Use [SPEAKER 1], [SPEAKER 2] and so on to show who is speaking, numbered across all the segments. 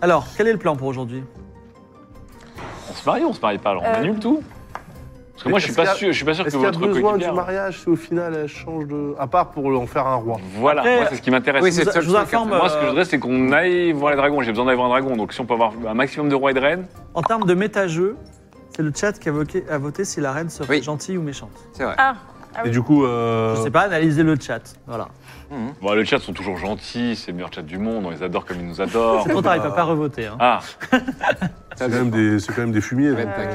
[SPEAKER 1] Alors, quel est le plan pour aujourd'hui
[SPEAKER 2] On se marie ou on se marie pas alors On
[SPEAKER 3] Euh.
[SPEAKER 2] annule tout Parce que moi je suis
[SPEAKER 4] Est-ce qu'il y
[SPEAKER 2] pas
[SPEAKER 4] a-
[SPEAKER 2] sûr, je suis pas sûr que
[SPEAKER 4] Est-ce qu'il y a
[SPEAKER 2] votre
[SPEAKER 4] besoin du
[SPEAKER 2] coéquipier.
[SPEAKER 4] mariage si au final elle change de. À part pour en faire un roi
[SPEAKER 2] Voilà,
[SPEAKER 1] Après-
[SPEAKER 2] moi c'est ce qui m'intéresse.
[SPEAKER 1] Je vous-
[SPEAKER 2] moi
[SPEAKER 1] je vous informe.
[SPEAKER 2] ce que je
[SPEAKER 1] euh,
[SPEAKER 2] voudrais c'est qu'on aille voir les dragons, j'ai besoin d'aller voir un dragon, donc si on peut avoir un maximum de rois et de reines,
[SPEAKER 1] En termes de méta-jeu, c'est le chat qui a, voqué- a voté si la reine serait
[SPEAKER 5] Oui.
[SPEAKER 1] gentille ou méchante.
[SPEAKER 5] C'est vrai.
[SPEAKER 3] Ah,
[SPEAKER 4] Et du coup. euh,
[SPEAKER 1] Je sais pas, analysez le chat. Voilà.
[SPEAKER 2] bon, les chats sont toujours gentils, c'est le meilleur chat du monde, on les adore comme ils nous adorent.
[SPEAKER 1] C'est trop
[SPEAKER 4] Bah.
[SPEAKER 1] tard, il peut pas revoter. hein.
[SPEAKER 2] Ah,
[SPEAKER 5] Ça,
[SPEAKER 4] C'est quand,
[SPEAKER 5] c'est
[SPEAKER 4] même
[SPEAKER 5] fort.
[SPEAKER 4] des- c'est quand même des fumiers.
[SPEAKER 1] Euh,
[SPEAKER 5] Red
[SPEAKER 4] hein.
[SPEAKER 5] pack.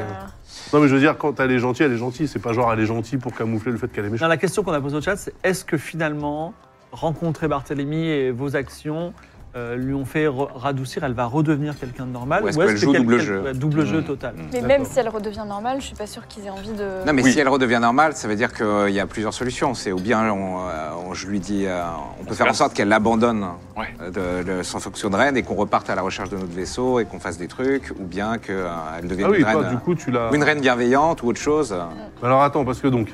[SPEAKER 4] Non, mais je veux dire, quand elle est gentille, elle est gentille. C'est pas genre elle est gentille pour camoufler le fait qu'elle est
[SPEAKER 1] Non,
[SPEAKER 4] méchante.
[SPEAKER 1] la question qu'on a posée au chat, c'est est-ce que finalement, rencontrer Barthélemy et vos actions euh, lui ont fait re- radoucir, elle va redevenir quelqu'un de normal
[SPEAKER 5] Ou est-ce qu'elle joue
[SPEAKER 1] quel-
[SPEAKER 5] double
[SPEAKER 1] quel-
[SPEAKER 5] jeu
[SPEAKER 1] ouais, Double jeu
[SPEAKER 2] Mmh.
[SPEAKER 1] total.
[SPEAKER 3] mais même si elle redevient normale, je suis pas sûre qu'ils aient envie de.
[SPEAKER 5] Non, mais
[SPEAKER 2] Oui.
[SPEAKER 5] si elle redevient normale, ça veut dire qu'il y a plusieurs solutions. C'est ou bien on, euh, on- je lui dis, euh, on peut
[SPEAKER 2] se
[SPEAKER 5] faire en
[SPEAKER 2] casse.
[SPEAKER 5] sorte qu'elle abandonne
[SPEAKER 2] Ouais.
[SPEAKER 5] euh, de- le- son fonction de reine et qu'on reparte à la recherche de notre vaisseau et qu'on fasse des trucs, ou bien qu'elle devienne
[SPEAKER 4] Ah oui,
[SPEAKER 5] une,
[SPEAKER 4] toi,
[SPEAKER 2] euh,
[SPEAKER 5] reine,
[SPEAKER 4] du coup, tu l'as.
[SPEAKER 5] ou une reine bienveillante ou autre chose.
[SPEAKER 4] Alors attends, parce que donc.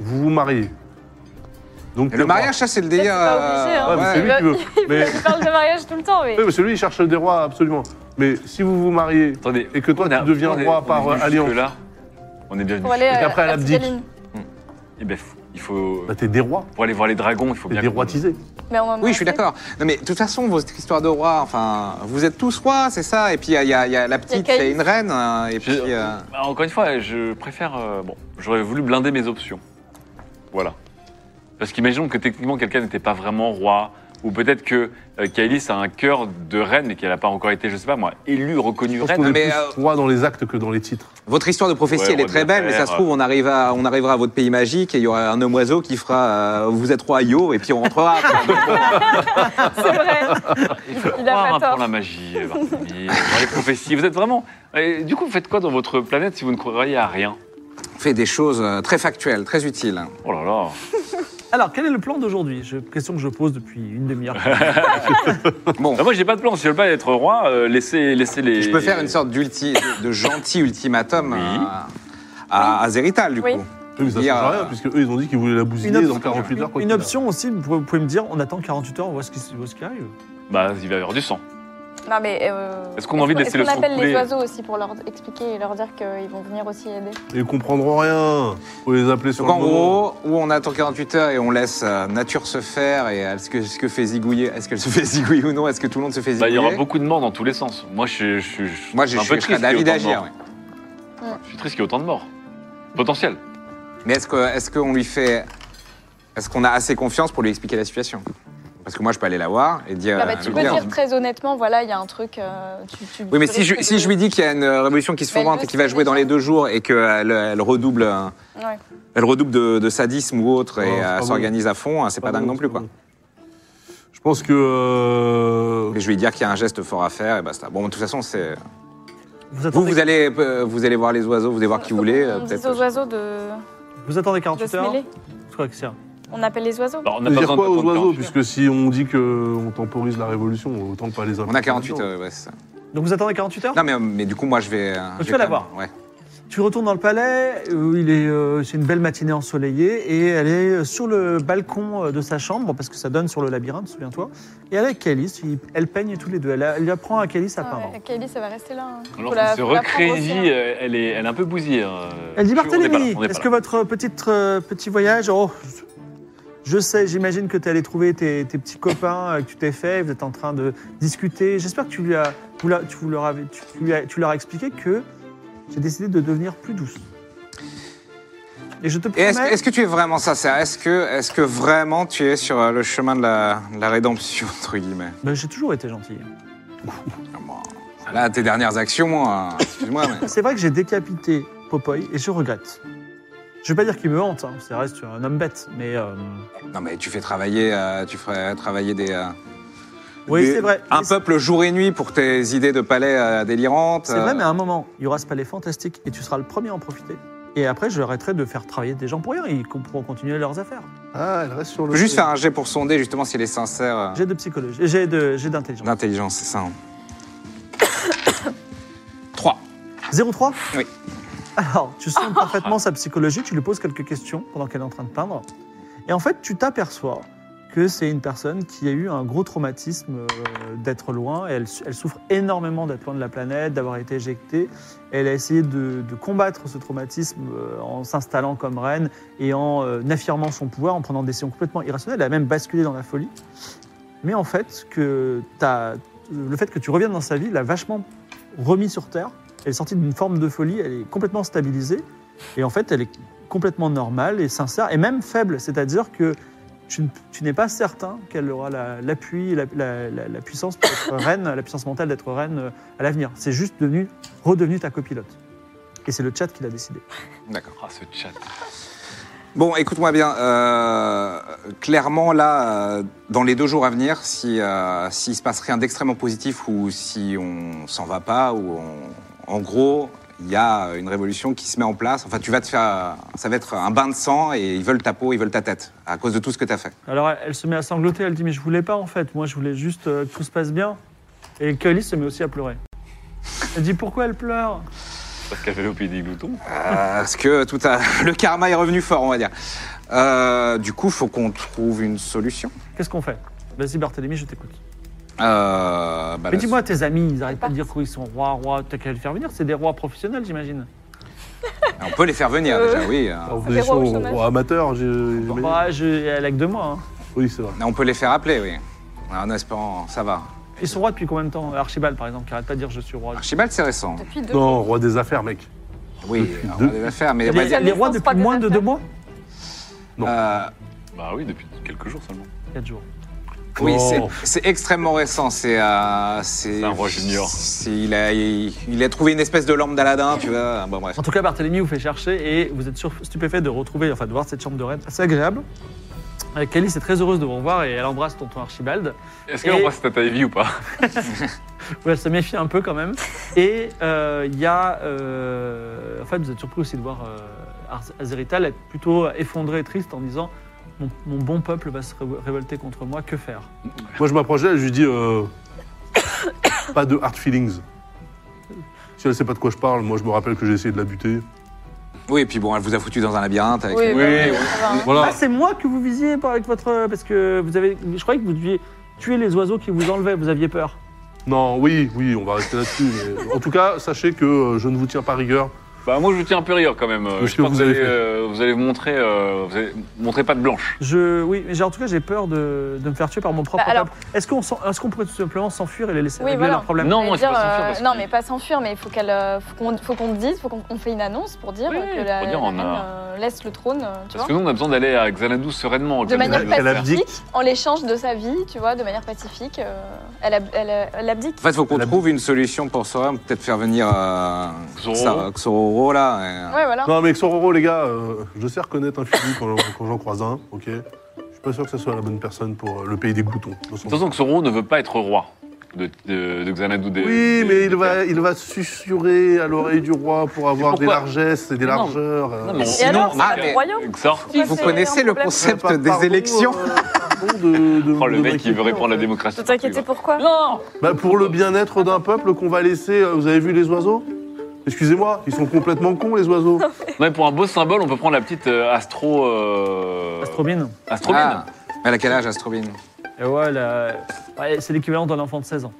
[SPEAKER 4] Vous vous mariez. Donc,
[SPEAKER 5] Et le
[SPEAKER 4] t'es roi.
[SPEAKER 5] mariage, ça, c'est le
[SPEAKER 3] Ça, c'est
[SPEAKER 5] délire. euh,
[SPEAKER 3] pas obligé, hein.
[SPEAKER 4] Ouais, mais c'est lui
[SPEAKER 3] Il
[SPEAKER 4] qui veut. Mais,
[SPEAKER 3] Il parle de mariage tout le temps, mais.
[SPEAKER 4] oui, mais celui, il cherche des rois, absolument. Mais si vous vous mariez
[SPEAKER 2] attendez.
[SPEAKER 4] et que toi,
[SPEAKER 2] on a-
[SPEAKER 4] tu deviens
[SPEAKER 2] on est-
[SPEAKER 4] roi
[SPEAKER 2] on est
[SPEAKER 4] par
[SPEAKER 2] venu
[SPEAKER 4] euh, alliance,
[SPEAKER 2] jusque-là. On est bien venu.
[SPEAKER 3] Pour aller
[SPEAKER 4] Et
[SPEAKER 3] à,
[SPEAKER 4] qu'après, elle
[SPEAKER 3] à
[SPEAKER 4] abdique.
[SPEAKER 3] Tskaline.
[SPEAKER 2] Eh ben, faut- il faut.
[SPEAKER 4] bah, t'es des rois.
[SPEAKER 2] Pour aller voir les dragons, il faut
[SPEAKER 4] T'es
[SPEAKER 2] bien.
[SPEAKER 4] des
[SPEAKER 2] qu'on-
[SPEAKER 4] rois tisés.
[SPEAKER 3] Mais on en a
[SPEAKER 5] Oui, je suis
[SPEAKER 3] assez.
[SPEAKER 5] d'accord. Non, mais de toute façon, votre histoire de roi, enfin, vous êtes tous rois, c'est ça. Et puis, il y, a- il y a il y a la petite, il y a
[SPEAKER 3] Caïn.
[SPEAKER 5] une reine. hein,
[SPEAKER 2] Je-
[SPEAKER 5] Et puis, euh,
[SPEAKER 2] Bah, Encore une fois, je préfère. euh, bon, j'aurais voulu blinder mes options. Voilà. Parce qu'imaginons que techniquement quelqu'un n'était pas vraiment roi, ou peut-être que euh, Kailis a un cœur de reine, mais qu'elle n'a pas encore été, je sais pas moi, élue, reconnue
[SPEAKER 4] Je pense qu'on
[SPEAKER 2] reine.
[SPEAKER 4] est
[SPEAKER 5] mais,
[SPEAKER 4] plus
[SPEAKER 5] euh,
[SPEAKER 4] rois dans les actes que dans les titres.
[SPEAKER 5] votre histoire de prophétie,
[SPEAKER 2] Ouais,
[SPEAKER 5] elle est
[SPEAKER 2] roi
[SPEAKER 5] très
[SPEAKER 2] de
[SPEAKER 5] belle, mais ça
[SPEAKER 2] terre.
[SPEAKER 5] se trouve, on, arrive à- on arrivera à votre pays magique et il y aura un homme oiseau qui fera euh, Vous êtes roi Yo, et puis on rentrera.
[SPEAKER 3] C'est vrai.
[SPEAKER 2] Il faut
[SPEAKER 3] Il a
[SPEAKER 2] croire
[SPEAKER 3] pas
[SPEAKER 2] un peu en
[SPEAKER 3] tort.
[SPEAKER 2] la magie, euh, Barthélemy, dans les prophéties. Vous êtes vraiment. Et du coup, vous faites quoi dans votre planète si vous ne croyez à rien
[SPEAKER 5] on fait des choses euh, très factuelles, très utiles.
[SPEAKER 2] Oh là là.
[SPEAKER 1] Alors, quel est le plan d'aujourd'hui Je- Question que je pose depuis une demi-heure.
[SPEAKER 5] Bon,
[SPEAKER 2] Bah, moi, j'ai pas de plan. Si je veux pas être roi, euh, laissez, laissez les.
[SPEAKER 5] je peux faire une sorte d'ulti, de- de gentil ultimatum
[SPEAKER 2] Oui.
[SPEAKER 5] à, à, à Zerital, du
[SPEAKER 3] Oui.
[SPEAKER 5] coup.
[SPEAKER 4] Oui, mais ça
[SPEAKER 5] Il
[SPEAKER 4] ne
[SPEAKER 5] y a-
[SPEAKER 4] change rien, puisque eux, ils ont dit qu'ils voulaient la bousiller dans 48 heures. quoi
[SPEAKER 1] une
[SPEAKER 4] qu'il
[SPEAKER 1] option aussi, vous pouvez, vous pouvez me dire on attend 48 heures, on voit ce qui, se- ce qui arrive.
[SPEAKER 2] Bah, il va y avoir du sang.
[SPEAKER 3] Non, mais. euh,
[SPEAKER 2] Est-ce qu'on a envie de
[SPEAKER 3] est-ce
[SPEAKER 2] laisser le
[SPEAKER 3] qu'on
[SPEAKER 2] sang
[SPEAKER 3] appelle les
[SPEAKER 2] couler
[SPEAKER 3] oiseaux aussi pour leur expliquer et leur dire qu'ils vont venir aussi aider
[SPEAKER 4] arrive. Et Ils comprendront rien. Faut les appeler sur
[SPEAKER 5] Donc en
[SPEAKER 4] le moment.
[SPEAKER 5] gros, où on attend 48 heures et on laisse euh, nature se faire et est-ce que, est-ce que fait zigouiller, est-ce qu'elle se fait zigouiller ou non, est-ce que tout le monde se fait
[SPEAKER 2] Bah,
[SPEAKER 5] zigouiller
[SPEAKER 2] il y aura beaucoup de morts dans tous les sens. Moi, je, je, je, je
[SPEAKER 5] Moi, j'ai-
[SPEAKER 2] suis un
[SPEAKER 5] je
[SPEAKER 2] peu
[SPEAKER 5] suis
[SPEAKER 2] triste qu'il y ait
[SPEAKER 5] David
[SPEAKER 2] autant de morts.
[SPEAKER 5] agir. ouais.
[SPEAKER 2] Je suis triste qu'il y ait autant de morts. Potentiel.
[SPEAKER 5] Mais est-ce que- est-ce qu'on lui fait, est-ce qu'on a assez confiance pour lui expliquer la situation Parce que moi, je peux aller la voir et dire.
[SPEAKER 3] Ah bah,
[SPEAKER 5] euh,
[SPEAKER 3] Tu peux
[SPEAKER 5] dire-
[SPEAKER 3] dire très honnêtement, voilà, il y a un truc. euh, tu- tu-
[SPEAKER 5] Oui, mais
[SPEAKER 3] tu
[SPEAKER 5] si je,
[SPEAKER 3] risques
[SPEAKER 5] si
[SPEAKER 3] de-
[SPEAKER 5] je lui dis qu'il y a une euh, révolution qui se
[SPEAKER 3] Mais Bah, elle
[SPEAKER 5] fomente
[SPEAKER 3] veut
[SPEAKER 5] et qui va
[SPEAKER 3] se
[SPEAKER 5] jouer dans les
[SPEAKER 3] méfier.
[SPEAKER 5] deux jours et qu'elle elle redouble, euh,
[SPEAKER 3] Ouais.
[SPEAKER 5] elle redouble de, de sadisme ou autre
[SPEAKER 4] Oh, Ah
[SPEAKER 5] et
[SPEAKER 4] c'est
[SPEAKER 5] euh,
[SPEAKER 4] pas bon.
[SPEAKER 5] s'organise à fond, hein, c'est pas, dingue
[SPEAKER 4] bon,
[SPEAKER 5] non plus,
[SPEAKER 4] c'est
[SPEAKER 5] quoi.
[SPEAKER 4] bon. Je pense que. euh,
[SPEAKER 5] Mais je vais lui dire qu'il y a un geste fort à faire et basta. Bon, de toute façon, c'est.
[SPEAKER 1] attendez,
[SPEAKER 5] Vous, vous allez, euh, vous allez voir les oiseaux, vous allez voir qui vous voulez. euh,
[SPEAKER 3] On dit
[SPEAKER 5] peut-être.
[SPEAKER 3] aux oiseaux de,
[SPEAKER 1] vous attendez
[SPEAKER 3] de
[SPEAKER 1] 48
[SPEAKER 3] se
[SPEAKER 1] heures
[SPEAKER 3] mêler.
[SPEAKER 1] Je crois que c'est un-
[SPEAKER 3] On appelle les oiseaux.
[SPEAKER 2] Alors, Bah, on n'a
[SPEAKER 4] Je
[SPEAKER 2] pas
[SPEAKER 4] veux
[SPEAKER 2] besoin de
[SPEAKER 4] dire quoi aux
[SPEAKER 2] attendre
[SPEAKER 4] oiseaux
[SPEAKER 2] 48 heures.
[SPEAKER 4] Puisque si on dit qu'on temporise la révolution, autant pas les appeler.
[SPEAKER 5] On a 48 heures, ouais, c'est ça.
[SPEAKER 1] Donc vous attendez 48 heures
[SPEAKER 5] Non, mais, euh, mais du coup, moi, je vais. euh,
[SPEAKER 1] Tu
[SPEAKER 5] je vais
[SPEAKER 1] vas la
[SPEAKER 5] quand même-
[SPEAKER 1] voir.
[SPEAKER 5] Ouais.
[SPEAKER 1] Tu retournes dans le palais, où il est, euh, c'est une belle matinée ensoleillée, et elle est sur le balcon euh, de sa chambre, parce que ça donne sur le labyrinthe, souviens-toi. Et elle est avec Calice, il- elle peigne tous les deux, elle, a- elle apprend à Calice à
[SPEAKER 3] Ah
[SPEAKER 1] peindre.
[SPEAKER 3] ouais, Kelly, ça va rester là. hein.
[SPEAKER 2] Alors,
[SPEAKER 3] Faut la-
[SPEAKER 2] se
[SPEAKER 3] faut la
[SPEAKER 2] recréer
[SPEAKER 3] prendre
[SPEAKER 2] une
[SPEAKER 3] aussi,
[SPEAKER 2] vie,
[SPEAKER 3] hein.
[SPEAKER 2] euh, elle est, elle est un peu bousillée. hein.
[SPEAKER 1] Elle dit
[SPEAKER 2] Je- on est pas là,
[SPEAKER 1] Barthélemy,
[SPEAKER 2] on est pas
[SPEAKER 1] Eh, est-ce
[SPEAKER 2] là.
[SPEAKER 1] que votre petite, euh, petit voyage, oh, je- je sais, j'imagine que tu allé trouver tes, tes petits copains euh, que tu t'es fait, vous êtes en train de discuter. J'espère que tu, lui as, vous la- tu, vous leur avez, tu, tu lui as- tu leur as expliqué que j'ai décidé de devenir plus douce. Et je te
[SPEAKER 5] Et
[SPEAKER 1] promets,
[SPEAKER 5] est-ce que- est-ce que tu es vraiment sincère Est-ce que, est que vraiment tu es sur euh, le chemin de la, de la rédemption, entre guillemets
[SPEAKER 1] Ben, j'ai toujours été gentil.
[SPEAKER 5] Ah, bon.
[SPEAKER 2] Ah,
[SPEAKER 5] Là, tes dernières actions, hein, excuse-moi, mais.
[SPEAKER 1] C'est vrai que j'ai décapité Popoy et je regrette. Je vais pas dire qu'il me hante, hein, ça reste un homme bête, mais. euh,
[SPEAKER 5] Non, mais tu fais travailler, euh, tu ferais travailler des. euh,
[SPEAKER 1] Oui,
[SPEAKER 5] des-
[SPEAKER 1] c'est vrai.
[SPEAKER 5] Un
[SPEAKER 1] Mais c'est-
[SPEAKER 5] peuple jour et nuit pour tes idées de palais euh, délirantes.
[SPEAKER 1] C'est vrai, mais à un moment, il y aura ce palais fantastique et tu seras le premier à en profiter. Et après, je arrêterai de faire travailler des gens pour rien. Ils com- pourront continuer leurs affaires.
[SPEAKER 4] Ah, elle reste sur
[SPEAKER 5] On
[SPEAKER 4] le.
[SPEAKER 5] peut juste faire un jet pour sonder justement si elle est sincère euh,
[SPEAKER 1] J'ai de psychologie, j'ai de, j'ai d'intelligence.
[SPEAKER 5] d'intelligence, c'est ça. hein. 3.
[SPEAKER 1] 0,3
[SPEAKER 5] Oui.
[SPEAKER 1] Alors, tu sens parfaitement sa psychologie, tu lui poses quelques questions pendant qu'elle est en train de peindre. Et en fait, tu t'aperçois que c'est une personne qui a eu un gros traumatisme euh, d'être loin. Et elle, su- elle souffre énormément d'être loin de la planète, d'avoir été éjectée. Elle a essayé de, de combattre ce traumatisme euh, en s'installant comme reine et en euh, affirmant son pouvoir, en prenant des décisions complètement irrationnelles. Elle a même basculé dans la folie. Mais en fait, que t'as- le fait que tu reviennes dans sa vie l'a vachement remis sur Terre. Elle est sortie d'une forme de folie, elle est complètement stabilisée. Et en fait, elle est complètement normale et sincère, et même faible. C'est-à-dire que tu, ne- tu n'es pas certain qu'elle aura la- l'appui, la, la- la- la puissance pour être reine, la puissance mentale d'être reine euh, à l'avenir. C'est juste devenu, redevenu ta copilote. Et c'est le chat qui l'a décidé.
[SPEAKER 5] D'accord.
[SPEAKER 2] Ah, ce chat.
[SPEAKER 5] Bon, écoute-moi bien. euh, clairement, là, euh, dans les deux jours à venir, si euh, s'il se passe rien d'extrêmement positif ou si on s'en va pas, ou on- en gros, il y a une révolution qui se met en place. Enfin, tu vas te faire, ça va être un bain de sang et ils veulent ta peau, ils veulent ta tête à cause de tout ce que t'as fait.
[SPEAKER 1] Alors elle, elle se met à sangloter, elle dit Mais je voulais pas en fait, moi je voulais juste euh, que tout se passe bien. Et Kelly se met aussi à pleurer. Elle dit Pourquoi elle pleure
[SPEAKER 2] Parce qu'elle fait le pays des gloutons.
[SPEAKER 5] Euh, parce que tout a, le karma est revenu fort, on va dire. Euh, du coup, faut qu'on trouve une solution.
[SPEAKER 1] Qu'est-ce qu'on fait Vas-y Barthélemy, je t'écoute.
[SPEAKER 5] Euh, bah,
[SPEAKER 1] Mais
[SPEAKER 5] la-
[SPEAKER 1] dis-moi, tes amis, ils arrêtent pas de dire qu'ils sont rois, rois, t'as qu'à les faire venir, c'est des rois professionnels, j'imagine.
[SPEAKER 5] on peut les faire venir déjà, oui. euh.
[SPEAKER 4] Alors, vous
[SPEAKER 3] Zéro
[SPEAKER 4] êtes chaud,
[SPEAKER 3] au chômage.
[SPEAKER 4] oh, amateur, j'ai. j'ai-
[SPEAKER 1] Bah, je, elle a que deux mois. hein.
[SPEAKER 4] Oui, c'est vrai.
[SPEAKER 5] On peut les faire appeler, oui. En espérant, ça va.
[SPEAKER 1] Ils sont rois depuis combien de temps Archibald, par exemple, qui arrête pas de dire je suis roi.
[SPEAKER 5] Archibald, c'est
[SPEAKER 2] euh,
[SPEAKER 5] récent.
[SPEAKER 3] Depuis deux
[SPEAKER 4] Non, roi des affaires, mec.
[SPEAKER 5] Oui,
[SPEAKER 4] Depuis
[SPEAKER 5] alors
[SPEAKER 4] deux-
[SPEAKER 5] on va faire, mais
[SPEAKER 1] Les,
[SPEAKER 5] on va dire.
[SPEAKER 1] les rois depuis
[SPEAKER 3] Pas des
[SPEAKER 1] moins de deux
[SPEAKER 3] affaires.
[SPEAKER 1] mois
[SPEAKER 5] euh,
[SPEAKER 2] Bah oui, depuis quelques jours seulement.
[SPEAKER 1] Quatre jours.
[SPEAKER 5] oui, c'est-
[SPEAKER 4] Oh.
[SPEAKER 5] c'est extrêmement récent. C'est. euh, c'est
[SPEAKER 2] C'est un roi junior.
[SPEAKER 5] c'est- il, a, il, il a trouvé une espèce de lampe d'Aladin, tu vois. Bon, bref.
[SPEAKER 1] En tout cas, Barthélemy vous fait chercher et vous êtes sur- stupéfait de retrouver, enfin de voir cette chambre de reine assez agréable. Euh, Kelly, c'est très heureuse de vous revoir et elle embrasse tonton Archibald.
[SPEAKER 2] Est-ce
[SPEAKER 1] Et-
[SPEAKER 2] qu'elle embrasse Tata Evie ou pas
[SPEAKER 1] Ouais, elle se méfie un peu quand même. Et euh, il y a. euh, en fait, vous êtes surpris aussi de voir euh, Az- Azerital être plutôt effondré et triste en disant mon, mon bon peuple va se révo- révolter contre moi, que faire
[SPEAKER 4] Moi, je m'approche d'elle et je lui dis euh, pas de hard feelings. Si elle sait pas de quoi je parle, moi je me rappelle que j'ai essayé de la buter.
[SPEAKER 5] Oui, et puis bon, elle vous a foutu dans un labyrinthe avec.
[SPEAKER 3] Oui,
[SPEAKER 5] les-
[SPEAKER 3] bah,
[SPEAKER 2] Oui,
[SPEAKER 3] oui, ça va, hein.
[SPEAKER 1] Ah,
[SPEAKER 4] Voilà.
[SPEAKER 1] c'est moi que vous visiez pas avec votre. Parce que vous avez. Je croyais que vous deviez tuer les oiseaux qui vous enlevaient, vous aviez peur.
[SPEAKER 4] Non, oui, oui, on va rester là-dessus. mais En tout cas, sachez que euh, je ne vous tiens pas rigueur.
[SPEAKER 2] Bah moi je vous tiens un peu rire quand même. Euh,
[SPEAKER 4] Qu'est-ce
[SPEAKER 2] Je
[SPEAKER 4] que
[SPEAKER 2] pense
[SPEAKER 4] vous
[SPEAKER 2] que vous
[SPEAKER 4] avez
[SPEAKER 2] allez,
[SPEAKER 4] fait
[SPEAKER 2] euh, vous allez vous montrer, euh, vous allez montrer patte blanche.
[SPEAKER 1] Je. Oui, mais j'ai- en tout cas, j'ai peur de, de me faire tuer par mon propre
[SPEAKER 3] Bah, alors-
[SPEAKER 1] peuple. Est-ce qu'on s'en- est-ce qu'on pourrait tout simplement s'enfuir et les laisser
[SPEAKER 3] Oui,
[SPEAKER 1] régler
[SPEAKER 3] voilà.
[SPEAKER 1] leurs problèmes
[SPEAKER 2] Non,
[SPEAKER 3] J'allais
[SPEAKER 2] non, il faut
[SPEAKER 3] dire,
[SPEAKER 2] pas s'enfuir
[SPEAKER 3] euh,
[SPEAKER 2] parce que-
[SPEAKER 3] non, mais pas s'enfuir, mais il faut qu'elle, euh, faut qu'on, faut qu'on dise, faut qu'on on fait une annonce pour dire
[SPEAKER 2] Oui,
[SPEAKER 3] que
[SPEAKER 2] pour
[SPEAKER 3] la,
[SPEAKER 2] dire,
[SPEAKER 3] la
[SPEAKER 2] on a-
[SPEAKER 3] reine, euh, laisse le trône, euh, tu
[SPEAKER 2] Parce
[SPEAKER 3] vois.
[SPEAKER 2] que nous on a besoin d'aller à Xanadu sereinement.
[SPEAKER 3] De hein. manière
[SPEAKER 4] Elle abdique.
[SPEAKER 3] pacifique, en l'échange de sa vie, tu vois, de manière pacifique, euh, elle, ab- elle, euh, elle abdique.
[SPEAKER 5] En fait, faut qu'on
[SPEAKER 4] La-
[SPEAKER 5] trouve une solution pour ça. on peut Peut-être faire venir. Euh,
[SPEAKER 2] Xororo.
[SPEAKER 5] Sa- Xororo, là. et- euh, ah.
[SPEAKER 3] Ouais, voilà.
[SPEAKER 4] Non, mais Xororo, les gars, euh, je sais reconnaître un fusil quand, quand j'en croise un, ok Je suis pas sûr que ce soit la bonne personne pour euh, le pays des gloutons. dans son-
[SPEAKER 2] Attention que Soro ne veut pas être roi de, de, de Xanadu. Des,
[SPEAKER 4] Oui,
[SPEAKER 2] des-
[SPEAKER 4] mais
[SPEAKER 2] des
[SPEAKER 4] il va,
[SPEAKER 2] terres.
[SPEAKER 4] il va susurrer à l'oreille du roi pour avoir des
[SPEAKER 2] pourquoi
[SPEAKER 4] largesses et des
[SPEAKER 2] Mais non.
[SPEAKER 4] largeurs. euh.
[SPEAKER 2] Non, mais on-
[SPEAKER 3] Et alors,
[SPEAKER 2] on
[SPEAKER 3] c'est
[SPEAKER 2] a-
[SPEAKER 5] le
[SPEAKER 2] euh,
[SPEAKER 3] royaume
[SPEAKER 2] Xor.
[SPEAKER 3] Pourquoi
[SPEAKER 5] Vous
[SPEAKER 3] c'est
[SPEAKER 5] connaissez
[SPEAKER 3] un
[SPEAKER 5] le
[SPEAKER 3] problème
[SPEAKER 5] concept
[SPEAKER 4] Bah,
[SPEAKER 5] des
[SPEAKER 4] pardon,
[SPEAKER 5] élections
[SPEAKER 4] euh, pardon de, de-
[SPEAKER 2] Oh le
[SPEAKER 4] de
[SPEAKER 2] mec il
[SPEAKER 4] m'inquiéter,
[SPEAKER 2] veut
[SPEAKER 4] en
[SPEAKER 2] répandre la
[SPEAKER 4] fait.
[SPEAKER 2] démocratie.
[SPEAKER 3] Ne t'inquiéter pourquoi
[SPEAKER 2] Non
[SPEAKER 4] Bah, pour le bien-être d'un peuple qu'on va laisser. euh, Vous avez vu les oiseaux Excusez-moi, ils sont complètement cons, les oiseaux.
[SPEAKER 2] Non mais pour un beau symbole on peut prendre la petite euh, astro... euh,
[SPEAKER 1] Astrobine
[SPEAKER 2] Astrobine.
[SPEAKER 5] Ah, elle a quel âge, Astrobine
[SPEAKER 1] Et ouais, la- ouais, c'est l'équivalent d'un enfant de 16 ans.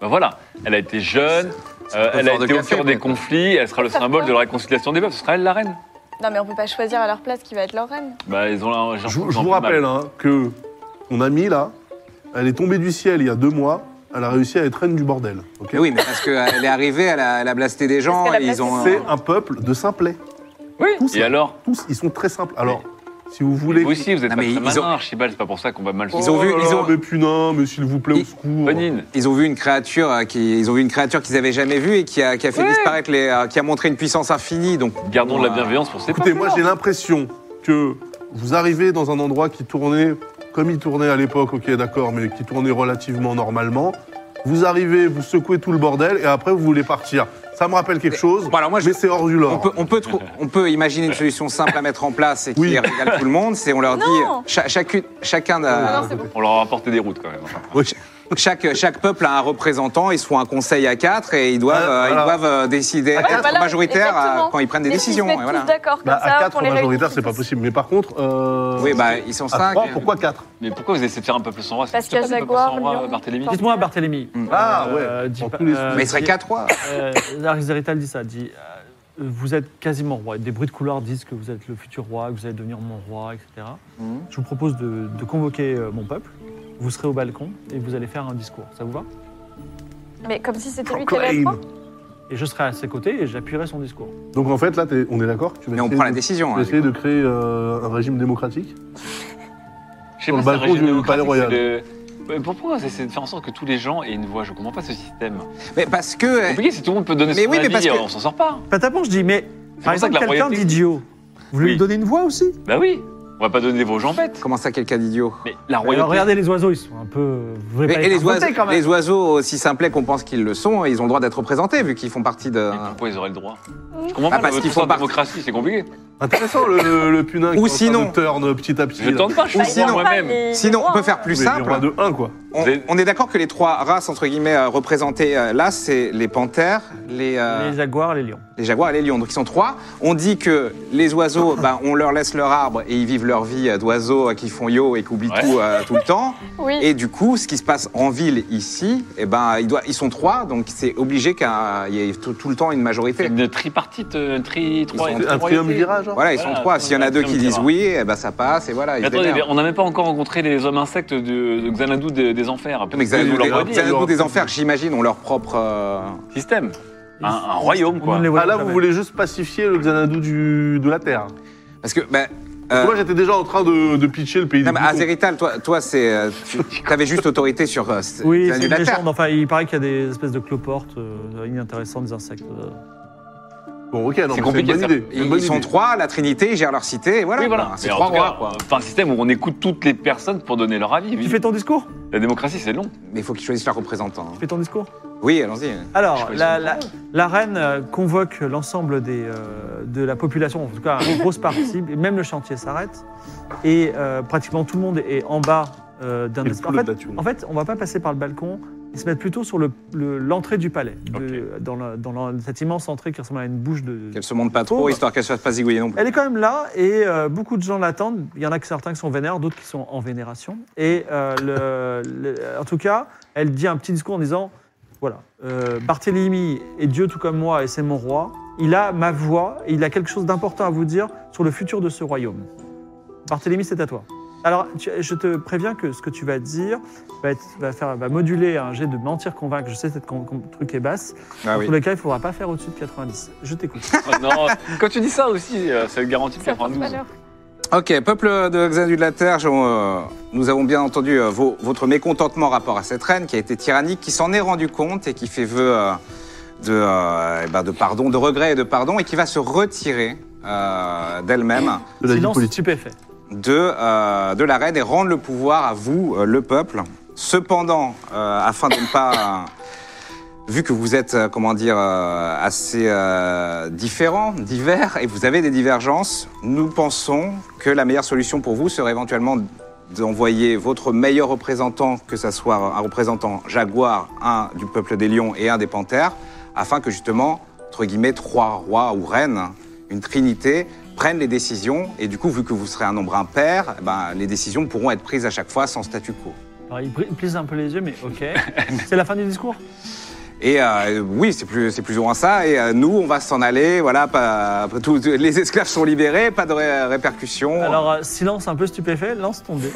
[SPEAKER 2] Bah voilà, elle a été jeune, euh,
[SPEAKER 5] peu
[SPEAKER 2] elle a
[SPEAKER 5] fort de
[SPEAKER 2] été au
[SPEAKER 5] café,
[SPEAKER 2] cœur des
[SPEAKER 5] peut-être.
[SPEAKER 2] conflits, elle sera le symbole de la réconciliation des peuples, ce sera elle la reine.
[SPEAKER 3] Non, mais on peut pas choisir à leur place qui va être leur reine.
[SPEAKER 2] Bah ils ont un... j'ai un-
[SPEAKER 4] Je, vous-
[SPEAKER 2] j'ai
[SPEAKER 4] je
[SPEAKER 2] un
[SPEAKER 4] vous
[SPEAKER 2] peu de mal.
[SPEAKER 4] rappelle hein, que mon amie, là, elle est tombée du ciel il y a deux mois. Elle a réussi à être reine du bordel. ok
[SPEAKER 5] Mais Oui, mais parce qu'elle est arrivée, elle a, elle a blasté des gens.
[SPEAKER 3] Parce qu'elle a
[SPEAKER 5] et ils
[SPEAKER 3] blasté
[SPEAKER 5] ont.
[SPEAKER 3] des
[SPEAKER 4] C'est un peuple de simplets.
[SPEAKER 2] Oui,
[SPEAKER 4] Tous,
[SPEAKER 2] et alors
[SPEAKER 4] tous, ils sont très simples. Alors, Si hein. vous voulez.
[SPEAKER 2] Vous aussi, vous êtes
[SPEAKER 5] Non,
[SPEAKER 2] pas
[SPEAKER 5] mais
[SPEAKER 2] très
[SPEAKER 5] ils ont-
[SPEAKER 2] malin, Archibald, c'est pas pour ça qu'on va mal
[SPEAKER 5] Ils
[SPEAKER 2] se-
[SPEAKER 5] ont
[SPEAKER 4] Oh
[SPEAKER 5] vu-
[SPEAKER 4] là
[SPEAKER 5] ils
[SPEAKER 4] là,
[SPEAKER 5] ont-
[SPEAKER 4] Mais punain, mais s'il vous plaît, au
[SPEAKER 5] Ils-
[SPEAKER 4] secours.
[SPEAKER 2] Vanine,
[SPEAKER 5] Ils ont vu une créature euh, qui, ils ont vu une créature qu'ils avaient jamais vue et qui a, qui a fait
[SPEAKER 2] Ouais.
[SPEAKER 5] disparaître les, euh, qui a montré une puissance infinie. Donc
[SPEAKER 2] gardons de la
[SPEAKER 5] euh,
[SPEAKER 2] bienveillance pour ces
[SPEAKER 4] Écoutez, moi
[SPEAKER 2] peuples-là.
[SPEAKER 4] j'ai l'impression que vous arrivez dans un endroit qui tournait comme il tournait à l'époque, ok d'accord, mais qui tournait relativement normalement. Vous arrivez, vous secouez tout le bordel et après vous voulez partir. Ça me rappelle quelque chose,
[SPEAKER 5] Bon, alors moi, je-
[SPEAKER 4] mais c'est hors du
[SPEAKER 5] On
[SPEAKER 4] lore.
[SPEAKER 5] peut, on, peut trou- on peut imaginer une solution simple à mettre en place et qui
[SPEAKER 4] Oui.
[SPEAKER 5] régale tout le monde, c'est on leur dit
[SPEAKER 3] Non.
[SPEAKER 5] cha- chacune, chacun
[SPEAKER 3] Non,
[SPEAKER 5] d'un-
[SPEAKER 3] non, c'est bon.
[SPEAKER 2] On leur a apporté des routes quand même. hein.
[SPEAKER 4] Oui.
[SPEAKER 5] chaque chaque peuple a un représentant, ils se font un conseil à quatre et ils doivent
[SPEAKER 4] Ah,
[SPEAKER 5] euh, ils
[SPEAKER 4] voilà.
[SPEAKER 5] doivent euh, décider
[SPEAKER 4] À
[SPEAKER 5] être
[SPEAKER 4] quatre,
[SPEAKER 3] voilà,
[SPEAKER 5] majoritaires
[SPEAKER 3] exactement.
[SPEAKER 5] euh, quand ils prennent des
[SPEAKER 3] Et
[SPEAKER 5] décisions.
[SPEAKER 3] S'ils se
[SPEAKER 5] et
[SPEAKER 3] mettent
[SPEAKER 5] voilà.
[SPEAKER 3] tous d'accord comme
[SPEAKER 4] Bah,
[SPEAKER 3] ça,
[SPEAKER 4] à 4
[SPEAKER 3] pour les
[SPEAKER 4] majoritaires,
[SPEAKER 3] réunir,
[SPEAKER 4] c'est pas
[SPEAKER 3] tous.
[SPEAKER 4] possible. Mais par contre, euh,
[SPEAKER 5] Oui, bah ils sont
[SPEAKER 4] à
[SPEAKER 5] cinq.
[SPEAKER 4] 3, pourquoi 4
[SPEAKER 2] Mais pourquoi vous essayez de faire un peuple sans roi
[SPEAKER 3] Parce
[SPEAKER 2] C'est pas
[SPEAKER 3] qu'il y a
[SPEAKER 2] un peuple sans
[SPEAKER 3] Jaguar,
[SPEAKER 2] roi,
[SPEAKER 3] Lion,
[SPEAKER 2] Barthélemy.
[SPEAKER 3] Corbeau.
[SPEAKER 1] Dites-moi, Barthélemy.
[SPEAKER 5] Mm.
[SPEAKER 4] Ah, ouais,
[SPEAKER 1] dis
[SPEAKER 4] dans
[SPEAKER 1] pas-
[SPEAKER 4] tous les sens.
[SPEAKER 5] Mais il serait
[SPEAKER 1] dis-
[SPEAKER 5] qu'à trois.
[SPEAKER 1] Euh, Arzérital dit ça, dit euh, vous êtes quasiment roi. Des bruits de couloir disent que vous êtes le futur roi, que vous allez devenir mon roi, etc.
[SPEAKER 5] Mhm.
[SPEAKER 1] Je vous propose de, de convoquer euh, mon peuple. Vous serez au balcon et vous allez faire un discours. Ça vous va
[SPEAKER 3] Mais comme si c'était lui qui avait le point.
[SPEAKER 1] Et je serai à ses côtés et j'appuierai son discours.
[SPEAKER 4] Donc en fait, là, t'es- on est d'accord tu vas
[SPEAKER 5] Mais on
[SPEAKER 4] essayer
[SPEAKER 5] prend la
[SPEAKER 4] de-
[SPEAKER 5] décision.
[SPEAKER 4] tu vas
[SPEAKER 5] hein,
[SPEAKER 4] essayer
[SPEAKER 5] du
[SPEAKER 4] de
[SPEAKER 5] coup.
[SPEAKER 4] créer euh, un régime démocratique
[SPEAKER 2] Je sais
[SPEAKER 4] Sur
[SPEAKER 2] pas,
[SPEAKER 4] le
[SPEAKER 2] c'est un
[SPEAKER 4] balcon
[SPEAKER 2] régime
[SPEAKER 4] du Palais
[SPEAKER 2] démocratique, c'est de- Ouais, Pourquoi c'est c'est de faire en sorte que tous les gens aient une voix Je comprends pas ce système.
[SPEAKER 5] Mais parce que
[SPEAKER 2] Compliqué, si tout le monde peut donner
[SPEAKER 5] Mais
[SPEAKER 2] son
[SPEAKER 5] oui, mais
[SPEAKER 2] avis,
[SPEAKER 5] parce que-
[SPEAKER 2] on s'en sort pas.
[SPEAKER 1] Patapon, je dis, mais
[SPEAKER 2] C'est
[SPEAKER 1] par
[SPEAKER 2] pour ça
[SPEAKER 1] exemple,
[SPEAKER 2] que la
[SPEAKER 1] quelqu'un
[SPEAKER 2] royauté.
[SPEAKER 1] d'idiot, vous lui
[SPEAKER 2] Oui.
[SPEAKER 1] donnez une voix aussi
[SPEAKER 2] Bah oui, on va pas donner des vos gens bêtes.
[SPEAKER 5] comment ça quelqu'un d'idiot
[SPEAKER 2] Mais la
[SPEAKER 1] Alors
[SPEAKER 2] royauté.
[SPEAKER 1] regardez les oiseaux, ils sont un peu. Vous voulez
[SPEAKER 5] Mais-
[SPEAKER 1] pas
[SPEAKER 5] et
[SPEAKER 1] les
[SPEAKER 5] les
[SPEAKER 1] faire voter,
[SPEAKER 5] oiseaux,
[SPEAKER 1] quand même.
[SPEAKER 5] les oiseaux, aussi simplets qu'on pense qu'ils le sont, ils ont le droit d'être représentés vu qu'ils font partie de.
[SPEAKER 2] Mais pourquoi ils auraient le droit Je comprends
[SPEAKER 5] Ah,
[SPEAKER 2] pas,
[SPEAKER 5] parce
[SPEAKER 2] parce
[SPEAKER 5] qu'ils
[SPEAKER 2] qu'ils
[SPEAKER 5] font
[SPEAKER 2] font
[SPEAKER 5] partie-
[SPEAKER 2] démocratie, c'est compliqué.
[SPEAKER 4] Intéressant le, le punain qui
[SPEAKER 5] Ou
[SPEAKER 4] est en train de
[SPEAKER 5] sinon-
[SPEAKER 4] turn petit à petit.
[SPEAKER 2] Je
[SPEAKER 4] là.
[SPEAKER 2] tente pas, je
[SPEAKER 5] Ou
[SPEAKER 3] Bah,
[SPEAKER 2] suis
[SPEAKER 5] sinon-
[SPEAKER 2] roi moi-même.
[SPEAKER 5] Sinon, on peut faire plus
[SPEAKER 4] Mais les rois hein.
[SPEAKER 5] simple.
[SPEAKER 4] de 1, quoi.
[SPEAKER 5] On,
[SPEAKER 2] Des-
[SPEAKER 5] on est d'accord que les trois races entre guillemets euh, représentées euh, là, c'est les panthères, les, euh,
[SPEAKER 1] Les jaguars, les lions.
[SPEAKER 5] les jaguars et les lions. Donc ils sont trois. On dit que les oiseaux, ben, on leur laisse leur arbre et ils vivent leur vie euh, d'oiseaux euh, qui font yo et qui oublient
[SPEAKER 2] Ouais.
[SPEAKER 5] tout euh, tout le temps.
[SPEAKER 3] Oui.
[SPEAKER 5] Et du coup, ce qui se passe en ville ici, eh ben ils, doivent- ils sont trois, donc c'est obligé qu'il y ait tout, tout le temps une majorité.
[SPEAKER 2] Une tripartite, euh, tri, trois, trois
[SPEAKER 5] sont-
[SPEAKER 4] Un hein.
[SPEAKER 2] royautés.
[SPEAKER 4] triumvirat, genre
[SPEAKER 5] Voilà, ils sont
[SPEAKER 2] Voilà,
[SPEAKER 5] trois. S'il y en a
[SPEAKER 2] un
[SPEAKER 5] deux qui disent
[SPEAKER 2] triumvirat.
[SPEAKER 5] oui, eh ben ça passe et voilà. Ils
[SPEAKER 2] Mais
[SPEAKER 5] se
[SPEAKER 2] Attendez, mais
[SPEAKER 5] démerdent.
[SPEAKER 2] on n'a même pas encore rencontré les hommes insectes de, de Xanadu des, des enfers.
[SPEAKER 5] mais
[SPEAKER 2] Peut-être que
[SPEAKER 5] Xanadu
[SPEAKER 2] vous leur
[SPEAKER 5] des,
[SPEAKER 2] redire.
[SPEAKER 5] Xanadu des enfers, j'imagine, ont leur propre. euh,
[SPEAKER 2] système. Un, un royaume,
[SPEAKER 1] On
[SPEAKER 2] quoi.
[SPEAKER 1] ne les voit
[SPEAKER 4] Ah là,
[SPEAKER 1] jamais.
[SPEAKER 4] vous voulez juste pacifier le Xanadu du, de la Terre.
[SPEAKER 5] Parce que ben,
[SPEAKER 4] Parce que
[SPEAKER 5] euh,
[SPEAKER 4] Moi, j'étais déjà en train de, de pitcher le pays des
[SPEAKER 5] Non, mais
[SPEAKER 4] boutons.
[SPEAKER 5] Azerital, toi, toi c'est, euh, tu avais juste autorité sur euh, c'est-
[SPEAKER 1] Oui,
[SPEAKER 5] la
[SPEAKER 1] c'est
[SPEAKER 5] nuit de
[SPEAKER 1] une
[SPEAKER 5] la Terre.
[SPEAKER 1] légende. Enfin, il paraît qu'il y a des espèces de cloportes euh, inintéressantes, des insectes. euh.
[SPEAKER 4] Bon, ok,
[SPEAKER 2] C'est
[SPEAKER 4] non, mais c'est une
[SPEAKER 2] compliqué,
[SPEAKER 4] bonne
[SPEAKER 2] ça.
[SPEAKER 4] idée. C'est
[SPEAKER 5] Ils,
[SPEAKER 4] une bonne
[SPEAKER 5] ils sont
[SPEAKER 4] idée.
[SPEAKER 5] trois, la Trinité, ils gèrent leur cité, et voilà.
[SPEAKER 2] Oui, voilà.
[SPEAKER 5] Ben, c'est
[SPEAKER 2] Mais en
[SPEAKER 5] trois
[SPEAKER 2] tout cas, euh,
[SPEAKER 5] rois, quoi.
[SPEAKER 2] Enfin, un système où on écoute toutes les personnes pour donner leur avis.
[SPEAKER 1] Tu fais ton discours
[SPEAKER 2] La démocratie, c'est long.
[SPEAKER 5] Mais il faut qu'ils choisissent leurs représentants.
[SPEAKER 1] Tu fais ton discours
[SPEAKER 5] Oui, allons-y.
[SPEAKER 1] Alors,
[SPEAKER 2] Je sais
[SPEAKER 1] la,
[SPEAKER 2] pas
[SPEAKER 1] la- la reine euh, convoque l'ensemble des, euh, de la population, en tout cas une grosse partie, et même le chantier s'arrête, et euh, pratiquement tout le monde est en bas euh, d'un
[SPEAKER 4] Et le
[SPEAKER 1] espace.
[SPEAKER 4] poulet
[SPEAKER 1] En
[SPEAKER 4] de la
[SPEAKER 1] fait,
[SPEAKER 4] thune.
[SPEAKER 1] en fait, on va pas passer par le balcon, ils se mettent plutôt sur l'entrée le, l'entrée du palais, de- dans, la- dans la- cette immense entrée qui ressemble à une bouche de...
[SPEAKER 5] Qu'elles se montrent pas trop,
[SPEAKER 1] Pauvre.
[SPEAKER 5] histoire qu'elles se fassent pas zigouiller non plus.
[SPEAKER 1] Elle est quand même là et euh, beaucoup de gens l'attendent. Il y en a que certains qui sont vénères, d'autres qui sont en vénération. Et euh, le- le- en tout cas, elle dit un petit discours en disant voilà, euh, Barthélemy est Dieu tout comme moi et c'est mon roi. Il a ma voix et il a quelque chose d'important à vous dire sur le futur de ce royaume. Barthélemy, c'est à toi. Alors, tu- je te préviens que ce que tu vas dire va, être- va faire, va moduler un jet de mentir convaincre. Je sais que cette con- con- truc est basse.
[SPEAKER 5] Ah oui.
[SPEAKER 1] Pour lequel il ne faudra pas faire au-dessus de 90. Je t'écoute.
[SPEAKER 2] Oh, non, quand tu dis ça aussi, euh, ça garantit
[SPEAKER 3] Ça porte
[SPEAKER 2] 92.
[SPEAKER 3] malheur.
[SPEAKER 5] Ok, peuple de Xanadu de la Terre, je- euh, nous avons bien entendu euh, vos- votre mécontentement rapport à cette reine qui a été tyrannique, qui s'en est rendu compte et qui fait vœu euh, de, euh, eh ben, de pardon, de regret et de pardon, et qui va se retirer euh, d'elle-même.
[SPEAKER 4] De la vie
[SPEAKER 1] Silence
[SPEAKER 4] politique.
[SPEAKER 1] stupéfait.
[SPEAKER 5] de, euh, de la reine et rendre le pouvoir à vous, euh, le peuple. Cependant, euh, afin de ne pas... euh, vu que vous êtes, euh, comment dire, euh, assez euh, différents, divers, et vous avez des divergences, nous pensons que la meilleure solution pour vous serait éventuellement d'envoyer votre meilleur représentant, que ce soit un représentant jaguar, un du peuple des lions et un des panthères, afin que justement, entre guillemets, trois rois ou reines, une trinité, prennent les décisions. Et du coup, vu que vous serez un nombre impair, eh ben, les décisions pourront être prises à chaque fois sans statu quo.
[SPEAKER 1] Alors, il pli- il plisse un peu les yeux, mais ok. C'est la fin du discours
[SPEAKER 5] Et euh, oui, c'est plus, c'est plus ou moins ça. Et euh, nous, on va s'en aller. Voilà, pas, pas tout- les esclaves sont libérés, pas de ré- répercussions.
[SPEAKER 1] Alors, euh, silence un peu stupéfait, lance ton dé.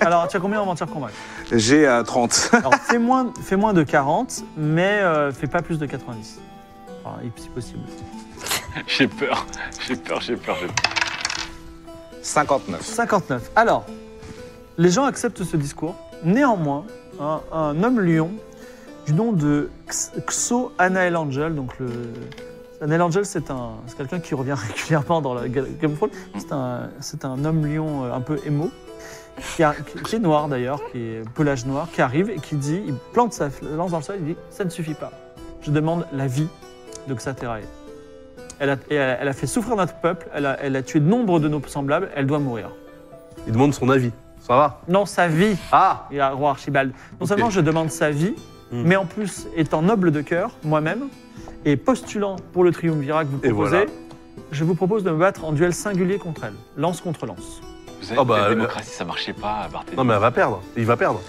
[SPEAKER 1] Alors, tu as combien en mentir convaincre
[SPEAKER 5] J'ai euh, 30.
[SPEAKER 1] Alors, fais moins, fais moins de 40, mais euh, fais pas plus de 90. Enfin, et si possible.
[SPEAKER 2] J'ai peur, j'ai peur, j'ai peur, j'ai peur.
[SPEAKER 5] 59.
[SPEAKER 1] 59. Alors, les gens acceptent ce discours. Néanmoins, un, un homme lion du nom de X- Xo Anael Angel, donc le. Anael Angel, c'est un, c'est quelqu'un qui revient régulièrement dans la Ga- Game of Thrones. C'est un, c'est un homme lion euh, un peu émo, qui, a- qui- qui est noir d'ailleurs, qui est pelage noir, qui arrive et qui dit, il plante sa lance dans le sol, il dit Ça ne suffit pas. Je demande la vie de Xaterae. Elle a, et elle a- elle a fait souffrir notre peuple, elle a- elle a tué nombre de nos semblables, elle doit mourir.
[SPEAKER 4] Il demande son avis. Ça va
[SPEAKER 1] Non, sa vie,
[SPEAKER 4] Ah
[SPEAKER 1] il y a roi Archibald. Non
[SPEAKER 4] Ok.
[SPEAKER 1] seulement je demande sa vie,
[SPEAKER 4] Hmm.
[SPEAKER 1] mais en plus, étant noble de cœur, moi-même, et postulant pour le triumvirat que vous
[SPEAKER 4] Et
[SPEAKER 1] proposez,
[SPEAKER 4] voilà.
[SPEAKER 1] je vous propose de me battre en duel singulier contre elle, lance contre lance.
[SPEAKER 2] Vous savez,
[SPEAKER 4] Ah bah,
[SPEAKER 2] la
[SPEAKER 4] le-
[SPEAKER 2] démocratie, ça marchait pas, Barthélémy.
[SPEAKER 4] Non, mais elle va perdre. Il va perdre.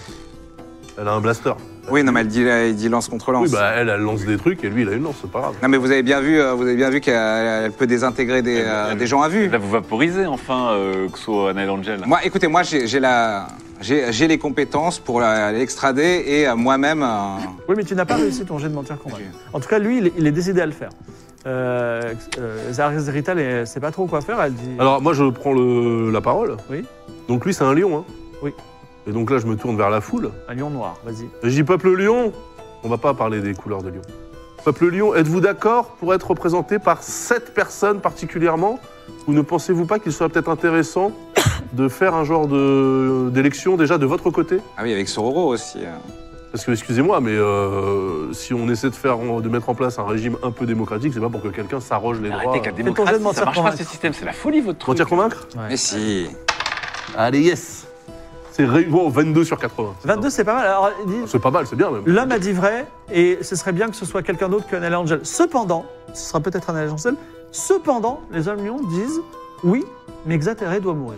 [SPEAKER 4] Elle a un blaster.
[SPEAKER 5] Oui, non, mais elle dit, elle dit lance contre lance.
[SPEAKER 4] Oui, bah elle, elle lance des trucs et lui, il a une lance, c'est pas grave.
[SPEAKER 5] Non, mais vous avez bien vu, euh, vous avez bien vu qu'elle elle peut désintégrer des,
[SPEAKER 2] Elle-
[SPEAKER 5] euh,
[SPEAKER 2] elle-
[SPEAKER 5] des gens à vue.
[SPEAKER 2] Là, vous vaporisez enfin euh, Xo Anel Angel.
[SPEAKER 5] Moi, écoutez, moi, j'ai j'ai la, j'ai j'ai les compétences pour la- l'extrader et euh, moi-même. euh,
[SPEAKER 1] Oui, mais tu n'as pas réussi ton jet de mentir convaincre. En tout cas, lui, il est, il est décidé à le faire. Euh, euh, Zaris Rital, elle sait pas trop quoi faire, elle dit...
[SPEAKER 4] Alors moi je prends le- la parole.
[SPEAKER 1] Oui.
[SPEAKER 4] Donc lui c'est un lion. Hein.
[SPEAKER 1] Oui.
[SPEAKER 4] Et donc là je me tourne vers la foule.
[SPEAKER 1] Un lion noir, vas-y.
[SPEAKER 4] Et je dis peuple lion. On va pas parler des couleurs de lion. Peuple lion, êtes-vous d'accord pour être représenté par cette personne particulièrement Ou ne pensez-vous pas qu'il serait peut-être intéressant de faire un genre de- d'élection déjà de votre côté
[SPEAKER 5] Ah oui, avec Sororo aussi. euh.
[SPEAKER 4] Parce que excusez-moi, mais euh, si on essaie de faire de mettre en place un régime un peu démocratique, c'est pas pour que quelqu'un s'arroge les droits.
[SPEAKER 2] Arrêtez qu'à
[SPEAKER 4] euh,
[SPEAKER 1] ton jeu de
[SPEAKER 2] démocratie,
[SPEAKER 1] mentir
[SPEAKER 2] ça marche pas
[SPEAKER 1] convaincre.
[SPEAKER 2] ce système, c'est la folie votre truc.
[SPEAKER 4] Mentir convaincre
[SPEAKER 5] Mais si.
[SPEAKER 4] Allez yes. C'est ré- bon, 22 sur 80.
[SPEAKER 1] 22, c'est pas mal. Alors, il dit,
[SPEAKER 4] C'est pas mal, c'est bien même.
[SPEAKER 1] L'homme a dit vrai, et ce serait bien que ce soit quelqu'un d'autre qu'un Angel. Cependant, ce sera peut-être un Angel, cependant, les hommes lions disent oui, mais Xateré doit mourir.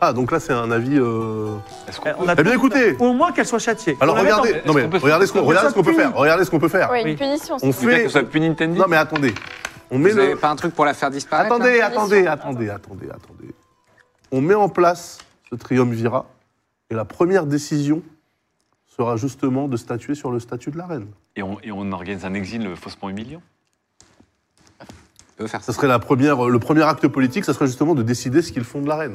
[SPEAKER 4] Ah, donc là, c'est un avis. euh,
[SPEAKER 2] Est-ce
[SPEAKER 1] Eh,
[SPEAKER 2] qu'on
[SPEAKER 1] on a
[SPEAKER 4] Eh bien,
[SPEAKER 1] plus-
[SPEAKER 4] écoutez
[SPEAKER 1] Ou au moins qu'elle soit châtiée.
[SPEAKER 4] Alors,
[SPEAKER 1] On la met
[SPEAKER 4] regardez.
[SPEAKER 2] dans-
[SPEAKER 4] Non, mais
[SPEAKER 2] est-ce qu'on peut-
[SPEAKER 4] regardez ce qu'on
[SPEAKER 2] est-ce
[SPEAKER 4] regardez ce qu'on peut
[SPEAKER 1] qu'on peut
[SPEAKER 4] faire. Regardez ce qu'on peut faire.
[SPEAKER 3] Ouais,
[SPEAKER 1] Oui.
[SPEAKER 3] une punition. c'est
[SPEAKER 4] On
[SPEAKER 3] ça.
[SPEAKER 2] Vous voulez
[SPEAKER 4] fait.
[SPEAKER 2] que ce soit plus Nintendo
[SPEAKER 4] Non, mais attendez. On met
[SPEAKER 5] vous n'avez
[SPEAKER 4] le.
[SPEAKER 5] pas un truc pour la faire disparaître
[SPEAKER 4] Attendez,
[SPEAKER 5] là
[SPEAKER 4] attendez, attendez, attendez, attendez. On met en place ce triumvirat et la première décision sera justement de statuer sur le statut de la reine.
[SPEAKER 2] et, on, et on organise un exil euh, faussement humiliant.
[SPEAKER 5] On peut faire
[SPEAKER 4] Ça
[SPEAKER 5] ça.
[SPEAKER 4] serait la première, euh, le premier acte politique, ça serait justement de décider ce qu'ils font de la reine.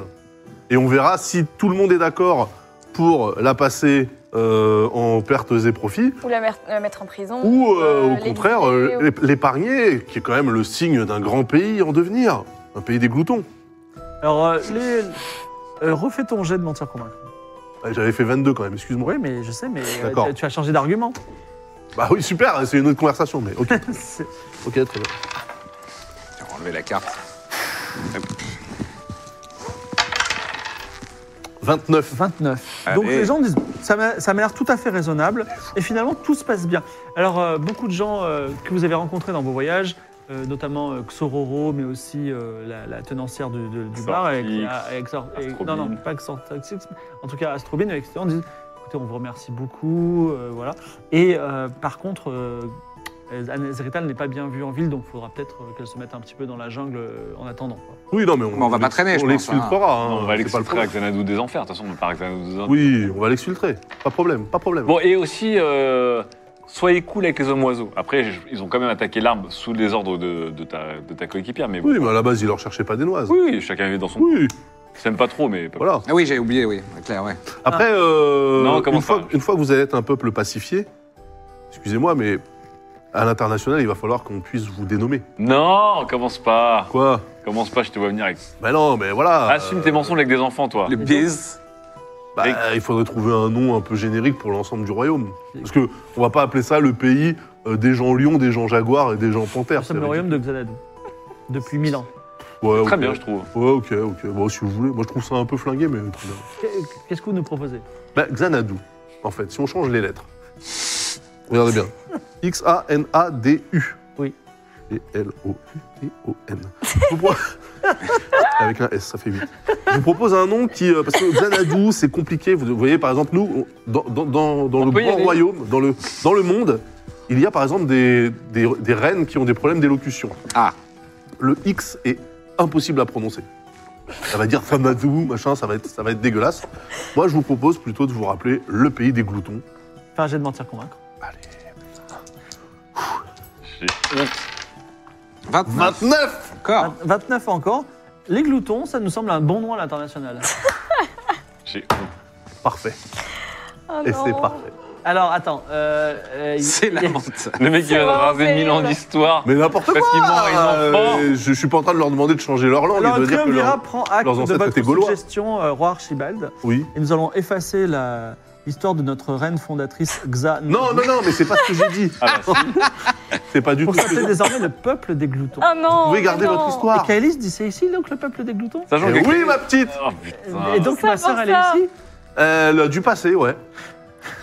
[SPEAKER 4] Et on verra si tout le monde est d'accord pour la passer euh, en pertes et profits,
[SPEAKER 3] Ou la, mer- la mettre en prison.
[SPEAKER 4] ou euh,
[SPEAKER 3] euh,
[SPEAKER 4] au contraire
[SPEAKER 3] l'exiler,
[SPEAKER 4] euh,
[SPEAKER 3] ou-
[SPEAKER 4] l'ép- l'épargner, qui est quand même le signe d'un grand pays en devenir, un pays des gloutons.
[SPEAKER 1] Alors, euh, les- euh, refais ton jet de mentir convaincre.
[SPEAKER 4] Ah, J'avais fait 22 quand même, excuse-moi.
[SPEAKER 1] Oui, mais je sais, mais euh,
[SPEAKER 4] D'accord.
[SPEAKER 1] tu- tu as changé d'argument.
[SPEAKER 4] Bah oui, super, c'est une autre conversation, mais ok,
[SPEAKER 1] C'est-
[SPEAKER 4] ok, très bien.
[SPEAKER 5] Je vais enlever la carte.
[SPEAKER 4] 29.
[SPEAKER 1] 29.
[SPEAKER 5] Allez.
[SPEAKER 1] Donc les gens disent, ça m'a ça m'a l'air tout à fait raisonnable, et finalement tout se passe bien. Alors euh, beaucoup de gens euh, que vous avez rencontrés dans vos voyages, euh, notamment euh, Xororo, mais aussi euh, la, la tenancière du, de- du bar, avec,
[SPEAKER 2] Xortix,
[SPEAKER 1] avec Xor- et- non,
[SPEAKER 2] Astrobine.
[SPEAKER 1] non, pas Xortix, en tout cas Astrobine, avec on disent, écoutez, on vous remercie beaucoup, euh, voilà. Et euh, par contre, euh, Anne Zerital n'est pas bien vue en ville, donc il faudra peut-être euh, qu'elle se mette un petit peu dans la jungle euh, en attendant. quoi.
[SPEAKER 4] Oui, non, mais on,
[SPEAKER 5] Mais on va pas traîner, je
[SPEAKER 4] On
[SPEAKER 5] pense,
[SPEAKER 4] l'exfiltrera, hein,
[SPEAKER 2] on va
[SPEAKER 4] c'est pas le
[SPEAKER 2] l'exfiltrer à
[SPEAKER 4] problème.
[SPEAKER 2] Xanadu des Enfers. De toute façon, on part à Xanadu des Enfers.
[SPEAKER 4] Oui, on va l'exfiltrer, pas problème, pas problème.
[SPEAKER 2] Bon, et aussi, euh, soyez cool avec les hommes oiseaux. Après, je- ils ont quand même attaqué l'arbre sous les ordres de, de ta, de ta coéquipière, mais bon.
[SPEAKER 4] Oui, mais à la base, il leur cherchait pas des noises.
[SPEAKER 2] Oui, oui, chacun vivait dans son.
[SPEAKER 4] oui
[SPEAKER 2] Je t'aime pas trop, mais.
[SPEAKER 4] voilà.
[SPEAKER 5] Ah oui, j'ai oublié, oui, clair, ouais.
[SPEAKER 4] Après, euh,
[SPEAKER 2] Non, comment
[SPEAKER 4] une, fois,
[SPEAKER 2] ça
[SPEAKER 4] une fois que vous allez être un peuple pacifié, excusez-moi, mais à l'international, il va falloir qu'on puisse vous dénommer.
[SPEAKER 2] Non, commence pas.
[SPEAKER 4] Quoi
[SPEAKER 2] Commence pas, je te vois venir avec.
[SPEAKER 4] Ben non, mais voilà.
[SPEAKER 2] Assume tes mensonges avec des enfants, toi.
[SPEAKER 5] Le biz.
[SPEAKER 4] Bah, il faudrait trouver un nom un peu générique pour l'ensemble du royaume. Parce que on va pas appeler ça le pays euh, des gens lions, des gens jaguars et des gens panthères.
[SPEAKER 1] Nous sommes
[SPEAKER 4] c'est
[SPEAKER 1] le royaume de
[SPEAKER 4] ridicule.
[SPEAKER 1] Xanadu, depuis 1000 ans.
[SPEAKER 4] Ouais,
[SPEAKER 2] Très
[SPEAKER 4] ok.
[SPEAKER 2] bien, je trouve.
[SPEAKER 4] Ouais, ok, ok. Bon, si vous voulez. Moi, je trouve ça un peu flingué, mais très bien.
[SPEAKER 1] Qu'est- Qu'est-ce que vous nous proposez
[SPEAKER 4] Bah, Xanadu, en fait, si on change les lettres. Regardez bien. X-A-N-A-D-U.
[SPEAKER 1] Oui.
[SPEAKER 4] Et L-O-U-T-O-N. Je vous pro- Avec un S, ça fait 8. Je vous propose un nom qui. euh, parce que Xanadu, c'est compliqué. Vous voyez, par exemple, nous, on- dans, dans- dans- dans le
[SPEAKER 2] peut y
[SPEAKER 4] grand
[SPEAKER 2] aller.
[SPEAKER 4] royaume, dans le, dans le monde, il y a par exemple des, des- des reines qui ont des problèmes d'élocution.
[SPEAKER 5] Ah.
[SPEAKER 4] Le X est impossible à prononcer. Ça va dire Xanadu, machin, ça va, être, ça va être dégueulasse. Moi, je vous propose plutôt de vous rappeler le pays des gloutons.
[SPEAKER 1] Enfin, j'ai de mentir convaincre.
[SPEAKER 2] J'ai honte.
[SPEAKER 5] 29.
[SPEAKER 4] 29
[SPEAKER 5] Encore.
[SPEAKER 3] Ah.
[SPEAKER 1] 29 encore. Les gloutons, ça nous semble un bon nom à l'international.
[SPEAKER 2] J'ai
[SPEAKER 4] Parfait.
[SPEAKER 3] Oh
[SPEAKER 4] Et
[SPEAKER 3] non.
[SPEAKER 4] c'est parfait.
[SPEAKER 1] Alors, attends. euh, euh, il-
[SPEAKER 5] C'est la
[SPEAKER 1] il-
[SPEAKER 5] honte.
[SPEAKER 2] Le mec qui
[SPEAKER 3] C'est
[SPEAKER 2] vient de
[SPEAKER 3] vraiment
[SPEAKER 2] raser mille ans
[SPEAKER 3] terrible.
[SPEAKER 2] d'histoire.
[SPEAKER 4] Mais n'importe quoi
[SPEAKER 2] Parce qu'ils mangent les
[SPEAKER 4] euh,
[SPEAKER 2] enfants.
[SPEAKER 4] Je, je suis pas en train de leur demander de changer leur langue. et
[SPEAKER 1] Alors,
[SPEAKER 4] de
[SPEAKER 1] le
[SPEAKER 4] dire que leur-
[SPEAKER 1] triumvirat prend acte
[SPEAKER 4] leurs
[SPEAKER 1] de
[SPEAKER 4] ancêtres étaient
[SPEAKER 1] votre
[SPEAKER 4] Gaulois.
[SPEAKER 1] suggestion, euh, roi Archibald,
[SPEAKER 4] Oui.
[SPEAKER 1] et nous allons effacer la- l'histoire de notre reine fondatrice Xa.
[SPEAKER 4] Non, non, non, mais c'est pas ce que j'ai dit.
[SPEAKER 2] Ah bah,
[SPEAKER 4] C'est pas du tout
[SPEAKER 1] Pour
[SPEAKER 4] ce que
[SPEAKER 1] s'appeler
[SPEAKER 4] j'ai dit.
[SPEAKER 1] désormais le peuple des gloutons.
[SPEAKER 3] Oh non
[SPEAKER 4] Vous pouvez garder
[SPEAKER 3] non.
[SPEAKER 4] votre
[SPEAKER 1] Et
[SPEAKER 4] histoire.
[SPEAKER 1] Kaelis dit c'est ici donc le peuple des gloutons
[SPEAKER 2] Sachant
[SPEAKER 4] Eh
[SPEAKER 2] que-
[SPEAKER 4] oui, ma petite
[SPEAKER 2] Oh, putain.
[SPEAKER 1] Et donc
[SPEAKER 3] Ça
[SPEAKER 1] ma sœur
[SPEAKER 3] pour
[SPEAKER 1] elle
[SPEAKER 3] ça.
[SPEAKER 1] est ici
[SPEAKER 4] Euh, le- Du passé, ouais.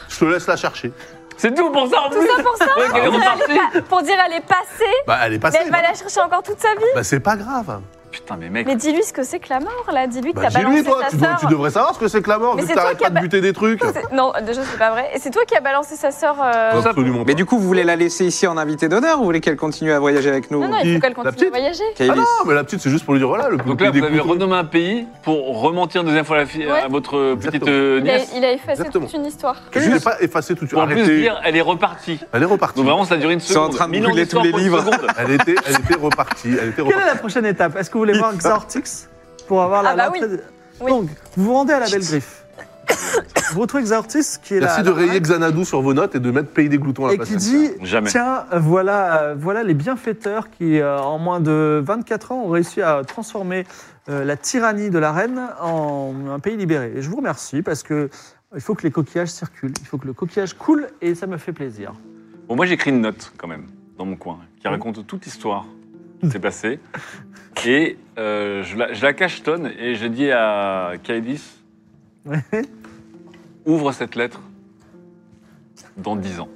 [SPEAKER 4] Je te laisse la chercher.
[SPEAKER 2] C'est tout pour ça en
[SPEAKER 3] Tout
[SPEAKER 2] plus
[SPEAKER 3] ça pour ça
[SPEAKER 2] Ouais, qu'elle est
[SPEAKER 3] pour, dire elle
[SPEAKER 2] repartie.
[SPEAKER 3] est pa- pour dire elle est passée,
[SPEAKER 4] Bah, elle est
[SPEAKER 3] mais
[SPEAKER 4] passée.
[SPEAKER 3] elle va la chercher encore toute sa vie.
[SPEAKER 4] Bah, c'est pas grave.
[SPEAKER 2] Putain, mais mec,
[SPEAKER 3] Mais dis-lui ce que c'est que la mort là, dis-lui que
[SPEAKER 4] Bah,
[SPEAKER 3] t'as
[SPEAKER 4] dis-lui,
[SPEAKER 3] balancé
[SPEAKER 4] toi,
[SPEAKER 3] ta
[SPEAKER 4] tu, dois- tu
[SPEAKER 3] sœur.
[SPEAKER 4] devrais savoir ce que c'est que la mort,
[SPEAKER 3] Mais
[SPEAKER 4] vu que
[SPEAKER 3] c'est toi
[SPEAKER 4] t'arrêtes
[SPEAKER 3] qui
[SPEAKER 4] pas
[SPEAKER 3] as
[SPEAKER 4] de
[SPEAKER 3] ba-
[SPEAKER 4] buter des trucs.
[SPEAKER 3] C'est- Non, déjà c'est pas vrai. Et c'est toi qui as balancé sa sœur.
[SPEAKER 4] Bah,
[SPEAKER 3] euh,
[SPEAKER 2] ça-
[SPEAKER 4] Absolument pas.
[SPEAKER 5] Mais du coup, vous voulez la laisser ici en invitée d'honneur ou vous voulez qu'elle continue à voyager avec nous
[SPEAKER 3] Non, non,
[SPEAKER 4] Qui
[SPEAKER 3] il faut qu'elle
[SPEAKER 4] La
[SPEAKER 3] continue
[SPEAKER 4] petite
[SPEAKER 3] à voyager.
[SPEAKER 5] Kailis
[SPEAKER 4] Ah non, mais la petite, c'est juste pour lui dire voilà, le
[SPEAKER 2] donc là,
[SPEAKER 4] pays
[SPEAKER 2] vous
[SPEAKER 4] des
[SPEAKER 2] avez
[SPEAKER 4] couteaux.
[SPEAKER 2] renommé un pays pour rementir une deuxième fois la fi-
[SPEAKER 3] Ouais.
[SPEAKER 2] à votre petite
[SPEAKER 4] Exactement.
[SPEAKER 2] euh,
[SPEAKER 3] Il a,
[SPEAKER 2] nièce.
[SPEAKER 3] il a effacé
[SPEAKER 4] Exactement.
[SPEAKER 3] toute une histoire.
[SPEAKER 4] Je l'ai pas effacé tout de suite.
[SPEAKER 2] Pour en plus
[SPEAKER 4] Arrêtez.
[SPEAKER 2] dire, elle est repartie.
[SPEAKER 4] Elle est repartie.
[SPEAKER 2] Donc vraiment, ça a duré une
[SPEAKER 5] Ils sont
[SPEAKER 2] seconde.
[SPEAKER 5] en train de
[SPEAKER 2] Mille ans
[SPEAKER 5] brûler tous
[SPEAKER 2] d'histoire
[SPEAKER 5] les
[SPEAKER 2] pour une
[SPEAKER 5] livres.
[SPEAKER 2] seconde.
[SPEAKER 4] Elle était, elle était repartie. Elle était
[SPEAKER 1] Quelle est
[SPEAKER 4] repartie.
[SPEAKER 1] la prochaine étape Est-ce que vous voulez voir Xaortix pour avoir la
[SPEAKER 3] Ah bah
[SPEAKER 1] la-
[SPEAKER 3] oui. Oui.
[SPEAKER 1] Donc vous vous rendez à la belle griffe. vous retrouvez Xaortix qui est là
[SPEAKER 4] Merci de rayer Xanadu sur vos notes et de mettre Pays des Gloutons à la
[SPEAKER 1] et
[SPEAKER 4] place.
[SPEAKER 1] qui dit
[SPEAKER 2] Jamais.
[SPEAKER 1] Tiens, euh, voilà, euh, voilà les bienfaiteurs qui, euh, en moins de 24 ans, ont réussi à transformer euh, la tyrannie de la reine en un pays libéré. Et je vous remercie parce que euh, il faut que les coquillages circulent, il faut que le coquillage coule et ça me fait plaisir.
[SPEAKER 2] Bon, moi, j'écris une note quand même dans mon coin
[SPEAKER 4] Mmh.
[SPEAKER 2] qui raconte toute l'histoire qui s'est passée. Et euh, je, la, je la cachetonne et je dis à Kaedis
[SPEAKER 1] Ouais.
[SPEAKER 2] ouvre cette lettre dans 10 ans.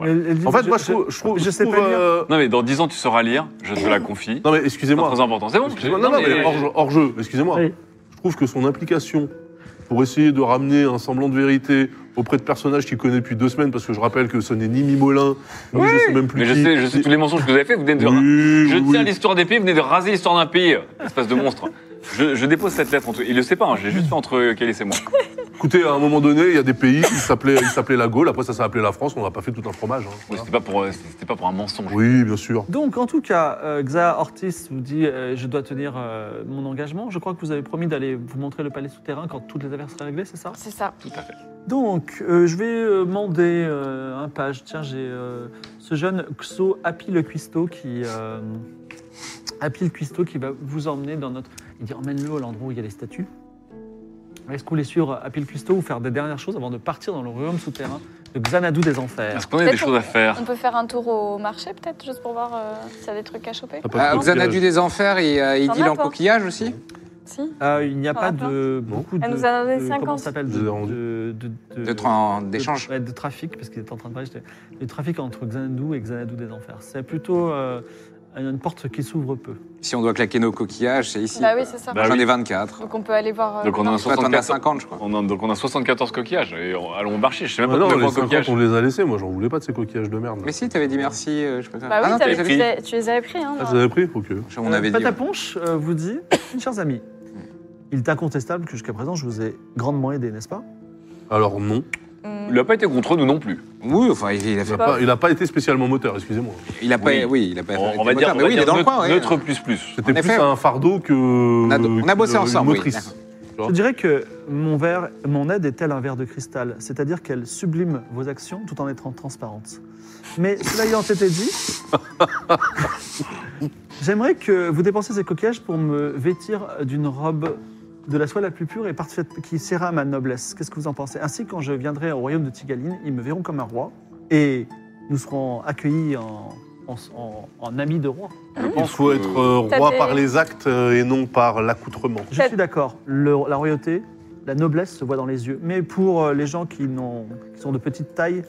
[SPEAKER 4] En fait, moi, je trouve. Je, trouve-
[SPEAKER 1] je
[SPEAKER 4] je
[SPEAKER 1] sais
[SPEAKER 4] trouve,
[SPEAKER 1] pas hein. lire.
[SPEAKER 4] euh,
[SPEAKER 2] Non, mais dans 10 ans, tu sauras lire. Je te la confie.
[SPEAKER 4] Non, mais
[SPEAKER 2] C'est pas
[SPEAKER 4] excusez-moi.
[SPEAKER 2] très important. C'est bon.
[SPEAKER 4] Excusez-moi, Non, non, mais hors jeu, hors jeu, excusez-moi.
[SPEAKER 1] Oui.
[SPEAKER 4] Je trouve que son implication pour essayer de ramener un semblant de vérité auprès de personnages qu'il connaît depuis deux semaines, parce que je rappelle que ce n'est ni Mimolin, ni je sais même plus
[SPEAKER 2] Mais je
[SPEAKER 4] qui.
[SPEAKER 2] sais, je sais tous les mensonges que vous avez fait. Vous venez de.
[SPEAKER 4] Oui,
[SPEAKER 2] Je
[SPEAKER 4] oui,
[SPEAKER 2] tiens
[SPEAKER 4] oui.
[SPEAKER 2] l'histoire des pays, vous venez de raser l'histoire d'un pays, euh, espèce de monstre. Je, je dépose cette lettre entre. Il le sait pas, hein, je l'ai juste fait entre Calis et moi.
[SPEAKER 4] Écoutez, à un moment donné, il y a des pays, ils s'appelaient ils s'appelaient la Gaule, après ça s'est appelé la France, on n'a pas fait tout un fromage. hein.
[SPEAKER 2] Oui,
[SPEAKER 4] Voilà.
[SPEAKER 2] C'était pas, pour, euh, c'était pas pour un mensonge.
[SPEAKER 4] Oui, bien sûr.
[SPEAKER 1] Donc, en tout cas, euh, Xa Ortiz vous dit euh, Je dois tenir euh, mon engagement. Je crois que vous avez promis d'aller vous montrer le palais souterrain quand toutes les affaires seraient réglées, c'est ça
[SPEAKER 3] C'est ça.
[SPEAKER 2] Tout à fait.
[SPEAKER 1] Donc, euh, je vais euh, demander euh, un page. Tiens, j'ai euh, ce jeune Xo Happy le Cuistot qui. euh, Happy le Cuistot qui va vous emmener dans notre. Il dit emmène-le à l'endroit où il y a les statues. Est-ce que vous voulez suivre Happy le Cuistot ou faire des dernières choses avant de partir dans le royaume souterrain de Xanadu des Enfers
[SPEAKER 2] Est-ce qu'on a des
[SPEAKER 3] Peut-être
[SPEAKER 2] choses à faire
[SPEAKER 3] On peut faire un tour au marché peut-être, juste pour voir euh, s'il y a des trucs à choper.
[SPEAKER 4] T'as pas
[SPEAKER 5] Ah,
[SPEAKER 4] de
[SPEAKER 5] Xanadu
[SPEAKER 4] coquillage.
[SPEAKER 5] des Enfers, il, euh, il
[SPEAKER 3] T'en
[SPEAKER 5] dit
[SPEAKER 3] as
[SPEAKER 5] en
[SPEAKER 3] pas
[SPEAKER 5] coquillage aussi
[SPEAKER 3] Si.
[SPEAKER 1] Euh, Il n'y a
[SPEAKER 3] T'en
[SPEAKER 1] pas
[SPEAKER 3] as plein
[SPEAKER 1] de. Beaucoup
[SPEAKER 3] Elle
[SPEAKER 1] de,
[SPEAKER 3] nous en a donné
[SPEAKER 1] de-
[SPEAKER 3] 50.
[SPEAKER 1] Comment ça s'appelle de,
[SPEAKER 4] Vous avez rendu.
[SPEAKER 1] de, de, de-
[SPEAKER 2] Euh,
[SPEAKER 5] De train d'échange.
[SPEAKER 1] de, ouais, de trafic, parce qu'il était en train de parler, j'étais- le trafic entre Xanadu et Xanadu des Enfers. C'est plutôt euh, une porte qui s'ouvre peu.
[SPEAKER 5] Si on doit claquer nos coquillages, c'est ici.
[SPEAKER 3] Bah oui, c'est ça.
[SPEAKER 2] Bah
[SPEAKER 5] J'en
[SPEAKER 2] oui.
[SPEAKER 5] ai 24.
[SPEAKER 3] Donc on peut aller voir. euh,
[SPEAKER 2] Donc on a
[SPEAKER 3] dedans.
[SPEAKER 2] un
[SPEAKER 5] Toi, t'en as
[SPEAKER 2] 74.
[SPEAKER 5] 50, je crois.
[SPEAKER 2] On a- donc on a 74 coquillages. Et on- allons au marché, je sais même
[SPEAKER 4] Ah
[SPEAKER 2] pas
[SPEAKER 4] non,
[SPEAKER 2] combien
[SPEAKER 4] les
[SPEAKER 2] de coquillages.
[SPEAKER 4] 50, on les a laissés, moi j'en voulais pas de ces coquillages de merde.
[SPEAKER 5] Mais si, t'avais dit merci, euh, je sais pas.
[SPEAKER 3] Bah oui,
[SPEAKER 5] ah non,
[SPEAKER 3] t'avais-
[SPEAKER 5] t'avais
[SPEAKER 2] pris.
[SPEAKER 3] tu, les as- tu les avais pris. Hein,
[SPEAKER 4] Ah,
[SPEAKER 3] genre.
[SPEAKER 4] je les avais pris, ok.
[SPEAKER 5] Je- On avait dit. ouais.
[SPEAKER 1] Pataponche euh, vous dit Chers amis, il est incontestable que jusqu'à présent, je vous ai grandement aidé, n'est-ce pas
[SPEAKER 4] Alors non,
[SPEAKER 3] Hmm.
[SPEAKER 2] Il n'a pas été contre nous non plus.
[SPEAKER 5] Oui, enfin, il, il a
[SPEAKER 4] il
[SPEAKER 5] fait.
[SPEAKER 4] n'a pas, il a pas été spécialement moteur, excusez-moi.
[SPEAKER 5] Il a pas.
[SPEAKER 2] Oui.
[SPEAKER 5] Oui, il a pas.
[SPEAKER 2] On,
[SPEAKER 5] été
[SPEAKER 2] on va
[SPEAKER 5] moteur,
[SPEAKER 2] dire, on
[SPEAKER 5] mais
[SPEAKER 2] va
[SPEAKER 5] oui, il
[SPEAKER 2] dire
[SPEAKER 5] est dans le
[SPEAKER 2] neutre,
[SPEAKER 5] coin. ouais.
[SPEAKER 2] neutre plus plus.
[SPEAKER 4] C'était
[SPEAKER 5] En
[SPEAKER 4] plus
[SPEAKER 5] effet.
[SPEAKER 4] un fardeau que.
[SPEAKER 5] On a- on a bossé
[SPEAKER 4] qu'une
[SPEAKER 5] ensemble, oui,
[SPEAKER 4] motrice.
[SPEAKER 5] d'accord.
[SPEAKER 1] Je dirais que mon, verre, mon aide est tel un verre de cristal, c'est-à-dire qu'elle sublime vos actions tout en étant transparente. Mais cela ayant été dit, j'aimerais que vous dépensiez ces coquillages pour me vêtir d'une robe de la soie la plus pure et parfaite qui sera à ma noblesse. Qu'est-ce que vous en pensez Ainsi, quand je viendrai au royaume de Tigaline, ils me verront comme un roi et nous serons accueillis en, en- en- en amis de roi.
[SPEAKER 4] Il faut
[SPEAKER 1] Ah
[SPEAKER 2] que-
[SPEAKER 4] être euh,
[SPEAKER 3] T'as
[SPEAKER 4] roi
[SPEAKER 3] fait-
[SPEAKER 4] par les actes euh, et non par l'accoutrement.
[SPEAKER 1] Je suis d'accord, le- la royauté, la noblesse se voit dans les yeux. Mais pour euh, les gens qui, n'ont- qui sont de petite taille,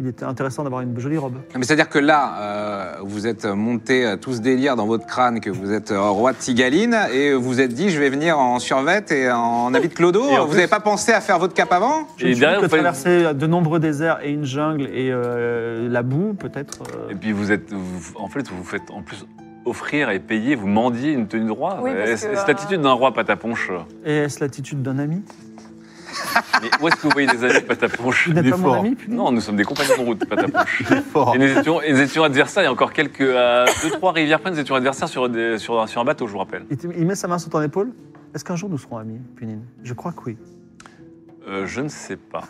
[SPEAKER 1] il était intéressant d'avoir une jolie robe.
[SPEAKER 5] Non, Ah, Mais c'est-à-dire que là, euh, vous êtes monté euh, tout ce délire dans votre crâne que vous êtes euh, roi de Tigaline et vous vous êtes dit je vais venir en survette et en habit de clodo.
[SPEAKER 2] Et en
[SPEAKER 5] Vous
[SPEAKER 2] plus-
[SPEAKER 5] n'avez pas pensé à faire votre cap avant
[SPEAKER 1] Je
[SPEAKER 2] Et
[SPEAKER 1] ne suis
[SPEAKER 2] derrière,
[SPEAKER 1] que
[SPEAKER 2] vous faites-
[SPEAKER 1] traverser de nombreux déserts et une jungle et euh, la boue, peut-être. euh,
[SPEAKER 2] Et puis vous êtes. vous- en fait, vous vous faites en plus offrir et payer, vous mendiez une tenue de roi.
[SPEAKER 3] Oui, parce
[SPEAKER 2] Et
[SPEAKER 3] que,
[SPEAKER 2] c'est-
[SPEAKER 3] euh,
[SPEAKER 2] Cette attitude d'un roi pataponche.
[SPEAKER 1] Et est-ce l'attitude d'un ami
[SPEAKER 2] Mais où est-ce que vous voyez des amis, Pataponche
[SPEAKER 1] Vous n'êtes
[SPEAKER 4] Il est
[SPEAKER 1] pas mon
[SPEAKER 4] fort.
[SPEAKER 1] ami, putain.
[SPEAKER 2] Non, nous sommes des compagnons de route, Pataponche.
[SPEAKER 4] Fort.
[SPEAKER 2] Et nous étions, et nous étions adversaires, il y a encore quelques. à deux, trois rivières près, nous étions adversaires sur, des- sur, sur un bateau, je vous rappelle.
[SPEAKER 1] Il, te- il met sa main sur ton épaule. Est-ce qu'un jour nous serons amis, Punine Je crois que oui.
[SPEAKER 2] Euh, je ne sais pas.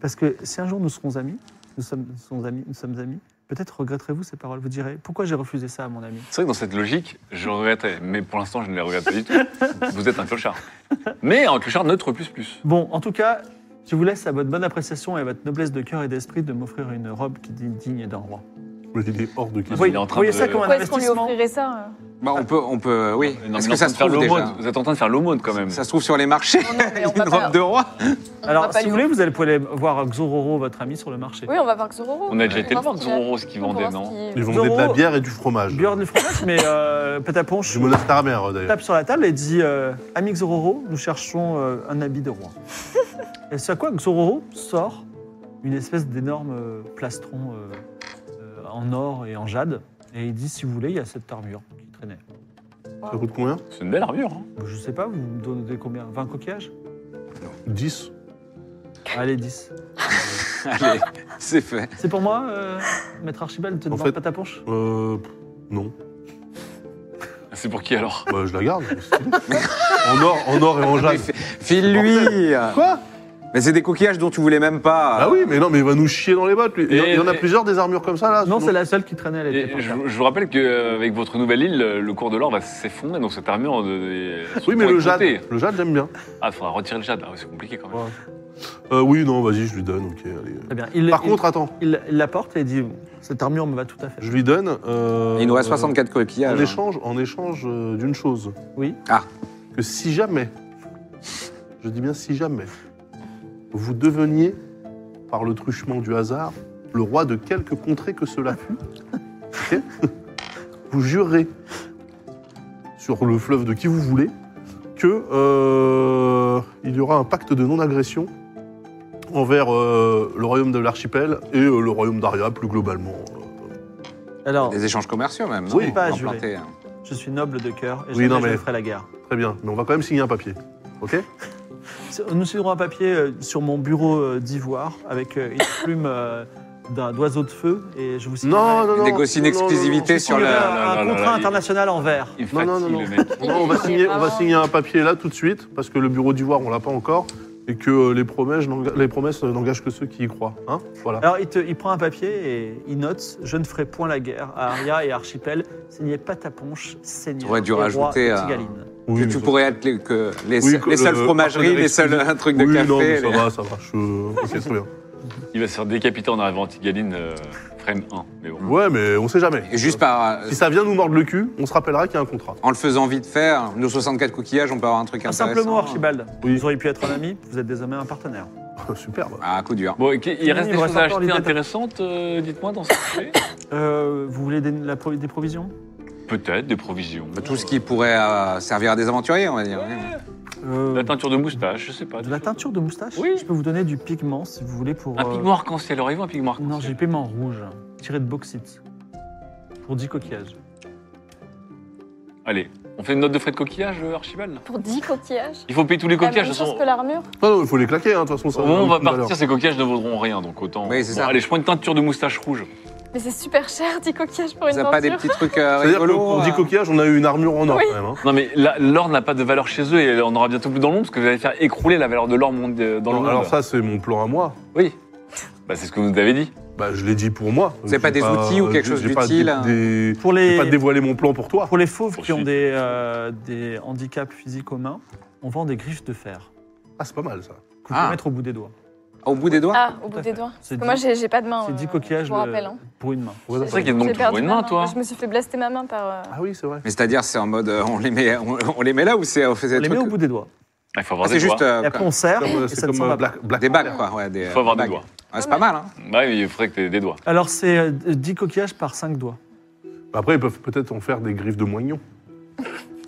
[SPEAKER 1] Parce que si un jour nous serons amis, nous sommes, nous sommes amis, nous sommes amis, peut-être regretterez-vous ces paroles. Vous direz pourquoi j'ai refusé ça à mon ami.
[SPEAKER 2] C'est vrai que dans cette logique, je regretterais, mais pour l'instant, je ne les regrette pas du tout. Vous êtes un clochard. Mais un clochard neutre plus plus.
[SPEAKER 1] Bon, en tout cas, je vous laisse à votre bonne appréciation et à votre noblesse de cœur et d'esprit de m'offrir une robe qui est digne d'un roi.
[SPEAKER 4] Mais il est hors de
[SPEAKER 2] Vous
[SPEAKER 4] question.
[SPEAKER 1] Oui,
[SPEAKER 2] il est en train
[SPEAKER 1] voyez
[SPEAKER 2] de-
[SPEAKER 1] ça comme un
[SPEAKER 3] Pourquoi est-ce qu'on lui
[SPEAKER 1] investissement.
[SPEAKER 3] offrirait ça euh
[SPEAKER 5] Bah, on peut, on peut, oui.
[SPEAKER 2] Non,
[SPEAKER 5] Est-ce
[SPEAKER 2] mais
[SPEAKER 5] que
[SPEAKER 2] on est en
[SPEAKER 5] ça se
[SPEAKER 2] train de
[SPEAKER 5] trouve
[SPEAKER 2] faire
[SPEAKER 5] déjà
[SPEAKER 2] l'aumône. Vous êtes en train de faire l'aumône quand même.
[SPEAKER 5] Ça se trouve sur les marchés.
[SPEAKER 3] Non, non, mais on
[SPEAKER 5] Une
[SPEAKER 3] va pas-
[SPEAKER 5] robe de roi.
[SPEAKER 3] on va
[SPEAKER 1] Alors,
[SPEAKER 3] pas
[SPEAKER 1] si
[SPEAKER 3] lui-
[SPEAKER 1] vous voulez, vous allez pouvoir aller voir Xororo, votre ami, sur le marché.
[SPEAKER 3] Oui, on va voir Xororo.
[SPEAKER 2] On a déjà été
[SPEAKER 3] va
[SPEAKER 2] voir
[SPEAKER 3] voir ce qu'il a-
[SPEAKER 2] Zoron Rose qui
[SPEAKER 3] on va
[SPEAKER 2] vendait,
[SPEAKER 3] voir
[SPEAKER 2] non
[SPEAKER 3] ce qu'il-
[SPEAKER 4] Ils vendaient de la
[SPEAKER 1] Zorro-
[SPEAKER 4] bière et du fromage.
[SPEAKER 1] Beurre du fromage, mais euh, Pataponche
[SPEAKER 4] Du monastère mère, d'ailleurs.
[SPEAKER 1] tape sur la table et dit euh, Ami Xororo, nous cherchons euh, un habit de roi. et c'est à quoi Xororo sort une espèce d'énorme euh, plastron euh, euh, en or et en jade. Et il dit Si vous voulez, il y a cette armure qui traînait.
[SPEAKER 4] Ça coûte combien
[SPEAKER 2] C'est une belle armure. hein.
[SPEAKER 1] Je sais pas, vous me donnez combien 20 coquillages
[SPEAKER 4] 10
[SPEAKER 1] Allez, 10.
[SPEAKER 5] Allez, c'est fait.
[SPEAKER 1] C'est pour moi, euh, Maître Archibald, te
[SPEAKER 4] En
[SPEAKER 1] demande
[SPEAKER 4] fait-
[SPEAKER 1] pas ta ponche
[SPEAKER 4] Euh. pff, Non.
[SPEAKER 2] C'est pour qui alors
[SPEAKER 4] Bah, je la garde. en, or, en or et en
[SPEAKER 5] Ah,
[SPEAKER 4] jade.
[SPEAKER 5] File-lui
[SPEAKER 4] Quoi
[SPEAKER 5] Mais c'est des coquillages dont tu voulais même pas.
[SPEAKER 4] Ah oui, mais non, mais il va nous chier dans les bottes, lui. Il y en-
[SPEAKER 2] Et-
[SPEAKER 4] il y en a
[SPEAKER 2] et-
[SPEAKER 4] plusieurs des armures comme ça, là.
[SPEAKER 1] Non,
[SPEAKER 4] sinon-
[SPEAKER 1] c'est la seule qui traînait à l'été.
[SPEAKER 2] Et je, je vous rappelle qu'avec votre nouvelle île, le cours de l'or va s'effondrer, donc cette armure. euh, De, de-
[SPEAKER 4] Oui, mais
[SPEAKER 2] pourrait
[SPEAKER 4] le jade,
[SPEAKER 2] compter.
[SPEAKER 4] le jade, j'aime bien.
[SPEAKER 2] Ah, faudra retirer le jade. Ah, oui, c'est compliqué quand même.
[SPEAKER 4] Euh, oui, non, vas-y, je lui donne, ok. allez.
[SPEAKER 1] Très bien. Il,
[SPEAKER 4] Par
[SPEAKER 1] il-
[SPEAKER 4] contre, attends,
[SPEAKER 1] il, il la porte et il dit Cette armure me va tout à fait.
[SPEAKER 4] je lui donne. euh,
[SPEAKER 5] Il nous reste
[SPEAKER 4] euh,
[SPEAKER 5] 64
[SPEAKER 4] En
[SPEAKER 5] coquillages.
[SPEAKER 4] échange, en échange euh, d'une chose.
[SPEAKER 1] Oui.
[SPEAKER 5] Ah.
[SPEAKER 4] Que si jamais, je dis bien si jamais, vous deveniez, par le truchement du hasard, le roi de quelque contrée que cela fût, ok, vous jurerez sur le fleuve de qui vous voulez que euh, il y aura un pacte de non-agression envers euh, le royaume de l'archipel et euh, le royaume d'Aria plus globalement.
[SPEAKER 1] Alors,
[SPEAKER 5] Des échanges commerciaux même.
[SPEAKER 4] Oui,
[SPEAKER 5] non
[SPEAKER 1] pas
[SPEAKER 5] En
[SPEAKER 1] juré.
[SPEAKER 5] planté.
[SPEAKER 1] je suis noble de cœur et
[SPEAKER 4] Oui,
[SPEAKER 1] jamais
[SPEAKER 4] non,
[SPEAKER 1] je
[SPEAKER 4] mais-
[SPEAKER 1] ne ferai la guerre.
[SPEAKER 4] Très bien, mais on va quand même signer un papier, ok
[SPEAKER 1] Nous suivrons un papier euh, sur mon bureau euh, d'ivoire avec euh, une plume euh, d'un d'oiseau de feu et je vous signerai-
[SPEAKER 4] Non, non,
[SPEAKER 5] Il
[SPEAKER 4] non.
[SPEAKER 5] négocie une
[SPEAKER 4] non, non, non,
[SPEAKER 5] exclusivité
[SPEAKER 4] non,
[SPEAKER 5] sur
[SPEAKER 1] signerai
[SPEAKER 5] la-
[SPEAKER 1] un,
[SPEAKER 2] la- la-
[SPEAKER 1] un
[SPEAKER 2] la-
[SPEAKER 1] contrat
[SPEAKER 2] la-
[SPEAKER 1] international en verre.
[SPEAKER 2] Il me
[SPEAKER 4] Non,
[SPEAKER 2] fatigue
[SPEAKER 4] non, non,
[SPEAKER 2] le
[SPEAKER 4] non.
[SPEAKER 2] mec.
[SPEAKER 4] non, on, va signer, on va signer un papier là tout de suite, parce que le bureau d'ivoire, on l'a pas encore, et que euh, les promesses, n'enga- les promesses euh, n'engagent que ceux qui y croient. Hein voilà.
[SPEAKER 1] Alors il, te- il prend un papier et il note Je ne ferai point la guerre à Aria et Archipel, signé Pataponche, Seigneur.
[SPEAKER 5] T'aurais dû
[SPEAKER 1] et roi
[SPEAKER 5] rajouter,
[SPEAKER 1] de
[SPEAKER 5] euh,
[SPEAKER 1] Tigaline.
[SPEAKER 4] Oui,
[SPEAKER 5] tu, tu
[SPEAKER 4] mais-
[SPEAKER 5] pourrais être les, que les,
[SPEAKER 4] Oui,
[SPEAKER 5] seuls-
[SPEAKER 4] que
[SPEAKER 5] les
[SPEAKER 4] le-
[SPEAKER 5] seules fromageries, les seuls
[SPEAKER 4] partenaire
[SPEAKER 5] un truc de
[SPEAKER 4] oui,
[SPEAKER 5] café.
[SPEAKER 4] Non, mais ça
[SPEAKER 5] les-
[SPEAKER 4] va, ça va. Je... Ok, très bien.
[SPEAKER 2] Il va se faire décapiter en arrivant à Tigaline, euh, frame 1. Mais bon.
[SPEAKER 4] Ouais, mais on sait jamais.
[SPEAKER 5] Et Juste par, euh,
[SPEAKER 4] Si ça vient nous mordre le cul, on se rappellera qu'il y a un contrat.
[SPEAKER 5] en le faisant vite faire, nos 64 coquillages, on peut avoir un truc
[SPEAKER 1] Un
[SPEAKER 5] intéressant.
[SPEAKER 1] simple mot, Ah, Archibald.
[SPEAKER 4] Oui.
[SPEAKER 1] Vous auriez pu être un ami, vous êtes désormais un partenaire.
[SPEAKER 4] Superbe.
[SPEAKER 5] Ah, coup dur.
[SPEAKER 2] Bon, ok, il reste
[SPEAKER 1] Il me
[SPEAKER 2] des choses
[SPEAKER 1] reste
[SPEAKER 2] à
[SPEAKER 1] encore
[SPEAKER 2] acheter
[SPEAKER 1] l'idée de-
[SPEAKER 2] intéressantes, euh, dites-moi, dans ce marché
[SPEAKER 1] Euh, vous voulez des, la pro- des provisions
[SPEAKER 2] Peut-être, des provisions.
[SPEAKER 5] Bah, Tout ce qui hein. pourrait euh, servir à des aventuriers, on va dire.
[SPEAKER 1] Euh,
[SPEAKER 2] De La teinture de moustache, je sais pas.
[SPEAKER 1] De la teinture de moustache
[SPEAKER 2] Oui.
[SPEAKER 1] Je peux vous donner du pigment si vous voulez pour.
[SPEAKER 2] Un
[SPEAKER 1] euh,
[SPEAKER 2] pigment arc-en-ciel, auriez-vous un pigment
[SPEAKER 1] Non, j'ai
[SPEAKER 2] arc-en-ciel
[SPEAKER 1] pigment rouge, tiré de bauxite. Pour 10 coquillages.
[SPEAKER 2] Allez, on fait une note de frais de coquillage, euh, Archibald
[SPEAKER 3] Pour 10 coquillages Ah,
[SPEAKER 2] Il faut payer tous les
[SPEAKER 3] La même
[SPEAKER 2] coquillages, de toute
[SPEAKER 3] chose
[SPEAKER 2] façon.
[SPEAKER 3] que l'armure
[SPEAKER 4] Non, non, il faut les claquer, hein, de toute façon. ça
[SPEAKER 2] Au moment où on
[SPEAKER 4] a
[SPEAKER 2] va
[SPEAKER 4] aucune valeur.
[SPEAKER 2] partir, ces coquillages ne vaudront rien, donc autant.
[SPEAKER 5] Oui, c'est
[SPEAKER 2] Bon,
[SPEAKER 5] ça.
[SPEAKER 2] Allez, je prends une teinture de moustache rouge.
[SPEAKER 3] Mais c'est super cher, 10 coquillages pour une
[SPEAKER 5] Ça pas des
[SPEAKER 3] peinture.
[SPEAKER 5] petits trucs euh,
[SPEAKER 4] C'est-à-dire que
[SPEAKER 5] rigolos.
[SPEAKER 4] pour 10
[SPEAKER 5] euh,
[SPEAKER 4] coquillages, on a eu une armure en or,
[SPEAKER 3] Oui.
[SPEAKER 4] quand même. hein.
[SPEAKER 2] Non, mais la- l'or n'a pas de valeur chez eux et on aura bientôt plus dans le monde parce que vous allez faire écrouler la valeur de l'or monde- euh, dans le
[SPEAKER 4] Non,
[SPEAKER 2] monde.
[SPEAKER 4] Alors, ça, c'est mon plan à moi.
[SPEAKER 2] Oui. Bah, c'est ce que vous nous avez dit.
[SPEAKER 4] Bah, je l'ai dit pour moi.
[SPEAKER 5] C'est pas
[SPEAKER 4] J'ai
[SPEAKER 5] des outils ou quelque
[SPEAKER 4] j'ai-
[SPEAKER 5] chose
[SPEAKER 4] j'ai pas
[SPEAKER 5] d'utile,
[SPEAKER 4] des-
[SPEAKER 5] hein.
[SPEAKER 4] des-
[SPEAKER 1] Pour
[SPEAKER 4] Je
[SPEAKER 1] les,
[SPEAKER 4] vais pas dévoiler mon plan pour toi.
[SPEAKER 1] pour les fauves qui
[SPEAKER 2] Poursuite.
[SPEAKER 1] ont des, euh, des handicaps physiques aux mains, on vend des griffes de fer
[SPEAKER 4] Ah, c'est pas mal ça.
[SPEAKER 1] que vous pouvez
[SPEAKER 5] Ah.
[SPEAKER 1] mettre au bout des doigts.
[SPEAKER 5] Au bout des doigts
[SPEAKER 3] Ah,
[SPEAKER 1] Tout
[SPEAKER 3] au
[SPEAKER 1] à
[SPEAKER 3] bout des
[SPEAKER 1] fait.
[SPEAKER 3] doigts.
[SPEAKER 1] C'est
[SPEAKER 3] Parce que
[SPEAKER 1] dix-
[SPEAKER 3] moi, j'ai j'ai pas de main.
[SPEAKER 1] C'est
[SPEAKER 3] euh,
[SPEAKER 1] 10 coquillages
[SPEAKER 3] Je vous
[SPEAKER 1] le-
[SPEAKER 3] rappelle. hein.
[SPEAKER 1] pour une main.
[SPEAKER 2] C'est vrai qu'il
[SPEAKER 3] J'ai
[SPEAKER 2] demande toujours
[SPEAKER 3] perdu
[SPEAKER 2] une
[SPEAKER 3] ma
[SPEAKER 2] main, toi.
[SPEAKER 3] Je me suis fait blaster ma main par. euh,
[SPEAKER 4] Ah oui, c'est vrai.
[SPEAKER 5] Mais c'est-à-dire, c'est en mode, euh, on les met, on, on les met là ou c'est on fait des
[SPEAKER 1] On les met
[SPEAKER 5] trucs-
[SPEAKER 1] au bout des doigts.
[SPEAKER 2] Ah, Il faut
[SPEAKER 5] Ah,
[SPEAKER 2] avoir
[SPEAKER 5] c'est
[SPEAKER 2] des
[SPEAKER 5] juste
[SPEAKER 2] doigts.
[SPEAKER 5] euh,
[SPEAKER 1] Et après, on serre
[SPEAKER 4] Comme, euh,
[SPEAKER 1] et
[SPEAKER 4] C'est
[SPEAKER 1] ça ne
[SPEAKER 4] comme
[SPEAKER 1] sent
[SPEAKER 4] euh,
[SPEAKER 1] pas.
[SPEAKER 4] Black, Black
[SPEAKER 5] des bagues,
[SPEAKER 4] Panther.
[SPEAKER 5] quoi. Ouais, des,
[SPEAKER 2] Il faut avoir
[SPEAKER 5] des
[SPEAKER 2] des doigts.
[SPEAKER 5] Ah, c'est pas mal, hein.
[SPEAKER 2] Bah, oui, il faudrait que tu aies des doigts.
[SPEAKER 1] Alors, c'est euh, 10 coquillages par 5 doigts.
[SPEAKER 4] Après, ils peuvent peut-être en faire des griffes de moignon.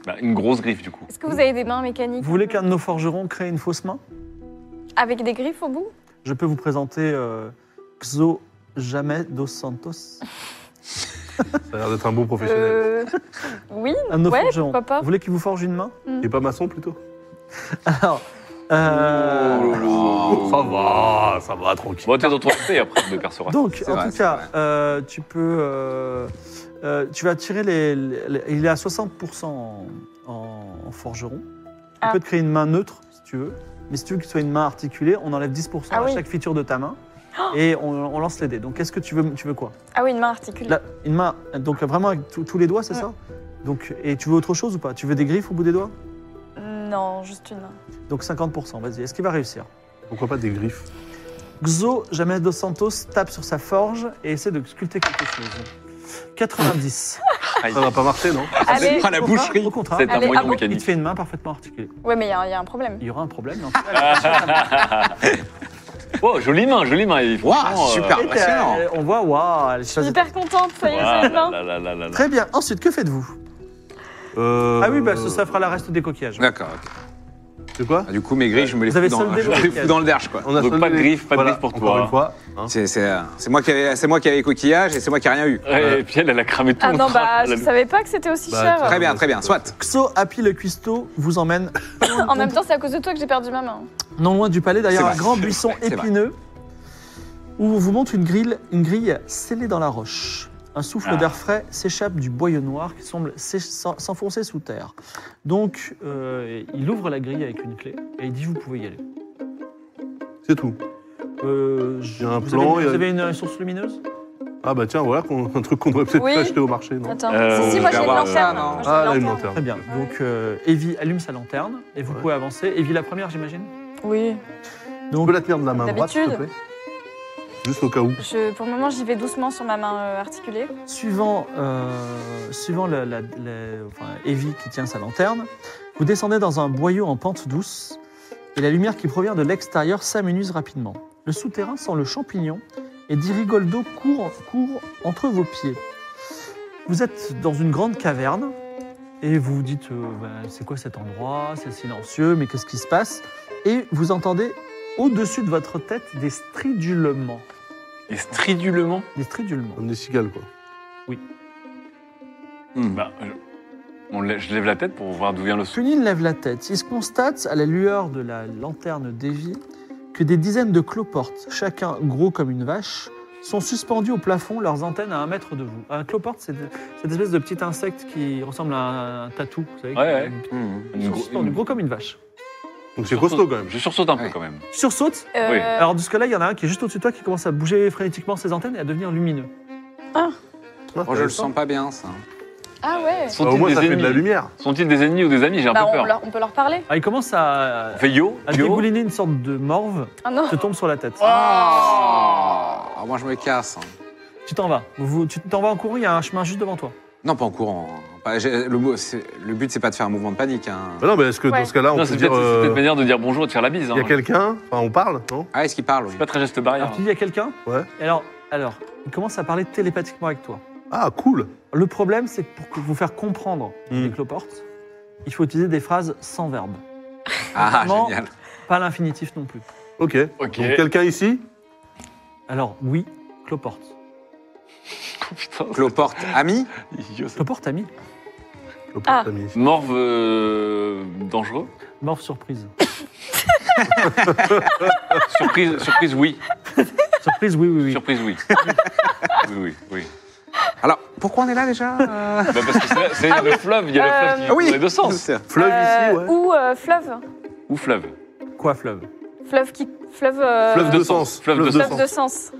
[SPEAKER 2] Bah, une grosse griffe, du coup.
[SPEAKER 3] Est-ce que vous avez des mains mécaniques
[SPEAKER 1] Vous voulez qu'un de nos forgerons crée une fausse main
[SPEAKER 3] Avec des griffes au bout
[SPEAKER 1] Je peux vous présenter euh, Xo Jamais dos Santos,
[SPEAKER 4] Ça a l'air d'être un bon professionnel.
[SPEAKER 3] Euh, Oui,
[SPEAKER 1] un de nos
[SPEAKER 3] Ouais,
[SPEAKER 1] forgerons.
[SPEAKER 3] pourquoi pas.
[SPEAKER 1] Vous voulez qu'il vous forge une main
[SPEAKER 4] Et pas maçon plutôt
[SPEAKER 1] Alors, Euh,
[SPEAKER 2] Oh.
[SPEAKER 4] Oh,
[SPEAKER 5] Oh,
[SPEAKER 4] Ça va, ça va, tranquille.
[SPEAKER 2] Bon, t'es dans ton côté après, de percevoir.
[SPEAKER 1] donc,
[SPEAKER 5] C'est
[SPEAKER 1] en
[SPEAKER 5] vrai,
[SPEAKER 1] tout
[SPEAKER 5] c'est
[SPEAKER 1] cas,
[SPEAKER 5] vrai.
[SPEAKER 1] euh, tu peux. euh, euh, tu vas tirer les, les- les- Il est à 60% en, en- en forgeron. Tu
[SPEAKER 3] Ah.
[SPEAKER 1] peux te créer une main neutre, si tu veux. Mais si tu veux que ce soit une main articulée, on enlève 10%
[SPEAKER 3] Ah
[SPEAKER 1] à
[SPEAKER 3] oui. Oh
[SPEAKER 1] chaque feature de ta main. Et on, on lance les dés. Donc, qu'est-ce que tu veux Tu veux quoi
[SPEAKER 3] Ah oui, une main articulée.
[SPEAKER 1] Là, Une main. Donc, vraiment avec tous- tous les doigts, c'est
[SPEAKER 3] Ouais.
[SPEAKER 1] ça donc, Et tu veux autre chose ou pas Tu veux des griffes au bout des doigts
[SPEAKER 3] Non, juste une main.
[SPEAKER 1] Donc, 50%. Vas-y, est-ce qu'il va réussir
[SPEAKER 4] Pourquoi pas des griffes
[SPEAKER 1] Xo Jamel Dos Santos tape sur sa forge et essaie de sculpter quelque chose. 90.
[SPEAKER 4] Ça va pas marcher, non
[SPEAKER 3] Allez,
[SPEAKER 5] Ah, la
[SPEAKER 1] Au contraire-
[SPEAKER 5] boucherie.
[SPEAKER 1] Au contraire,
[SPEAKER 2] C'est un
[SPEAKER 3] Allez, ah
[SPEAKER 2] moyen
[SPEAKER 3] bon
[SPEAKER 1] il te
[SPEAKER 2] mécanique.
[SPEAKER 1] fait une main parfaitement articulée.
[SPEAKER 3] ouais, mais il y, a il y a un problème.
[SPEAKER 1] Il y aura un problème. non
[SPEAKER 2] Ah, Oh, jolie main, jolie main. il-
[SPEAKER 5] Waouh,
[SPEAKER 2] franchement,
[SPEAKER 5] super.
[SPEAKER 1] Et,
[SPEAKER 2] ah,
[SPEAKER 5] Impressionnant.
[SPEAKER 1] euh, on voit, waouh, elle
[SPEAKER 3] Je suis
[SPEAKER 1] choisit-
[SPEAKER 3] hyper contente, ça y est,
[SPEAKER 2] Voilà,
[SPEAKER 3] c'est une main.
[SPEAKER 2] là, là, là, là, là.
[SPEAKER 1] Très bien. Ensuite, que faites-vous
[SPEAKER 4] Euh,
[SPEAKER 1] Ah oui, bah, ça, ça fera la reste des coquillages.
[SPEAKER 5] D'accord. ok.
[SPEAKER 4] C'est quoi
[SPEAKER 5] Ah, Du coup, mes grilles, je me les
[SPEAKER 1] Vous avez
[SPEAKER 5] fous dans,
[SPEAKER 1] soldé
[SPEAKER 5] je
[SPEAKER 1] vos
[SPEAKER 5] les
[SPEAKER 1] pièges.
[SPEAKER 5] fous dans le derge, quoi.
[SPEAKER 4] On a
[SPEAKER 2] Donc,
[SPEAKER 4] soldé
[SPEAKER 2] pas de
[SPEAKER 4] les-
[SPEAKER 2] griffes, pas de
[SPEAKER 4] voilà,
[SPEAKER 2] griffes pour
[SPEAKER 4] encore
[SPEAKER 2] toi.
[SPEAKER 5] hein.
[SPEAKER 4] Une fois.
[SPEAKER 5] C'est c'est, euh, c'est moi qui avais c'est moi qui avais les coquillages et c'est moi qui ai rien eu.
[SPEAKER 2] Ouais, Et puis elle, elle a cramé tout
[SPEAKER 3] Ah
[SPEAKER 2] mon
[SPEAKER 3] non, bah,
[SPEAKER 2] crâne.
[SPEAKER 3] je
[SPEAKER 2] Elle a-
[SPEAKER 3] savais pas que c'était aussi
[SPEAKER 4] Bah,
[SPEAKER 3] cher.
[SPEAKER 1] Ah,
[SPEAKER 5] Très bien, très bien. Soit.
[SPEAKER 1] Xo, Happy le cuistot vous emmène
[SPEAKER 3] En même temps, c'est à cause de toi que j'ai perdu ma main.
[SPEAKER 1] non loin du palais, d'ailleurs
[SPEAKER 5] C'est
[SPEAKER 1] un
[SPEAKER 5] vrai,
[SPEAKER 1] grand
[SPEAKER 5] c'est
[SPEAKER 1] buisson
[SPEAKER 5] vrai, c'est vrai.
[SPEAKER 1] épineux où on vous montre une grille, une grille scellée dans la roche. Un souffle
[SPEAKER 2] Ah.
[SPEAKER 1] d'air frais s'échappe du boyau noir qui semble s'é- s'en- s'enfoncer sous terre. Donc, euh, il ouvre la grille avec une clé et il dit Vous pouvez y aller.
[SPEAKER 4] C'est tout.
[SPEAKER 1] Euh, je-
[SPEAKER 4] Il y a un
[SPEAKER 1] vous
[SPEAKER 4] plan,
[SPEAKER 1] Avez,
[SPEAKER 4] il y a-
[SPEAKER 1] vous avez une euh, source lumineuse
[SPEAKER 4] Ah bah tiens, voilà qu'on- un truc qu'on devrait peut-être
[SPEAKER 3] Oui.
[SPEAKER 4] pas acheter au marché, non
[SPEAKER 3] Attends,
[SPEAKER 2] Euh,
[SPEAKER 3] si, si,
[SPEAKER 2] on
[SPEAKER 3] moi j'ai
[SPEAKER 5] va
[SPEAKER 3] une
[SPEAKER 5] voir ça,
[SPEAKER 3] lanterne.
[SPEAKER 5] non.
[SPEAKER 3] Moi, j'ai
[SPEAKER 4] Ah, là,
[SPEAKER 3] une
[SPEAKER 4] une lanterne.
[SPEAKER 3] lanterne.
[SPEAKER 1] Très bien. Donc, euh, Evie allume sa lanterne et vous
[SPEAKER 4] Ouais.
[SPEAKER 1] pouvez avancer. Evie, la première, j'imagine
[SPEAKER 3] Oui.
[SPEAKER 4] On
[SPEAKER 1] Donc,
[SPEAKER 4] peut la tenir de la main droite, s'il te plaît
[SPEAKER 3] D'habitude.
[SPEAKER 4] Juste au cas où.
[SPEAKER 3] Je, pour le moment, j'y vais doucement sur ma main euh, articulée.
[SPEAKER 1] Suivant, euh, suivant la, la- la- enfin, Evie qui tient sa lanterne, vous descendez dans un boyau en pente douce et la lumière qui provient de l'extérieur s'amenuise rapidement. Le souterrain sent le champignon et des rigoles d'eau courent, courent entre vos pieds. Vous êtes dans une grande caverne et vous vous dites euh, Ben, c'est quoi cet endroit C'est silencieux, mais qu'est-ce qui se passe Et vous entendez au-dessus de votre tête des stridulements.
[SPEAKER 2] Et stridulement.
[SPEAKER 1] Des stridulements.
[SPEAKER 4] Comme des cigales, quoi.
[SPEAKER 5] Hmm.
[SPEAKER 2] Bah, je... on lè- je lève la tête pour voir d'où vient le son.
[SPEAKER 1] Punine lève la tête. Il se constate, à la lueur de la lanterne d'Evie, que des dizaines de cloportes, chacun gros comme une vache, sont suspendus au plafond, leurs antennes à un mètre de vous. Un cloporte, c'est de- cette espèce de petit insecte qui ressemble à un, un tatou, vous savez
[SPEAKER 2] Ouais, ouais.
[SPEAKER 5] Hmm.
[SPEAKER 1] Ils
[SPEAKER 2] Une
[SPEAKER 1] sont
[SPEAKER 2] gro-
[SPEAKER 1] suspendus,
[SPEAKER 2] une-
[SPEAKER 1] gros comme une vache.
[SPEAKER 4] Donc hein. c'est costaud, quand même. Bah,
[SPEAKER 2] Je sursaute un peu
[SPEAKER 5] Ouais.
[SPEAKER 2] quand même.
[SPEAKER 1] Sursaute.
[SPEAKER 3] Euh,
[SPEAKER 2] Oui.
[SPEAKER 1] Alors, de ce cas-là, il y en a un qui est juste au-dessus de toi qui commence à bouger frénétiquement ses antennes et à devenir lumineux.
[SPEAKER 4] Ah,
[SPEAKER 5] Oh, je le sens pas bien, ça.
[SPEAKER 3] Ah ouais.
[SPEAKER 4] Ah, au
[SPEAKER 2] Sont-ils
[SPEAKER 4] moins,
[SPEAKER 2] des,
[SPEAKER 4] ça fait de la
[SPEAKER 2] ennemis
[SPEAKER 4] lumière.
[SPEAKER 2] Sont-ils des ennemis ou des amis J'ai un
[SPEAKER 3] Bah,
[SPEAKER 2] peu
[SPEAKER 3] on,
[SPEAKER 2] peur.
[SPEAKER 3] leur- on peut leur parler.
[SPEAKER 1] Ah, il commence à,
[SPEAKER 2] On fait yo,
[SPEAKER 4] Ah,
[SPEAKER 1] à
[SPEAKER 2] yo.
[SPEAKER 1] dégouliner une sorte de morve
[SPEAKER 3] Ah non.
[SPEAKER 1] qui te tombe sur la tête.
[SPEAKER 5] Ah, moi, je me casse. hein.
[SPEAKER 1] Tu t'en vas. Vous- tu t'en vas en courant, il y a un chemin juste devant toi.
[SPEAKER 5] Non, pas en courant. hein. Pas- j'ai- le, mot- c'est- le but, c'est pas de faire un mouvement de panique. hein.
[SPEAKER 4] Bah non, mais est-ce que
[SPEAKER 3] Ouais.
[SPEAKER 4] dans ce cas-là, on
[SPEAKER 2] Non,
[SPEAKER 4] peut
[SPEAKER 2] c'est
[SPEAKER 4] dire...
[SPEAKER 2] peut-être c'est peut-être une
[SPEAKER 4] euh,
[SPEAKER 2] manière de dire bonjour et de faire la bise.
[SPEAKER 4] Il
[SPEAKER 2] hein.
[SPEAKER 4] y a quelqu'un Enfin, on parle, non
[SPEAKER 5] Ah, est-ce qu'il parle oui.
[SPEAKER 2] C'est pas très geste barrière.
[SPEAKER 1] Alors,
[SPEAKER 4] Ah,
[SPEAKER 1] tu dis, il y a quelqu'un
[SPEAKER 4] Ouais.
[SPEAKER 1] Et Alors, alors, il commence à parler télépathiquement avec toi.
[SPEAKER 4] Ah, cool
[SPEAKER 1] Le problème, c'est que pour que- vous faire comprendre
[SPEAKER 4] Hmm.
[SPEAKER 1] les cloportes, il faut utiliser des phrases sans verbe.
[SPEAKER 5] Ah,
[SPEAKER 1] Apparemment-
[SPEAKER 5] génial.
[SPEAKER 1] Pas l'infinitif non plus.
[SPEAKER 4] Ok.
[SPEAKER 2] Ok.
[SPEAKER 4] Donc quelqu'un ici
[SPEAKER 1] Alors, oui, cloporte.
[SPEAKER 2] Putain,
[SPEAKER 5] Cloporte, ami
[SPEAKER 2] c'est idiot, ça.
[SPEAKER 1] Cloporte, ami.
[SPEAKER 4] Le
[SPEAKER 3] Ah.
[SPEAKER 4] pote ami.
[SPEAKER 2] Morve euh, dangereux.
[SPEAKER 1] Morph surprise.
[SPEAKER 2] Surprise, surprise, oui.
[SPEAKER 1] Surprise, oui, oui, oui.
[SPEAKER 2] Surprise, oui. Oui, oui, oui.
[SPEAKER 5] Alors, pourquoi on est là déjà euh
[SPEAKER 2] Bah, parce que c'est là- c'est
[SPEAKER 3] Ah
[SPEAKER 2] le fleuve, il y a le fleuve qui
[SPEAKER 5] Ah
[SPEAKER 2] court les deux sens.
[SPEAKER 5] C'est-
[SPEAKER 4] Fleuve
[SPEAKER 3] Euh,
[SPEAKER 4] ici, ouais.
[SPEAKER 3] Ou euh, fleuve.
[SPEAKER 2] Ou fleuve.
[SPEAKER 1] Quoi, fleuve
[SPEAKER 3] Fleuve qui. Fleuve. euh,
[SPEAKER 4] Fleuve de
[SPEAKER 2] de
[SPEAKER 4] sens.
[SPEAKER 2] sens. Fleuve de
[SPEAKER 3] fleuve de sens.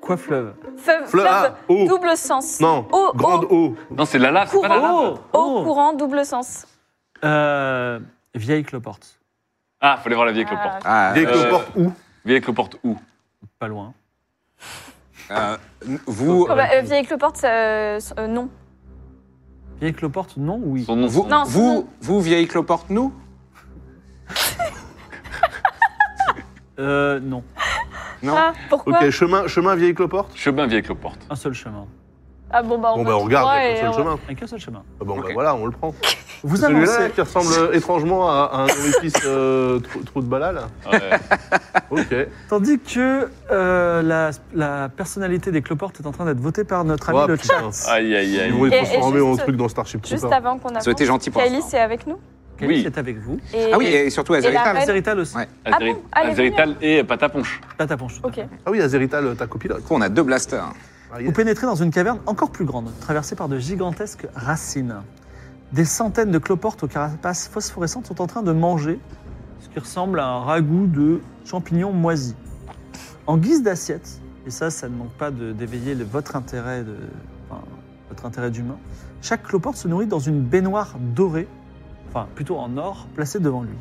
[SPEAKER 1] Quoi, fleuve
[SPEAKER 3] Fleuve.
[SPEAKER 4] Fleuve, ah,
[SPEAKER 3] fleuve
[SPEAKER 4] eau.
[SPEAKER 3] Double sens. Oh,
[SPEAKER 4] Non,
[SPEAKER 3] Eau,
[SPEAKER 4] grande
[SPEAKER 3] eau,
[SPEAKER 4] eau.
[SPEAKER 2] Non, c'est la lave, c'est pas la lave.
[SPEAKER 1] Oh,
[SPEAKER 3] eau,
[SPEAKER 1] oh.
[SPEAKER 3] courant, double sens.
[SPEAKER 1] Euh, Vieille cloporte.
[SPEAKER 2] Ah, fallait voir la vieille cloporte.
[SPEAKER 5] Ah,
[SPEAKER 4] Dès que
[SPEAKER 2] euh,
[SPEAKER 4] le porte où
[SPEAKER 2] Vieille cloporte où
[SPEAKER 1] Pas loin.
[SPEAKER 5] euh, vous,
[SPEAKER 2] Ah,
[SPEAKER 3] Oh, bah, euh, vieille cloporte, euh, euh, non.
[SPEAKER 1] Vieille cloporte, non, oui.
[SPEAKER 2] Son nom,
[SPEAKER 5] vous,
[SPEAKER 2] son-
[SPEAKER 3] Non,
[SPEAKER 5] vous, vous, vieille cloporte, nous
[SPEAKER 1] Euh, non.
[SPEAKER 5] Non.
[SPEAKER 3] Ah, pourquoi
[SPEAKER 4] Ok, chemin, chemin vieille cloporte
[SPEAKER 2] Chemin vieille cloporte.
[SPEAKER 1] Un seul chemin.
[SPEAKER 3] Ah bon, bah on,
[SPEAKER 4] Bon,
[SPEAKER 3] va
[SPEAKER 4] bah on
[SPEAKER 3] tout
[SPEAKER 4] regarde,
[SPEAKER 3] droit
[SPEAKER 4] il y
[SPEAKER 3] et
[SPEAKER 4] a qu'un
[SPEAKER 3] on-
[SPEAKER 4] seul chemin.
[SPEAKER 1] Un qu'un seul chemin.
[SPEAKER 4] Ah, Bon, bah
[SPEAKER 5] Ok.
[SPEAKER 4] voilà, on le prend.
[SPEAKER 1] Vous
[SPEAKER 4] Celui-là
[SPEAKER 1] avancez.
[SPEAKER 4] qui ressemble étrangement à, à un épice euh, trou, trou de balade.
[SPEAKER 2] Ouais.
[SPEAKER 4] Ok.
[SPEAKER 1] Tandis que euh, la, la personnalité des cloportes est en train d'être votée par notre ami
[SPEAKER 4] Oh,
[SPEAKER 1] le
[SPEAKER 4] putain.
[SPEAKER 1] chat.
[SPEAKER 2] Aïe, aïe,
[SPEAKER 4] Ils
[SPEAKER 2] aïe.
[SPEAKER 4] vont les
[SPEAKER 3] Et- et
[SPEAKER 4] transformer en
[SPEAKER 3] juste-
[SPEAKER 4] truc dans Starship
[SPEAKER 3] Juste
[SPEAKER 4] Trooper.
[SPEAKER 3] avant qu'on avance.
[SPEAKER 5] Ça a été gentil pour
[SPEAKER 3] Kailis
[SPEAKER 5] l'instant.
[SPEAKER 3] est avec nous
[SPEAKER 1] Calice
[SPEAKER 2] hein. Oui.
[SPEAKER 1] est avec vous.
[SPEAKER 3] Et-
[SPEAKER 5] Ah oui, et surtout
[SPEAKER 3] et la
[SPEAKER 5] Azerital.
[SPEAKER 3] reine-
[SPEAKER 1] Azerital aussi.
[SPEAKER 5] Ouais.
[SPEAKER 3] Ah bon
[SPEAKER 2] Azeri-
[SPEAKER 3] Ah, les
[SPEAKER 2] Azerital et Pataponche.
[SPEAKER 1] Pataponche.
[SPEAKER 3] Ok.
[SPEAKER 4] Ah oui, Azerital, ta copilote.
[SPEAKER 5] Du coup, on a deux blasters.
[SPEAKER 4] Ah,
[SPEAKER 1] Vous
[SPEAKER 4] yes.
[SPEAKER 1] pénétrez dans une caverne encore plus grande, traversée par de gigantesques racines. Des centaines de cloportes aux carapaces phosphorescentes sont en train de manger ce qui ressemble à un ragoût de champignons moisis. En guise d'assiette, et ça, ça ne manque pas de- d'éveiller le- votre intérêt, de, enfin, votre intérêt d'humain, chaque cloporte se nourrit dans une baignoire dorée, enfin plutôt en or, placée devant lui.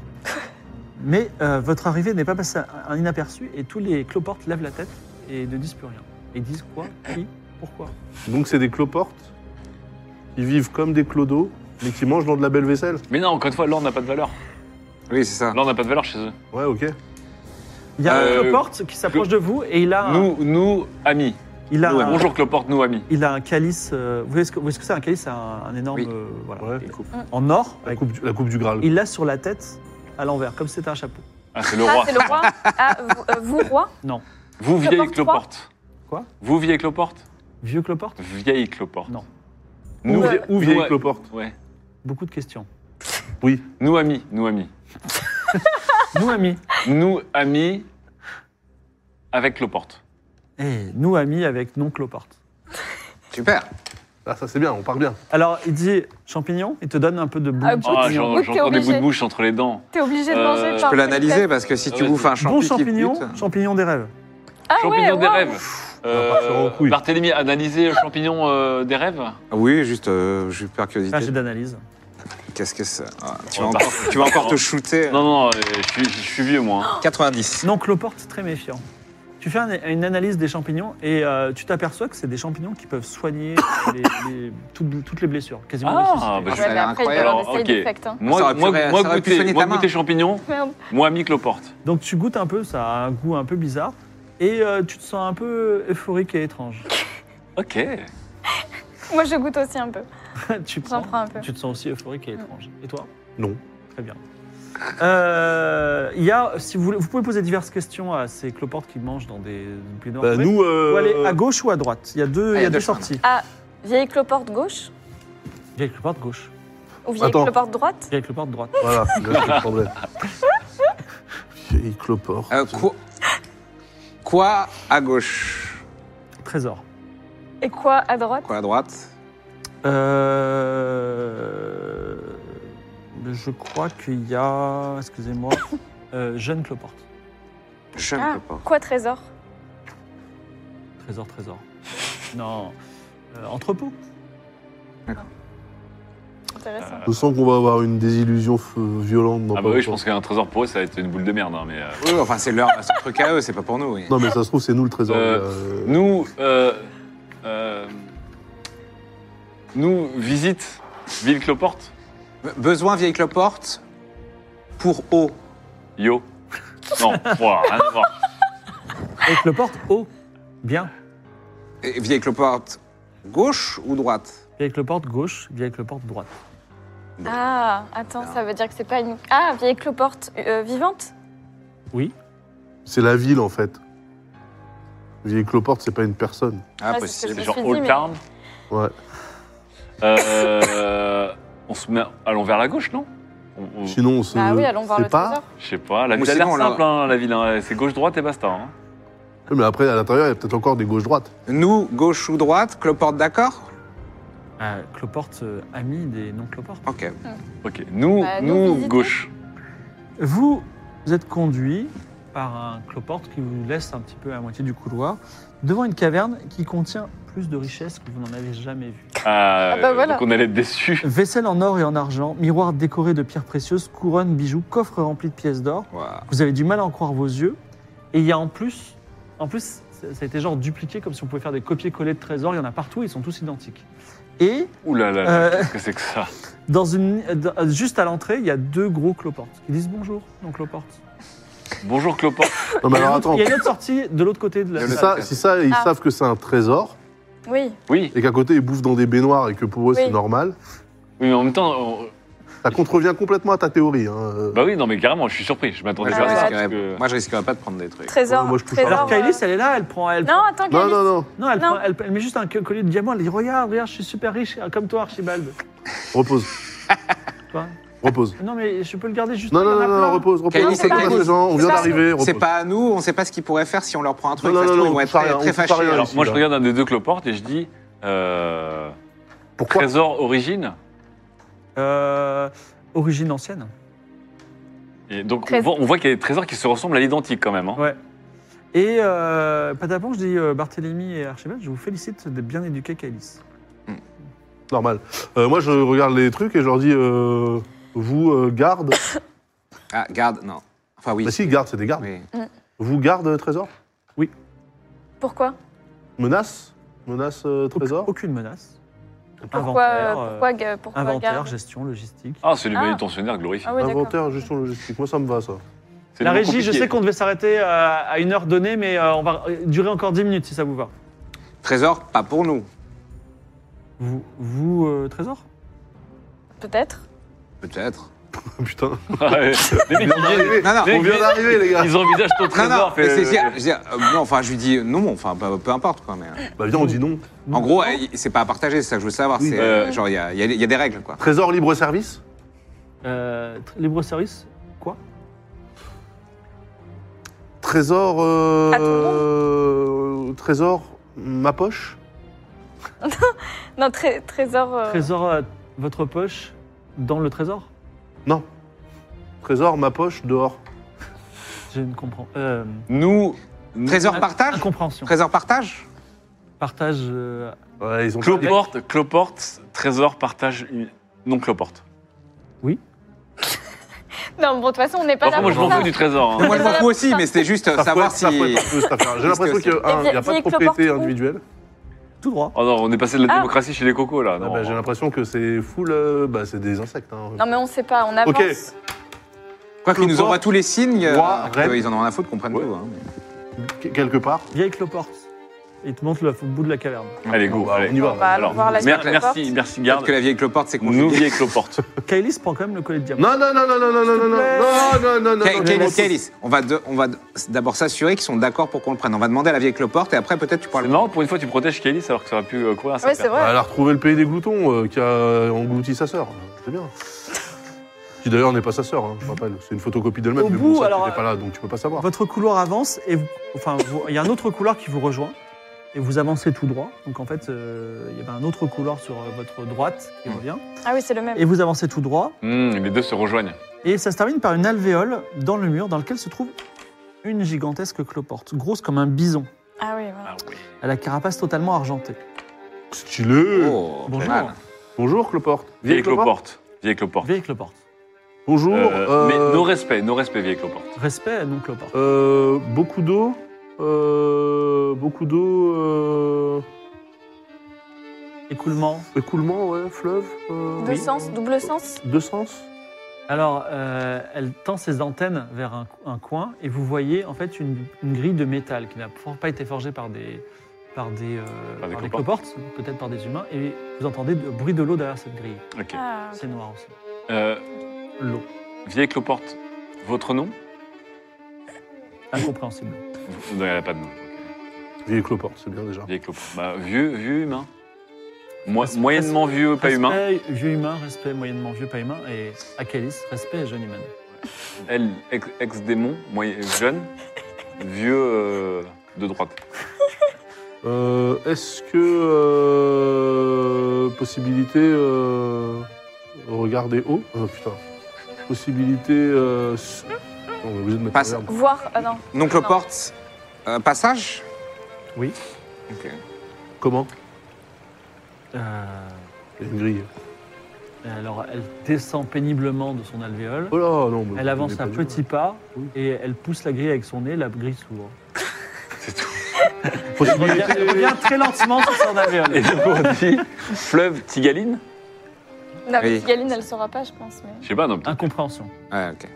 [SPEAKER 1] Mais euh, votre arrivée n'est pas passée à- à inaperçue et tous les cloportes lèvent la tête et ne disent plus rien. Et disent quoi Qui Pourquoi
[SPEAKER 4] Donc c'est des cloportes qui vivent comme des clodos, mais qui mangent dans de la belle vaisselle.
[SPEAKER 2] Mais non, encore une fois, l'or n'a pas de valeur.
[SPEAKER 5] Oui, c'est ça.
[SPEAKER 2] L'or n'a pas de valeur chez eux.
[SPEAKER 4] Ouais, ok.
[SPEAKER 1] Il y a
[SPEAKER 2] Euh,
[SPEAKER 1] un cloporte qui s'approche de vous et il a,
[SPEAKER 3] Ah.
[SPEAKER 1] un-
[SPEAKER 2] Nous, nous, amis.
[SPEAKER 1] il a,
[SPEAKER 2] Nous,
[SPEAKER 1] un-
[SPEAKER 2] amis. Bonjour Cloporte, nous, amis.
[SPEAKER 1] il a un calice. euh, vous voyez ce que vous voyez ce que c'est un calice C'est un, un énorme.
[SPEAKER 5] Oui.
[SPEAKER 1] euh, voilà,
[SPEAKER 4] Ouais.
[SPEAKER 1] et- en or.
[SPEAKER 4] La
[SPEAKER 1] avec-
[SPEAKER 4] coupe, du- la coupe du Graal.
[SPEAKER 1] il l'a sur la tête à l'envers, comme si c'était un chapeau.
[SPEAKER 2] Ah, c'est le
[SPEAKER 3] Ah,
[SPEAKER 2] roi.
[SPEAKER 3] c'est le roi. Ah, vous, euh, vous, roi
[SPEAKER 2] Vous, vieille
[SPEAKER 3] Cloporte trois.
[SPEAKER 2] Cloporte.
[SPEAKER 1] Quoi
[SPEAKER 2] Vous, vieille Cloporte
[SPEAKER 1] Vieux cloporte
[SPEAKER 2] Vieille Cloporte.
[SPEAKER 1] Non.
[SPEAKER 4] Nous,
[SPEAKER 3] Ouais.
[SPEAKER 4] vie- ou vieille
[SPEAKER 2] Ouais.
[SPEAKER 4] cloporte.
[SPEAKER 2] Ouais.
[SPEAKER 1] Beaucoup de questions.
[SPEAKER 2] Nous, amis. Nous, amis.
[SPEAKER 1] Nous, amis.
[SPEAKER 2] Nous, amis, avec Cloporte.
[SPEAKER 1] Eh, nous, amis, avec non cloporte.
[SPEAKER 5] Super.
[SPEAKER 4] Ah, ça c'est bien, on part bien.
[SPEAKER 1] Alors, il dit champignon, il te donne un peu de bout
[SPEAKER 3] Ah,
[SPEAKER 1] de
[SPEAKER 3] bon
[SPEAKER 2] Ah,
[SPEAKER 1] champignon.
[SPEAKER 2] j'en-
[SPEAKER 3] Oui, t'es
[SPEAKER 2] j'entends des
[SPEAKER 3] obligé.
[SPEAKER 2] bouts de bouche entre les dents.
[SPEAKER 3] T'es obligé de
[SPEAKER 2] Euh,
[SPEAKER 3] manger
[SPEAKER 2] je
[SPEAKER 5] Je
[SPEAKER 3] par
[SPEAKER 5] peux l'analyser parce que si
[SPEAKER 2] Ah,
[SPEAKER 5] tu
[SPEAKER 2] vas-y.
[SPEAKER 5] bouffes un
[SPEAKER 1] Bon
[SPEAKER 5] champi qui
[SPEAKER 1] champignon,
[SPEAKER 5] bute-
[SPEAKER 1] champignon des rêves.
[SPEAKER 3] Ah
[SPEAKER 2] champignon
[SPEAKER 3] ouais,
[SPEAKER 2] des
[SPEAKER 3] waouh.
[SPEAKER 2] rêves.
[SPEAKER 4] va partir en couille.
[SPEAKER 2] Barthélemy, analyser le champignon euh, des rêves
[SPEAKER 5] Oui, juste, euh, j'ai peur
[SPEAKER 1] Ah, j'ai
[SPEAKER 5] curiosité.
[SPEAKER 1] d'analyse.
[SPEAKER 5] Qu'est-ce que c'est Ah, tu,
[SPEAKER 2] On
[SPEAKER 5] vas
[SPEAKER 2] va
[SPEAKER 5] encore,
[SPEAKER 2] pas-
[SPEAKER 5] tu vas encore
[SPEAKER 2] Non.
[SPEAKER 5] te shooter. hein.
[SPEAKER 2] Non, non, euh, je suis, je suis vieux, moi.
[SPEAKER 5] Ah,
[SPEAKER 2] hein.
[SPEAKER 5] 90.
[SPEAKER 1] Non cloporte, très méfiant. Tu fais un- une analyse des champignons et euh, tu t'aperçois que c'est des champignons qui peuvent soigner les- les- toutes, toutes les blessures, quasiment.
[SPEAKER 2] Ah,
[SPEAKER 1] ressusciter.
[SPEAKER 2] bah,
[SPEAKER 3] Ouais,
[SPEAKER 5] Ça a
[SPEAKER 3] mais
[SPEAKER 5] l'air
[SPEAKER 3] après, il va y avoir
[SPEAKER 2] incroyable.
[SPEAKER 3] des side
[SPEAKER 2] Alors, ok.
[SPEAKER 3] effects, hein.
[SPEAKER 5] Ça aurait
[SPEAKER 2] Moi,
[SPEAKER 5] pu
[SPEAKER 2] moi,
[SPEAKER 5] ré-
[SPEAKER 2] moi,
[SPEAKER 5] ça aurait pu
[SPEAKER 2] goûter,
[SPEAKER 5] soigner
[SPEAKER 2] moi,
[SPEAKER 5] ta main.
[SPEAKER 2] goûter champignon,
[SPEAKER 3] Mais on-
[SPEAKER 2] moi, ami Cloporte.
[SPEAKER 1] Donc tu goûtes un peu, ça a un goût un peu bizarre et euh, tu te sens un peu euphorique et étrange.
[SPEAKER 2] Ok. Ah bah
[SPEAKER 3] Moi, je goûte aussi un peu.
[SPEAKER 1] tu, prends,
[SPEAKER 3] J'en prends un peu.
[SPEAKER 1] tu te sens aussi euphorique et étrange. Et toi
[SPEAKER 4] Non.
[SPEAKER 1] Très bien. Euh, Il y a, si vous, voulez- vous pouvez poser diverses questions à ces cloportes qui mangent dans des baignoires.
[SPEAKER 4] Bah,
[SPEAKER 1] dorées.
[SPEAKER 4] nous, euh,
[SPEAKER 1] Ou aller à gauche ou à droite. Il y a deux,
[SPEAKER 5] Ah,
[SPEAKER 1] il y a deux sorties.
[SPEAKER 3] Vieille cloporte gauche
[SPEAKER 1] Vieille cloporte gauche.
[SPEAKER 3] ou vieille
[SPEAKER 4] Attends.
[SPEAKER 3] cloporte droite
[SPEAKER 1] Vieille cloporte droite.
[SPEAKER 4] Voilà, là, c'est le problème. Vieille cloporte.
[SPEAKER 5] Euh, quoi, quoi à gauche
[SPEAKER 1] Trésor.
[SPEAKER 3] Et quoi à droite
[SPEAKER 5] Quoi à droite
[SPEAKER 1] Euh... Je crois qu'il y a, excusez-moi, euh, jeune cloporte.
[SPEAKER 5] Je
[SPEAKER 3] Ah.
[SPEAKER 5] ne peux pas.
[SPEAKER 3] Quoi trésor
[SPEAKER 1] Trésor, trésor. Non. Euh, entrepôt.
[SPEAKER 3] Intéressant.
[SPEAKER 4] Je sens qu'on va avoir une désillusion f- violente dans
[SPEAKER 2] Ah,
[SPEAKER 4] pas
[SPEAKER 2] bah oui, je
[SPEAKER 4] longtemps.
[SPEAKER 2] pense qu'un trésor pour eux, ça va être une boule de merde. hein, mais, euh,
[SPEAKER 5] Oui, enfin, c'est leur c'est leur truc à eux, c'est pas pour nous. oui.
[SPEAKER 4] Non, mais ça se trouve, c'est nous le trésor.
[SPEAKER 2] Euh,
[SPEAKER 4] mais, euh,
[SPEAKER 2] Nous, euh, euh, nous visite Ville Cloporte.
[SPEAKER 5] Be- Besoin vieille cloporte pour eau.
[SPEAKER 2] Yo. Non, ouah, rien à voir.
[SPEAKER 1] Et cloporte, haut. Bien.
[SPEAKER 5] Et vieille cloporte gauche ou droite
[SPEAKER 1] Vieille cloporte gauche, vieille cloporte droite.
[SPEAKER 3] Ah, attends, ça veut dire que c'est pas une. Ah, vieille cloporte euh, vivante
[SPEAKER 4] C'est la ville, en fait. Vieille cloporte, c'est pas une personne.
[SPEAKER 5] Ah,
[SPEAKER 3] Ouais,
[SPEAKER 5] possible.
[SPEAKER 2] C'est
[SPEAKER 3] c'est
[SPEAKER 2] genre
[SPEAKER 3] Je me suis
[SPEAKER 2] Old
[SPEAKER 3] dit,
[SPEAKER 2] Town.
[SPEAKER 4] Ouais.
[SPEAKER 2] Euh, on se met, allons vers la gauche, non On- on- Je
[SPEAKER 4] Sinon, on se-
[SPEAKER 3] Bah oui, allons voir
[SPEAKER 4] c'est
[SPEAKER 3] le
[SPEAKER 4] pas...
[SPEAKER 3] trésor.
[SPEAKER 2] sais pas, la
[SPEAKER 5] Ou
[SPEAKER 2] ville a l'air
[SPEAKER 5] sinon, là-
[SPEAKER 2] simple, hein, la ville. hein, C'est gauche-droite et basta. hein.
[SPEAKER 4] Oui, Mais après, à l'intérieur, il y a peut-être encore des gauches-droites.
[SPEAKER 5] Nous, gauche ou droite, cloporte d'accord
[SPEAKER 1] Euh, cloporte, euh, ami des non-cloportes.
[SPEAKER 5] Ok.
[SPEAKER 2] Ok, nous,
[SPEAKER 3] Bah, nous
[SPEAKER 2] nous,
[SPEAKER 3] visiter.
[SPEAKER 2] gauche.
[SPEAKER 1] Vous êtes conduit par un cloporte qui vous laisse un petit peu à moitié du couloir devant une caverne qui contient plus de richesses que vous n'en avez jamais vues.
[SPEAKER 2] Ah,
[SPEAKER 3] bah voilà.
[SPEAKER 2] Donc on allait être déçus.
[SPEAKER 1] Vaisselle en or et en argent, miroir décoré de pierres précieuses, couronnes, bijoux, coffres remplis de pièces d'or.
[SPEAKER 5] Ouah.
[SPEAKER 1] Vous avez du mal à en croire vos yeux. Et il y a en plus, en plus, ça ça a été genre dupliqué comme si on pouvait faire des copier-coller de trésors. Il y en a partout, ils sont tous identiques. Et
[SPEAKER 2] Ouh là là,
[SPEAKER 1] Euh.
[SPEAKER 2] qu'est-ce que c'est que ça
[SPEAKER 1] dans une, dans- juste à l'entrée, il y a deux gros cloportes qui disent bonjour, non cloportes.
[SPEAKER 2] Bonjour Cloporte.
[SPEAKER 4] Non, mais alors Ah, attends.
[SPEAKER 1] Il y a une autre sortie de l'autre côté de la.
[SPEAKER 4] Si ça, si ça, ils
[SPEAKER 3] Ah.
[SPEAKER 4] savent que c'est un trésor
[SPEAKER 3] Oui.
[SPEAKER 2] Oui,
[SPEAKER 4] et qu'à côté, ils bouffent dans des baignoires et que pour eux,
[SPEAKER 3] Oui.
[SPEAKER 4] c'est normal,
[SPEAKER 2] oui, mais en même temps, on-
[SPEAKER 4] ça contrevient complètement à ta théorie. hein. Euh,
[SPEAKER 2] Bah oui, non, mais carrément, je suis surpris. Je
[SPEAKER 5] Moi
[SPEAKER 2] m'attendais
[SPEAKER 5] je,
[SPEAKER 2] pas à ça.
[SPEAKER 5] risquerais,
[SPEAKER 2] parce que-
[SPEAKER 5] moi, je risquerais pas de prendre des trucs.
[SPEAKER 3] Trésor.
[SPEAKER 4] Ouais, moi, je touche
[SPEAKER 3] trésor
[SPEAKER 1] Alors
[SPEAKER 3] euh,
[SPEAKER 1] Kailis, elle est là, elle prend, elle
[SPEAKER 3] Non, attends,
[SPEAKER 4] Non,
[SPEAKER 3] Kailis.
[SPEAKER 4] non, non.
[SPEAKER 1] Non, elle,
[SPEAKER 3] Non.
[SPEAKER 1] prend- elle- elle met juste un que- collier de diamants. Elle dit Regarde, regarde, je suis super riche, comme toi, Archibald.
[SPEAKER 4] Repose.
[SPEAKER 1] Tu vois
[SPEAKER 4] Repose.
[SPEAKER 1] Non, mais je peux le garder juste
[SPEAKER 4] Non,
[SPEAKER 1] il y en
[SPEAKER 4] non,
[SPEAKER 1] a
[SPEAKER 4] non, non,
[SPEAKER 1] plein.
[SPEAKER 4] repose, repose.
[SPEAKER 5] Kaylee,
[SPEAKER 4] repose,
[SPEAKER 5] c'est Kaylee.
[SPEAKER 4] les gens, on vient
[SPEAKER 3] C'est pas-
[SPEAKER 4] d'arriver, repose.
[SPEAKER 5] C'est pas à nous, on ne sait pas ce qu'ils pourraient faire si on leur prend un truc.
[SPEAKER 4] Non,
[SPEAKER 5] ça se
[SPEAKER 4] non,
[SPEAKER 5] trouve,
[SPEAKER 4] non,
[SPEAKER 5] ils
[SPEAKER 4] on
[SPEAKER 5] vont être
[SPEAKER 4] fout rien,
[SPEAKER 5] très,
[SPEAKER 4] on
[SPEAKER 5] très
[SPEAKER 4] fout pas
[SPEAKER 5] fâchés.
[SPEAKER 4] rien.
[SPEAKER 2] Alors,
[SPEAKER 4] ici,
[SPEAKER 2] moi, je
[SPEAKER 4] là.
[SPEAKER 2] regarde un des deux cloportes et je dis euh,
[SPEAKER 4] Pourquoi
[SPEAKER 2] Trésor Origine.
[SPEAKER 1] Euh, origine ancienne.
[SPEAKER 2] Et donc, on
[SPEAKER 3] Trésor.
[SPEAKER 2] voit, on voit qu'il y a des trésors qui se ressemblent à l'identique quand même. hein.
[SPEAKER 1] Ouais. Et euh, Patapon, je dis euh, Barthélemy et Archibald, je vous félicite d'être bien éduqués, Calis.
[SPEAKER 4] Normal. Euh, moi, je regarde les trucs et je leur dis euh, vous, euh, garde.
[SPEAKER 5] Ah, garde, non. Enfin, oui.
[SPEAKER 4] Bah, si, garde, c'est des gardes.
[SPEAKER 5] Oui.
[SPEAKER 4] Vous, garde, euh, trésor
[SPEAKER 3] Pourquoi
[SPEAKER 4] Menace Menace, euh, trésor
[SPEAKER 1] Aucune menace.
[SPEAKER 3] Pourquoi, euh,
[SPEAKER 1] Inventaire, euh,
[SPEAKER 3] pourquoi, ga- pourquoi
[SPEAKER 1] inventaire,
[SPEAKER 3] garde
[SPEAKER 1] gestion, logistique.
[SPEAKER 2] Ah, c'est
[SPEAKER 3] Ah.
[SPEAKER 2] manutentionnaire glorifié.
[SPEAKER 3] Ah oui, d'accord.
[SPEAKER 4] Inventaire, gestion logistique. Moi, ça me va, ça.
[SPEAKER 2] C'est
[SPEAKER 1] La
[SPEAKER 2] le nom
[SPEAKER 1] régie, je
[SPEAKER 2] compliqué.
[SPEAKER 1] sais qu'on devait s'arrêter euh, à une heure donnée, mais euh, on va euh, durer encore 10 minutes si ça vous va.
[SPEAKER 5] Trésor, pas pour nous.
[SPEAKER 1] Vous, vous euh, Trésor
[SPEAKER 3] Peut-être.
[SPEAKER 5] Peut-être.
[SPEAKER 4] Putain.
[SPEAKER 2] Ah ouais. Les mecs, ils viennent-
[SPEAKER 5] Non, non.
[SPEAKER 2] Mais-
[SPEAKER 4] On vient d'arriver, les gars.
[SPEAKER 2] Ils envisagent ton
[SPEAKER 5] Non,
[SPEAKER 2] trésor.
[SPEAKER 5] non,
[SPEAKER 2] fait-
[SPEAKER 5] mais c'est- c'est- je veux dire, euh, non, enfin, je lui dis euh, non, enfin, peu, peu importe, quoi. Mais, euh,
[SPEAKER 4] Bah, viens, on dit non.
[SPEAKER 5] en gros, euh, c'est pas à partager, c'est ça que je veux savoir.
[SPEAKER 4] Oui.
[SPEAKER 5] c'est, euh,
[SPEAKER 2] Euh,
[SPEAKER 5] genre, il y a, il y a- il y a des règles, quoi.
[SPEAKER 4] Trésor libre-service
[SPEAKER 1] Euh, tr- libre service, quoi
[SPEAKER 4] Trésor.
[SPEAKER 3] À tout
[SPEAKER 4] euh, Trésor, ma poche
[SPEAKER 3] Non, tré- trésor. euh,
[SPEAKER 1] Trésor, euh, votre poche dans le trésor
[SPEAKER 4] Non. Trésor, ma poche, dehors.
[SPEAKER 1] Je ne comprends. euh,
[SPEAKER 5] Nous. Ah, Trésor partage
[SPEAKER 1] incompréhension.
[SPEAKER 5] Trésor partage
[SPEAKER 1] Partage. euh,
[SPEAKER 4] Ouais, ils ont pas-
[SPEAKER 2] Cloporte, cloporte, trésor, partage, uni- non cloporte.
[SPEAKER 3] Non, bon, de toute façon, on n'est pas là
[SPEAKER 2] Après, moi, je
[SPEAKER 3] pour
[SPEAKER 2] m'en
[SPEAKER 3] ça.
[SPEAKER 2] fous du trésor. hein.
[SPEAKER 5] Moi, je m'en fous aussi, mais c'était juste euh,
[SPEAKER 4] Ça
[SPEAKER 5] savoir
[SPEAKER 4] fouette, ça fouette
[SPEAKER 5] si.
[SPEAKER 4] un peu, cette affaire. J'ai l'impression
[SPEAKER 5] Parce que
[SPEAKER 4] qu'il
[SPEAKER 3] c'est-
[SPEAKER 4] n'y a pas de
[SPEAKER 3] Vieille cloporte
[SPEAKER 4] propriété
[SPEAKER 3] où
[SPEAKER 4] individuelle.
[SPEAKER 1] tout droit.
[SPEAKER 2] Oh non, on est passé de la
[SPEAKER 3] Ah.
[SPEAKER 2] démocratie chez les cocos là.
[SPEAKER 4] Ah
[SPEAKER 2] non.
[SPEAKER 4] bah, J'ai l'impression que c'est full. euh, bah, c'est des insectes. hein.
[SPEAKER 3] Non, mais on sait pas, on avance.
[SPEAKER 4] Ok.
[SPEAKER 5] Quoi qu'ils nous
[SPEAKER 4] Clopin,
[SPEAKER 5] envoient tous les signes,
[SPEAKER 4] roi,
[SPEAKER 5] euh,
[SPEAKER 4] reine.
[SPEAKER 5] qu'ils en ont rien à foutre, qu'on prenne
[SPEAKER 4] Ouais.
[SPEAKER 5] tout. hein, mais-
[SPEAKER 4] Qu- Quelque part.
[SPEAKER 1] Vieille cloporte. Il te montre le bout de la caverne.
[SPEAKER 2] Allez, go,
[SPEAKER 4] Bah,
[SPEAKER 2] allez.
[SPEAKER 4] on y va.
[SPEAKER 3] On va alors voir la
[SPEAKER 2] mer-
[SPEAKER 3] suite.
[SPEAKER 2] merci, merci,
[SPEAKER 5] Peut-être
[SPEAKER 2] garde.
[SPEAKER 5] que la vieille cloporte, c'est qu'on
[SPEAKER 2] Nous, vieille cloporte.
[SPEAKER 1] Kailis prend quand même le collet de diamant.
[SPEAKER 4] Non, non, non, non, non, non, non, non, non, non, non, non, non,
[SPEAKER 5] Ca-
[SPEAKER 4] non,
[SPEAKER 5] Kailis,
[SPEAKER 4] non.
[SPEAKER 5] Kailis, on va, de- on va d- d'abord s'assurer qu'ils sont d'accord pour qu'on le prenne. On va demander à la vieille cloporte et après peut-être tu pourras
[SPEAKER 2] C'est
[SPEAKER 5] le
[SPEAKER 2] marrant, pour une fois, tu protèges Kélis alors que ça aurait pu euh, courir à sa
[SPEAKER 3] Ouais, c'est
[SPEAKER 2] perte.
[SPEAKER 3] vrai.
[SPEAKER 4] Elle a retrouvé le pays des gloutons euh, qui a englouti sa sœur. C'est bien. Qui d'ailleurs n'est pas sa sœur, hein, je rappelle. C'est une photocopie d'elle-même.
[SPEAKER 1] Au
[SPEAKER 4] mais
[SPEAKER 1] bout,
[SPEAKER 4] bon, ça,
[SPEAKER 1] alors,
[SPEAKER 4] t'étais pas là, donc tu peux pas savoir.
[SPEAKER 1] Votre couloir avance et vous- enfin vous- il y a un autre couloir qui vous rejoint et vous avancez tout droit. Donc en fait euh, il y avait un autre couloir sur euh, votre droite qui
[SPEAKER 5] Mm.
[SPEAKER 1] revient
[SPEAKER 3] Ah oui, c'est le même.
[SPEAKER 1] et vous avancez tout droit
[SPEAKER 2] Hum, les deux se rejoignent.
[SPEAKER 1] et ça se termine par une alvéole dans le mur dans lequel se trouve une gigantesque cloporte grosse comme un bison.
[SPEAKER 3] Ah oui, voilà.
[SPEAKER 2] Ah oui.
[SPEAKER 1] Elle a la carapace totalement argentée.
[SPEAKER 4] Stylé
[SPEAKER 5] Oh, pas
[SPEAKER 1] Bonjour.
[SPEAKER 5] mal.
[SPEAKER 4] Bonjour, Cloporte.
[SPEAKER 2] Vieille cloporte. Vieille cloporte.
[SPEAKER 1] Vieille cloporte.
[SPEAKER 4] Bonjour.
[SPEAKER 2] Euh, Mais
[SPEAKER 4] euh,
[SPEAKER 2] nos respects, nos respects, vieille cloporte.
[SPEAKER 1] Respect non cloporte.
[SPEAKER 4] euh, beaucoup d'eau. euh, beaucoup d'eau. euh,
[SPEAKER 1] Écoulement.
[SPEAKER 4] écoulement, ouais, fleuve. euh,
[SPEAKER 3] Deux sens, double sens.
[SPEAKER 4] Deux sens.
[SPEAKER 1] Alors euh, elle tend ses antennes vers un, un coin et vous voyez en fait une, une grille de métal qui n'a for- pas été forgée par des par des, euh,
[SPEAKER 2] Par des
[SPEAKER 1] par des
[SPEAKER 2] cloportes.
[SPEAKER 1] cloportes, peut-être par des humains et vous entendez le bruit de l'eau derrière cette grille.
[SPEAKER 2] Ok.
[SPEAKER 3] Ah,
[SPEAKER 1] C'est noir aussi.
[SPEAKER 2] Euh,
[SPEAKER 1] L'eau,
[SPEAKER 2] vieille cloporte, votre nom
[SPEAKER 1] incompréhensible.
[SPEAKER 2] Non, elle n'a pas de nom.
[SPEAKER 4] Vieille Cloporte, c'est bien déjà.
[SPEAKER 2] Vieille cloporte. Bah, vieux, vieux humain. Moi- moyennement vieux, pas humain.
[SPEAKER 1] Respect vieux humain, respect moyennement vieux pas humain et Akalis, respect jeune humain.
[SPEAKER 2] Elle, ex- ex-démon, moyen- jeune, vieux euh, de droite.
[SPEAKER 4] Euh, Est-ce que euh, possibilité euh, regarder haut Euh, Putain. Possibilité. euh, s- on est obligé de mettre
[SPEAKER 5] Passe.
[SPEAKER 4] la merde.
[SPEAKER 3] Voir. Ah non.
[SPEAKER 5] Donc cloporte, euh, passage
[SPEAKER 1] Oui.
[SPEAKER 5] Ok.
[SPEAKER 4] Comment
[SPEAKER 1] Euh,
[SPEAKER 4] Il y a une grille.
[SPEAKER 1] alors elle descend péniblement de son alvéole.
[SPEAKER 4] Oh là non. mais
[SPEAKER 1] Elle
[SPEAKER 4] vous
[SPEAKER 1] avance
[SPEAKER 4] avez pas
[SPEAKER 1] à
[SPEAKER 4] dit,
[SPEAKER 1] petits
[SPEAKER 4] ouais.
[SPEAKER 1] pas
[SPEAKER 4] Oui.
[SPEAKER 1] et elle pousse la grille avec son nez, la grille s'ouvre. Elle
[SPEAKER 4] Possibilité.
[SPEAKER 1] revient- elle revient très lentement sur son alvéole.
[SPEAKER 2] Et donc on dit fleuve Tigaline
[SPEAKER 3] Non, mais
[SPEAKER 5] Oui.
[SPEAKER 3] Galine, elle saura pas, je pense. Mais,
[SPEAKER 2] Je sais pas, non, peut-être.
[SPEAKER 1] Incompréhension.
[SPEAKER 5] Ouais, ok.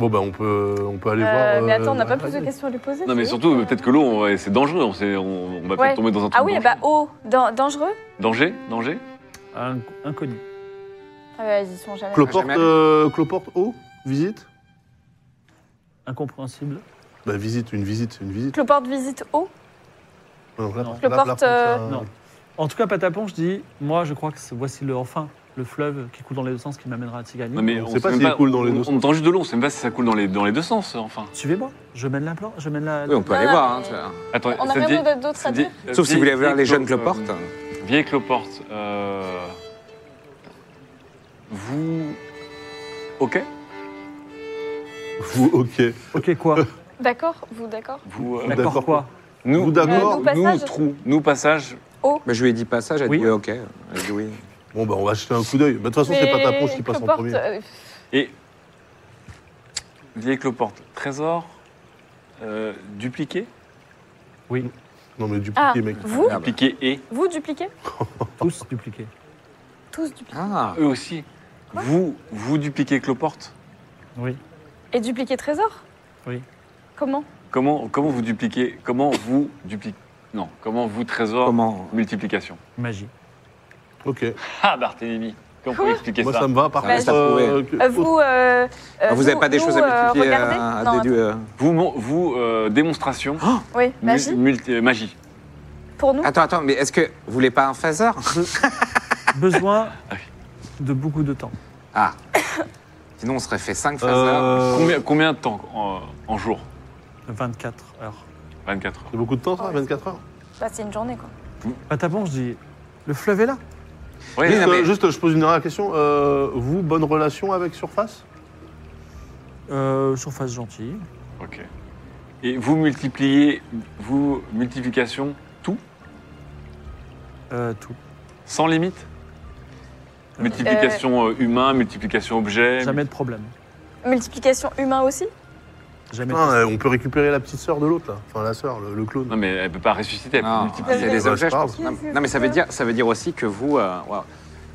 [SPEAKER 4] Bon bah on peut on peut aller
[SPEAKER 3] Euh,
[SPEAKER 4] voir.
[SPEAKER 3] mais
[SPEAKER 4] euh,
[SPEAKER 3] attends, on n'a pas
[SPEAKER 4] la
[SPEAKER 3] plus de
[SPEAKER 4] grille.
[SPEAKER 3] questions à lui poser.
[SPEAKER 2] Non, mais
[SPEAKER 3] c'est
[SPEAKER 2] surtout, euh,
[SPEAKER 3] vrai
[SPEAKER 2] peut-être que l'eau, on va- c'est dangereux, on, sait- on- on va peut-être
[SPEAKER 3] Ah, Ouais.
[SPEAKER 2] tomber dans un truc.
[SPEAKER 3] Ah oui,
[SPEAKER 2] dangereux.
[SPEAKER 3] bah oh, dan- dangereux
[SPEAKER 2] Danger Danger
[SPEAKER 4] Hmm.
[SPEAKER 1] Inc- Inconnu.
[SPEAKER 3] Ah bah, ils y sont jamais.
[SPEAKER 4] Cloporte
[SPEAKER 5] Jamais allé.
[SPEAKER 4] euh, Cloporte haut visite.
[SPEAKER 1] Incompréhensible.
[SPEAKER 4] Bah visite une visite une visite.
[SPEAKER 3] Cloporte visite oh, haut
[SPEAKER 4] Non, là,
[SPEAKER 1] Non.
[SPEAKER 4] là, là,
[SPEAKER 3] Cloporte,
[SPEAKER 4] là, là,
[SPEAKER 3] euh,
[SPEAKER 4] ça-
[SPEAKER 1] Non. En tout cas, Patapon, je dis, moi, je crois que c'est- voici le enfin le fleuve qui coule dans les deux sens qui m'amènera à Tigani.
[SPEAKER 2] Non, mais
[SPEAKER 4] On
[SPEAKER 2] on
[SPEAKER 4] sait
[SPEAKER 2] sait
[SPEAKER 4] pas
[SPEAKER 2] même
[SPEAKER 4] s'il coule dans les
[SPEAKER 2] on-
[SPEAKER 4] deux
[SPEAKER 2] On
[SPEAKER 4] sens.
[SPEAKER 2] entend juste de l'eau, on sait même pas si ça coule dans les, dans les deux sens, euh, enfin.
[SPEAKER 1] Suivez-moi, je mène la plan, je mène la.
[SPEAKER 5] Oui, on peut
[SPEAKER 3] Ah,
[SPEAKER 5] aller voir. hein,
[SPEAKER 3] mais-
[SPEAKER 5] ça-
[SPEAKER 2] Attends,
[SPEAKER 3] On a
[SPEAKER 2] ça dit-
[SPEAKER 3] même d'autres
[SPEAKER 2] ça
[SPEAKER 3] à
[SPEAKER 2] dit,
[SPEAKER 3] dire.
[SPEAKER 2] euh,
[SPEAKER 5] Sauf si vous
[SPEAKER 2] vieille-
[SPEAKER 5] voulez voir les
[SPEAKER 2] vieille
[SPEAKER 5] jeunes
[SPEAKER 2] clope, euh,
[SPEAKER 5] cloportes.
[SPEAKER 2] Vieille cloporte, euh, vous. Ok
[SPEAKER 4] Vous, ok.
[SPEAKER 1] Ok, quoi
[SPEAKER 3] D'accord, vous d'accord
[SPEAKER 2] Vous. euh,
[SPEAKER 4] D'accord,
[SPEAKER 1] D'accord, quoi
[SPEAKER 2] nous,
[SPEAKER 4] Vous
[SPEAKER 3] d'accord Euh, nous,
[SPEAKER 2] Nous,
[SPEAKER 3] passage.
[SPEAKER 2] trou. Nous, passage.
[SPEAKER 5] Bah, je lui ai dit passage, elle a
[SPEAKER 1] Oui.
[SPEAKER 5] dit ok. Elle a dit oui.
[SPEAKER 4] Bon, bah, on va jeter un coup d'œil. Bah, De toute façon, c'est pas ta poche qui passe en premier.
[SPEAKER 3] euh,
[SPEAKER 2] Et. Vieille cloporte, trésor. euh, dupliqué
[SPEAKER 1] Oui,
[SPEAKER 4] Non, mais du
[SPEAKER 3] Ah,
[SPEAKER 4] piqué, mec.
[SPEAKER 3] vous,
[SPEAKER 5] Ah bah.
[SPEAKER 2] Dupliqué et
[SPEAKER 3] vous dupliquez
[SPEAKER 1] tous dupliqués.
[SPEAKER 3] Tous dupliquez.
[SPEAKER 5] Ah,
[SPEAKER 2] eux aussi. Vous, vous dupliquez cloporte
[SPEAKER 1] Oui.
[SPEAKER 3] Et dupliquer trésor
[SPEAKER 1] Oui.
[SPEAKER 3] Comment
[SPEAKER 2] Comment, comment vous dupliquez Comment vous dupliquez Non, comment vous trésor
[SPEAKER 5] comment
[SPEAKER 2] multiplication
[SPEAKER 1] Magie.
[SPEAKER 4] Ok.
[SPEAKER 2] Ah, Barthélémy, comment
[SPEAKER 3] Quoi
[SPEAKER 2] vous expliquer
[SPEAKER 4] Moi,
[SPEAKER 2] ça,
[SPEAKER 4] ça me va. Par contre,
[SPEAKER 5] Ça reste à prouver.
[SPEAKER 4] euh, que-
[SPEAKER 3] Euh, Vous, euh, euh,
[SPEAKER 5] Ah, Vous n'avez pas des
[SPEAKER 3] vous,
[SPEAKER 5] choses
[SPEAKER 3] euh,
[SPEAKER 5] à multiplier
[SPEAKER 3] regardez.
[SPEAKER 5] à- à
[SPEAKER 3] Non,
[SPEAKER 5] déduire, euh.
[SPEAKER 2] Vous, mon- vous euh, démonstration
[SPEAKER 3] attends. Oui,
[SPEAKER 2] mul-
[SPEAKER 3] bah, magie.
[SPEAKER 2] multi- euh, magie.
[SPEAKER 3] Pour nous,
[SPEAKER 5] Attends, attends, mais est-ce que vous voulez pas un phaser
[SPEAKER 1] Besoin
[SPEAKER 2] Ah
[SPEAKER 1] de beaucoup de temps.
[SPEAKER 5] Ah. Sinon, on serait fait 5 phasers.
[SPEAKER 4] euh,
[SPEAKER 2] Combien, combien de temps en, en jour
[SPEAKER 1] 24 heures.
[SPEAKER 2] 24 heures.
[SPEAKER 4] C'est beaucoup de temps, ça, 24 heures
[SPEAKER 3] bah, c'est une journée quoi.
[SPEAKER 1] Bah t'as bon, je dis, le fleuve est là.
[SPEAKER 2] Ouais,
[SPEAKER 5] Oui,
[SPEAKER 4] juste,
[SPEAKER 5] non, mais-
[SPEAKER 4] euh, juste, je pose une dernière question. Euh, vous, bonne relation avec Surface
[SPEAKER 1] Euh, surface gentille.
[SPEAKER 2] ok. Et vous multipliez, vous multiplication
[SPEAKER 1] Euh, tout.
[SPEAKER 2] sans limite Multiplication euh, humain, multiplication objet.
[SPEAKER 1] Jamais de problème.
[SPEAKER 3] Multiplication humain aussi
[SPEAKER 1] Jamais. de
[SPEAKER 4] Putain,
[SPEAKER 1] problème.
[SPEAKER 4] euh, on peut récupérer la petite sœur de l'autre, là. Enfin, la sœur, le, le clone.
[SPEAKER 2] Non, mais elle peut pas ressusciter, elle peut
[SPEAKER 5] Non,
[SPEAKER 2] multiplier.
[SPEAKER 5] il y a des
[SPEAKER 4] Ouais,
[SPEAKER 5] objets,
[SPEAKER 4] c'est
[SPEAKER 5] je pense.
[SPEAKER 4] pas
[SPEAKER 5] Non, non, mais ça veut dire, ça veut dire aussi que vous, euh, wow,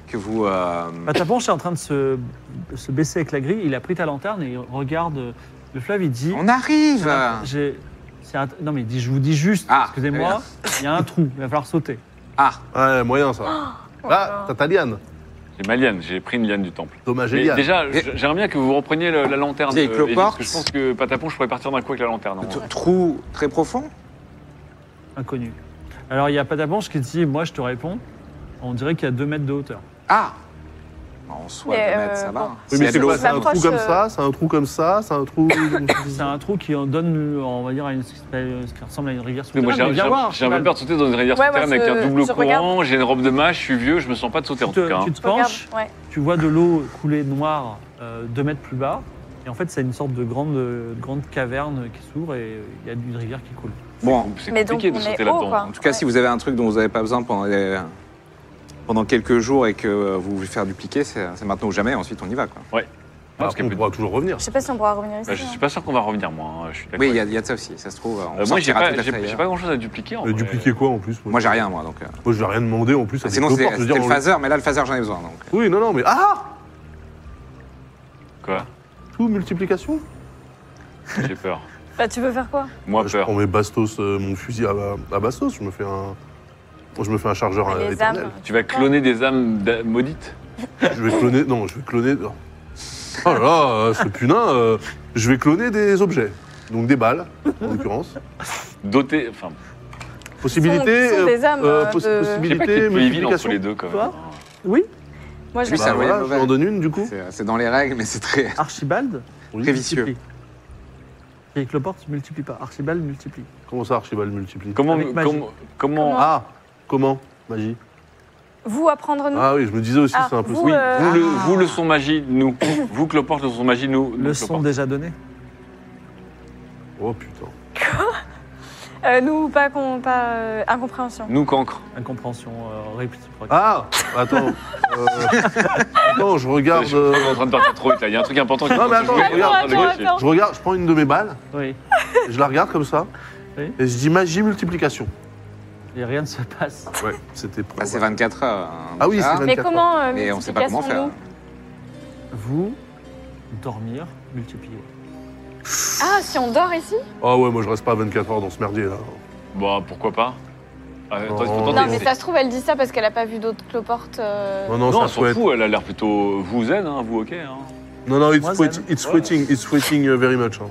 [SPEAKER 5] que vous, euh,
[SPEAKER 1] Bah t'as bon, je suis en train de se, se baisser avec la grille. Il a pris ta lanterne et il regarde euh, le fleuve. Il dit. Ah,
[SPEAKER 5] on arrive.
[SPEAKER 1] J'ai- c'est un- Non mais il dit, je vous dis juste,
[SPEAKER 5] Ah,
[SPEAKER 1] excusez-moi, il y a un trou, il va falloir sauter.
[SPEAKER 5] Ah,
[SPEAKER 4] Ouais, moyen, ça.
[SPEAKER 3] Oh,
[SPEAKER 4] Là, t'as ta liane.
[SPEAKER 2] J'ai ma liane, j'ai pris une liane du temple.
[SPEAKER 4] Dommage,
[SPEAKER 2] Mais
[SPEAKER 4] Eliane.
[SPEAKER 2] déjà,
[SPEAKER 5] Mais-
[SPEAKER 2] j- j'aimerais bien que vous repreniez le- la lanterne.
[SPEAKER 5] Vieille
[SPEAKER 2] euh,
[SPEAKER 5] cloporte.
[SPEAKER 2] Edith, parce que je pense que Patapon, je pourrais partir d'un coup avec la lanterne. en
[SPEAKER 5] t-
[SPEAKER 2] vrai.
[SPEAKER 5] trou très profond.
[SPEAKER 1] inconnu. Alors il y a Pataponche qui dit, moi je te réponds, on dirait qu'il y a 2 mètres de hauteur.
[SPEAKER 5] Ah. En soi,
[SPEAKER 3] Mais,
[SPEAKER 5] deux mètres,
[SPEAKER 3] euh,
[SPEAKER 5] ça
[SPEAKER 3] bon.
[SPEAKER 5] va.
[SPEAKER 4] Oui,
[SPEAKER 5] S'il y a
[SPEAKER 4] mais c'est
[SPEAKER 5] de
[SPEAKER 4] quoi
[SPEAKER 5] l'eau,
[SPEAKER 4] C'est un
[SPEAKER 3] m'approche,
[SPEAKER 4] trou comme
[SPEAKER 3] euh,
[SPEAKER 4] ça, c'est un trou comme ça, c'est un trou.
[SPEAKER 1] C'est un trou qui en donne, euh, on va dire, à une, ce qui ressemble à une rivière
[SPEAKER 2] Mais
[SPEAKER 1] souterraine.
[SPEAKER 2] moi, j'ai
[SPEAKER 1] mais viens
[SPEAKER 2] j'ai-
[SPEAKER 1] voir,
[SPEAKER 2] j'ai un peu
[SPEAKER 1] cheval.
[SPEAKER 2] peur de sauter dans une rivière
[SPEAKER 3] Ouais, moi,
[SPEAKER 2] souterraine avec
[SPEAKER 3] je-
[SPEAKER 2] un double
[SPEAKER 3] je
[SPEAKER 2] courant, j'ai une robe de mâche, je suis vieux, je me sens pas de sauter en
[SPEAKER 1] Tu te-
[SPEAKER 2] tout cas. hein.
[SPEAKER 1] tu te
[SPEAKER 3] Regarde,
[SPEAKER 1] penches,
[SPEAKER 3] ouais.
[SPEAKER 1] tu vois de l'eau couler noire 2 mètres plus bas, et en fait c'est une sorte de grande, euh, grande caverne qui s'ouvre et euh, il y a une rivière qui coule.
[SPEAKER 5] Bon,
[SPEAKER 2] C'est
[SPEAKER 3] Mais donc
[SPEAKER 2] compliqué
[SPEAKER 3] on
[SPEAKER 2] de sauter
[SPEAKER 3] est haut quoi.
[SPEAKER 2] là-dedans.
[SPEAKER 5] en tout cas, si vous avez un truc dont vous n'avez pas besoin pendant les- pendant quelques jours et que euh, vous voulez faire dupliquer, c'est c'est maintenant ou jamais. Ensuite, on y va. Quoi.
[SPEAKER 2] parce qu'il y a
[SPEAKER 4] on
[SPEAKER 2] plus de-
[SPEAKER 4] pourra toujours revenir.
[SPEAKER 3] Je sais pas si on pourra revenir ici.
[SPEAKER 2] Bah, je
[SPEAKER 3] hein.
[SPEAKER 2] suis pas sûr qu'on va revenir, moi. hein, Je suis d'accord.
[SPEAKER 5] Oui, il y, a- il y a de ça aussi. Ça se trouve, on
[SPEAKER 2] Euh, moi, j'ai
[SPEAKER 5] sortira
[SPEAKER 2] pas,
[SPEAKER 5] tout
[SPEAKER 2] j'ai-
[SPEAKER 5] à fait hein.
[SPEAKER 2] j'ai
[SPEAKER 5] ailleurs.
[SPEAKER 2] pas grand chose à dupliquer. En
[SPEAKER 4] Euh,
[SPEAKER 2] vrai.
[SPEAKER 4] dupliquer quoi en plus
[SPEAKER 5] Moi, j'ai rien, moi. Donc, euh.
[SPEAKER 4] Moi, je vais rien demander en
[SPEAKER 2] Ah,
[SPEAKER 4] plus. à des
[SPEAKER 5] sinon,
[SPEAKER 4] copains,
[SPEAKER 5] c'est-
[SPEAKER 4] je veux
[SPEAKER 5] c'était le
[SPEAKER 4] dire, on-
[SPEAKER 5] phaser, mais là, le phaser, j'en ai besoin. Donc, euh,
[SPEAKER 4] Oui, non, non, mais ah
[SPEAKER 2] Quoi
[SPEAKER 4] Tout multiplication
[SPEAKER 2] J'ai peur.
[SPEAKER 3] Bah, tu veux faire quoi
[SPEAKER 2] Moi,
[SPEAKER 4] Je
[SPEAKER 2] peur.
[SPEAKER 4] prends mes bastos, euh, mon fusil à, à bastos, je me fais un. Je me fais un
[SPEAKER 5] Bah,
[SPEAKER 4] chargeur
[SPEAKER 3] Mais
[SPEAKER 4] euh,
[SPEAKER 3] Les
[SPEAKER 4] éternel.
[SPEAKER 3] âmes.
[SPEAKER 2] Tu vas cloner des âmes d'a- maudites
[SPEAKER 4] Je vais cloner. Non, je vais cloner. non. Oh là là, euh, ce punain, euh, je vais cloner des objets. Donc des balles, en l'occurrence.
[SPEAKER 2] Dotées. Enfin,
[SPEAKER 4] Possibilité.
[SPEAKER 3] Qui sont- qui sont des âmes, euh,
[SPEAKER 4] possi-
[SPEAKER 3] de-
[SPEAKER 2] je sais pas
[SPEAKER 4] Possibilité,
[SPEAKER 2] qu'il y ait plus évident entre
[SPEAKER 4] multiplication.
[SPEAKER 2] les deux quand même.
[SPEAKER 1] Quoi Oui,
[SPEAKER 3] Moi, je
[SPEAKER 5] Lui,
[SPEAKER 4] Bah
[SPEAKER 5] ça
[SPEAKER 4] voilà,
[SPEAKER 5] voyait
[SPEAKER 4] je lui en donne une du coup.
[SPEAKER 5] c'est- c'est dans les règles, mais c'est très.
[SPEAKER 1] Archibald
[SPEAKER 4] Oui.
[SPEAKER 5] Très vicieux.
[SPEAKER 1] multiplie. Et avec le porte, multiplie pas. Archibald multiplie.
[SPEAKER 4] Comment ça, Archibald multiplie
[SPEAKER 2] Comment,
[SPEAKER 1] Avec magie.
[SPEAKER 2] comment, comment
[SPEAKER 4] Ah Comment Magie.
[SPEAKER 3] vous apprendre nous.
[SPEAKER 4] Bah. Ah oui, je me disais aussi,
[SPEAKER 3] Ah,
[SPEAKER 4] c'est un peu
[SPEAKER 3] vous,
[SPEAKER 4] ça.
[SPEAKER 2] Oui,
[SPEAKER 3] euh,
[SPEAKER 2] vous, le,
[SPEAKER 5] ah.
[SPEAKER 2] vous le son magie, nous. vous cloporte le son magie, nous. nous,
[SPEAKER 1] Le son
[SPEAKER 2] cloporte.
[SPEAKER 1] déjà donné.
[SPEAKER 4] Oh putain.
[SPEAKER 3] Euh, nous, pas, con- pas euh, incompréhension.
[SPEAKER 2] Nous cancre.
[SPEAKER 1] Incompréhension euh, réciproque.
[SPEAKER 4] Ah Attends. euh, Attends, je regarde.
[SPEAKER 2] Je
[SPEAKER 4] euh,
[SPEAKER 2] suis en train de partir trop vite là. Il y a un truc important qui
[SPEAKER 4] Non, mais
[SPEAKER 2] est en train de
[SPEAKER 4] attends,
[SPEAKER 2] jouer, il est en train de
[SPEAKER 3] attends,
[SPEAKER 2] gâcher.
[SPEAKER 3] attends.
[SPEAKER 4] Je regarde, je prends une de mes balles,
[SPEAKER 1] Oui.
[SPEAKER 4] je la regarde comme ça,
[SPEAKER 1] Oui.
[SPEAKER 4] et je dis magie multiplication.
[SPEAKER 1] Et rien ne se passe.
[SPEAKER 4] Ouais, c'était
[SPEAKER 2] Ah
[SPEAKER 5] Bah, c'est
[SPEAKER 4] probable.
[SPEAKER 5] 24 heures. hein,
[SPEAKER 4] Ah oui,
[SPEAKER 5] déjà.
[SPEAKER 4] c'est
[SPEAKER 3] Mais
[SPEAKER 4] 24
[SPEAKER 3] comment euh,
[SPEAKER 5] Mais on sait pas comment faire.
[SPEAKER 3] multiplication,
[SPEAKER 1] Vous dormir, multiplier.
[SPEAKER 3] nous Ah, si on dort ici
[SPEAKER 4] Ah ouais, moi je reste pas 24 heures dans ce merdier là.
[SPEAKER 2] Bah, pourquoi pas Ah, attends,
[SPEAKER 4] Non.
[SPEAKER 2] il faut
[SPEAKER 3] Non,
[SPEAKER 2] tenter.
[SPEAKER 3] mais ça se trouve, elle dit ça parce qu'elle a pas vu d'autres cloportes. euh,
[SPEAKER 4] Non, non,
[SPEAKER 2] Non,
[SPEAKER 4] ça
[SPEAKER 2] on s'en
[SPEAKER 4] souhaite.
[SPEAKER 2] fout, elle a l'air plutôt vous zen, hein, vous ok. Hein.
[SPEAKER 4] Non, non, it's,
[SPEAKER 1] Moi,
[SPEAKER 4] sweat-
[SPEAKER 1] zen.
[SPEAKER 4] it's sweating, it's sweating euh, very uh, much. hein.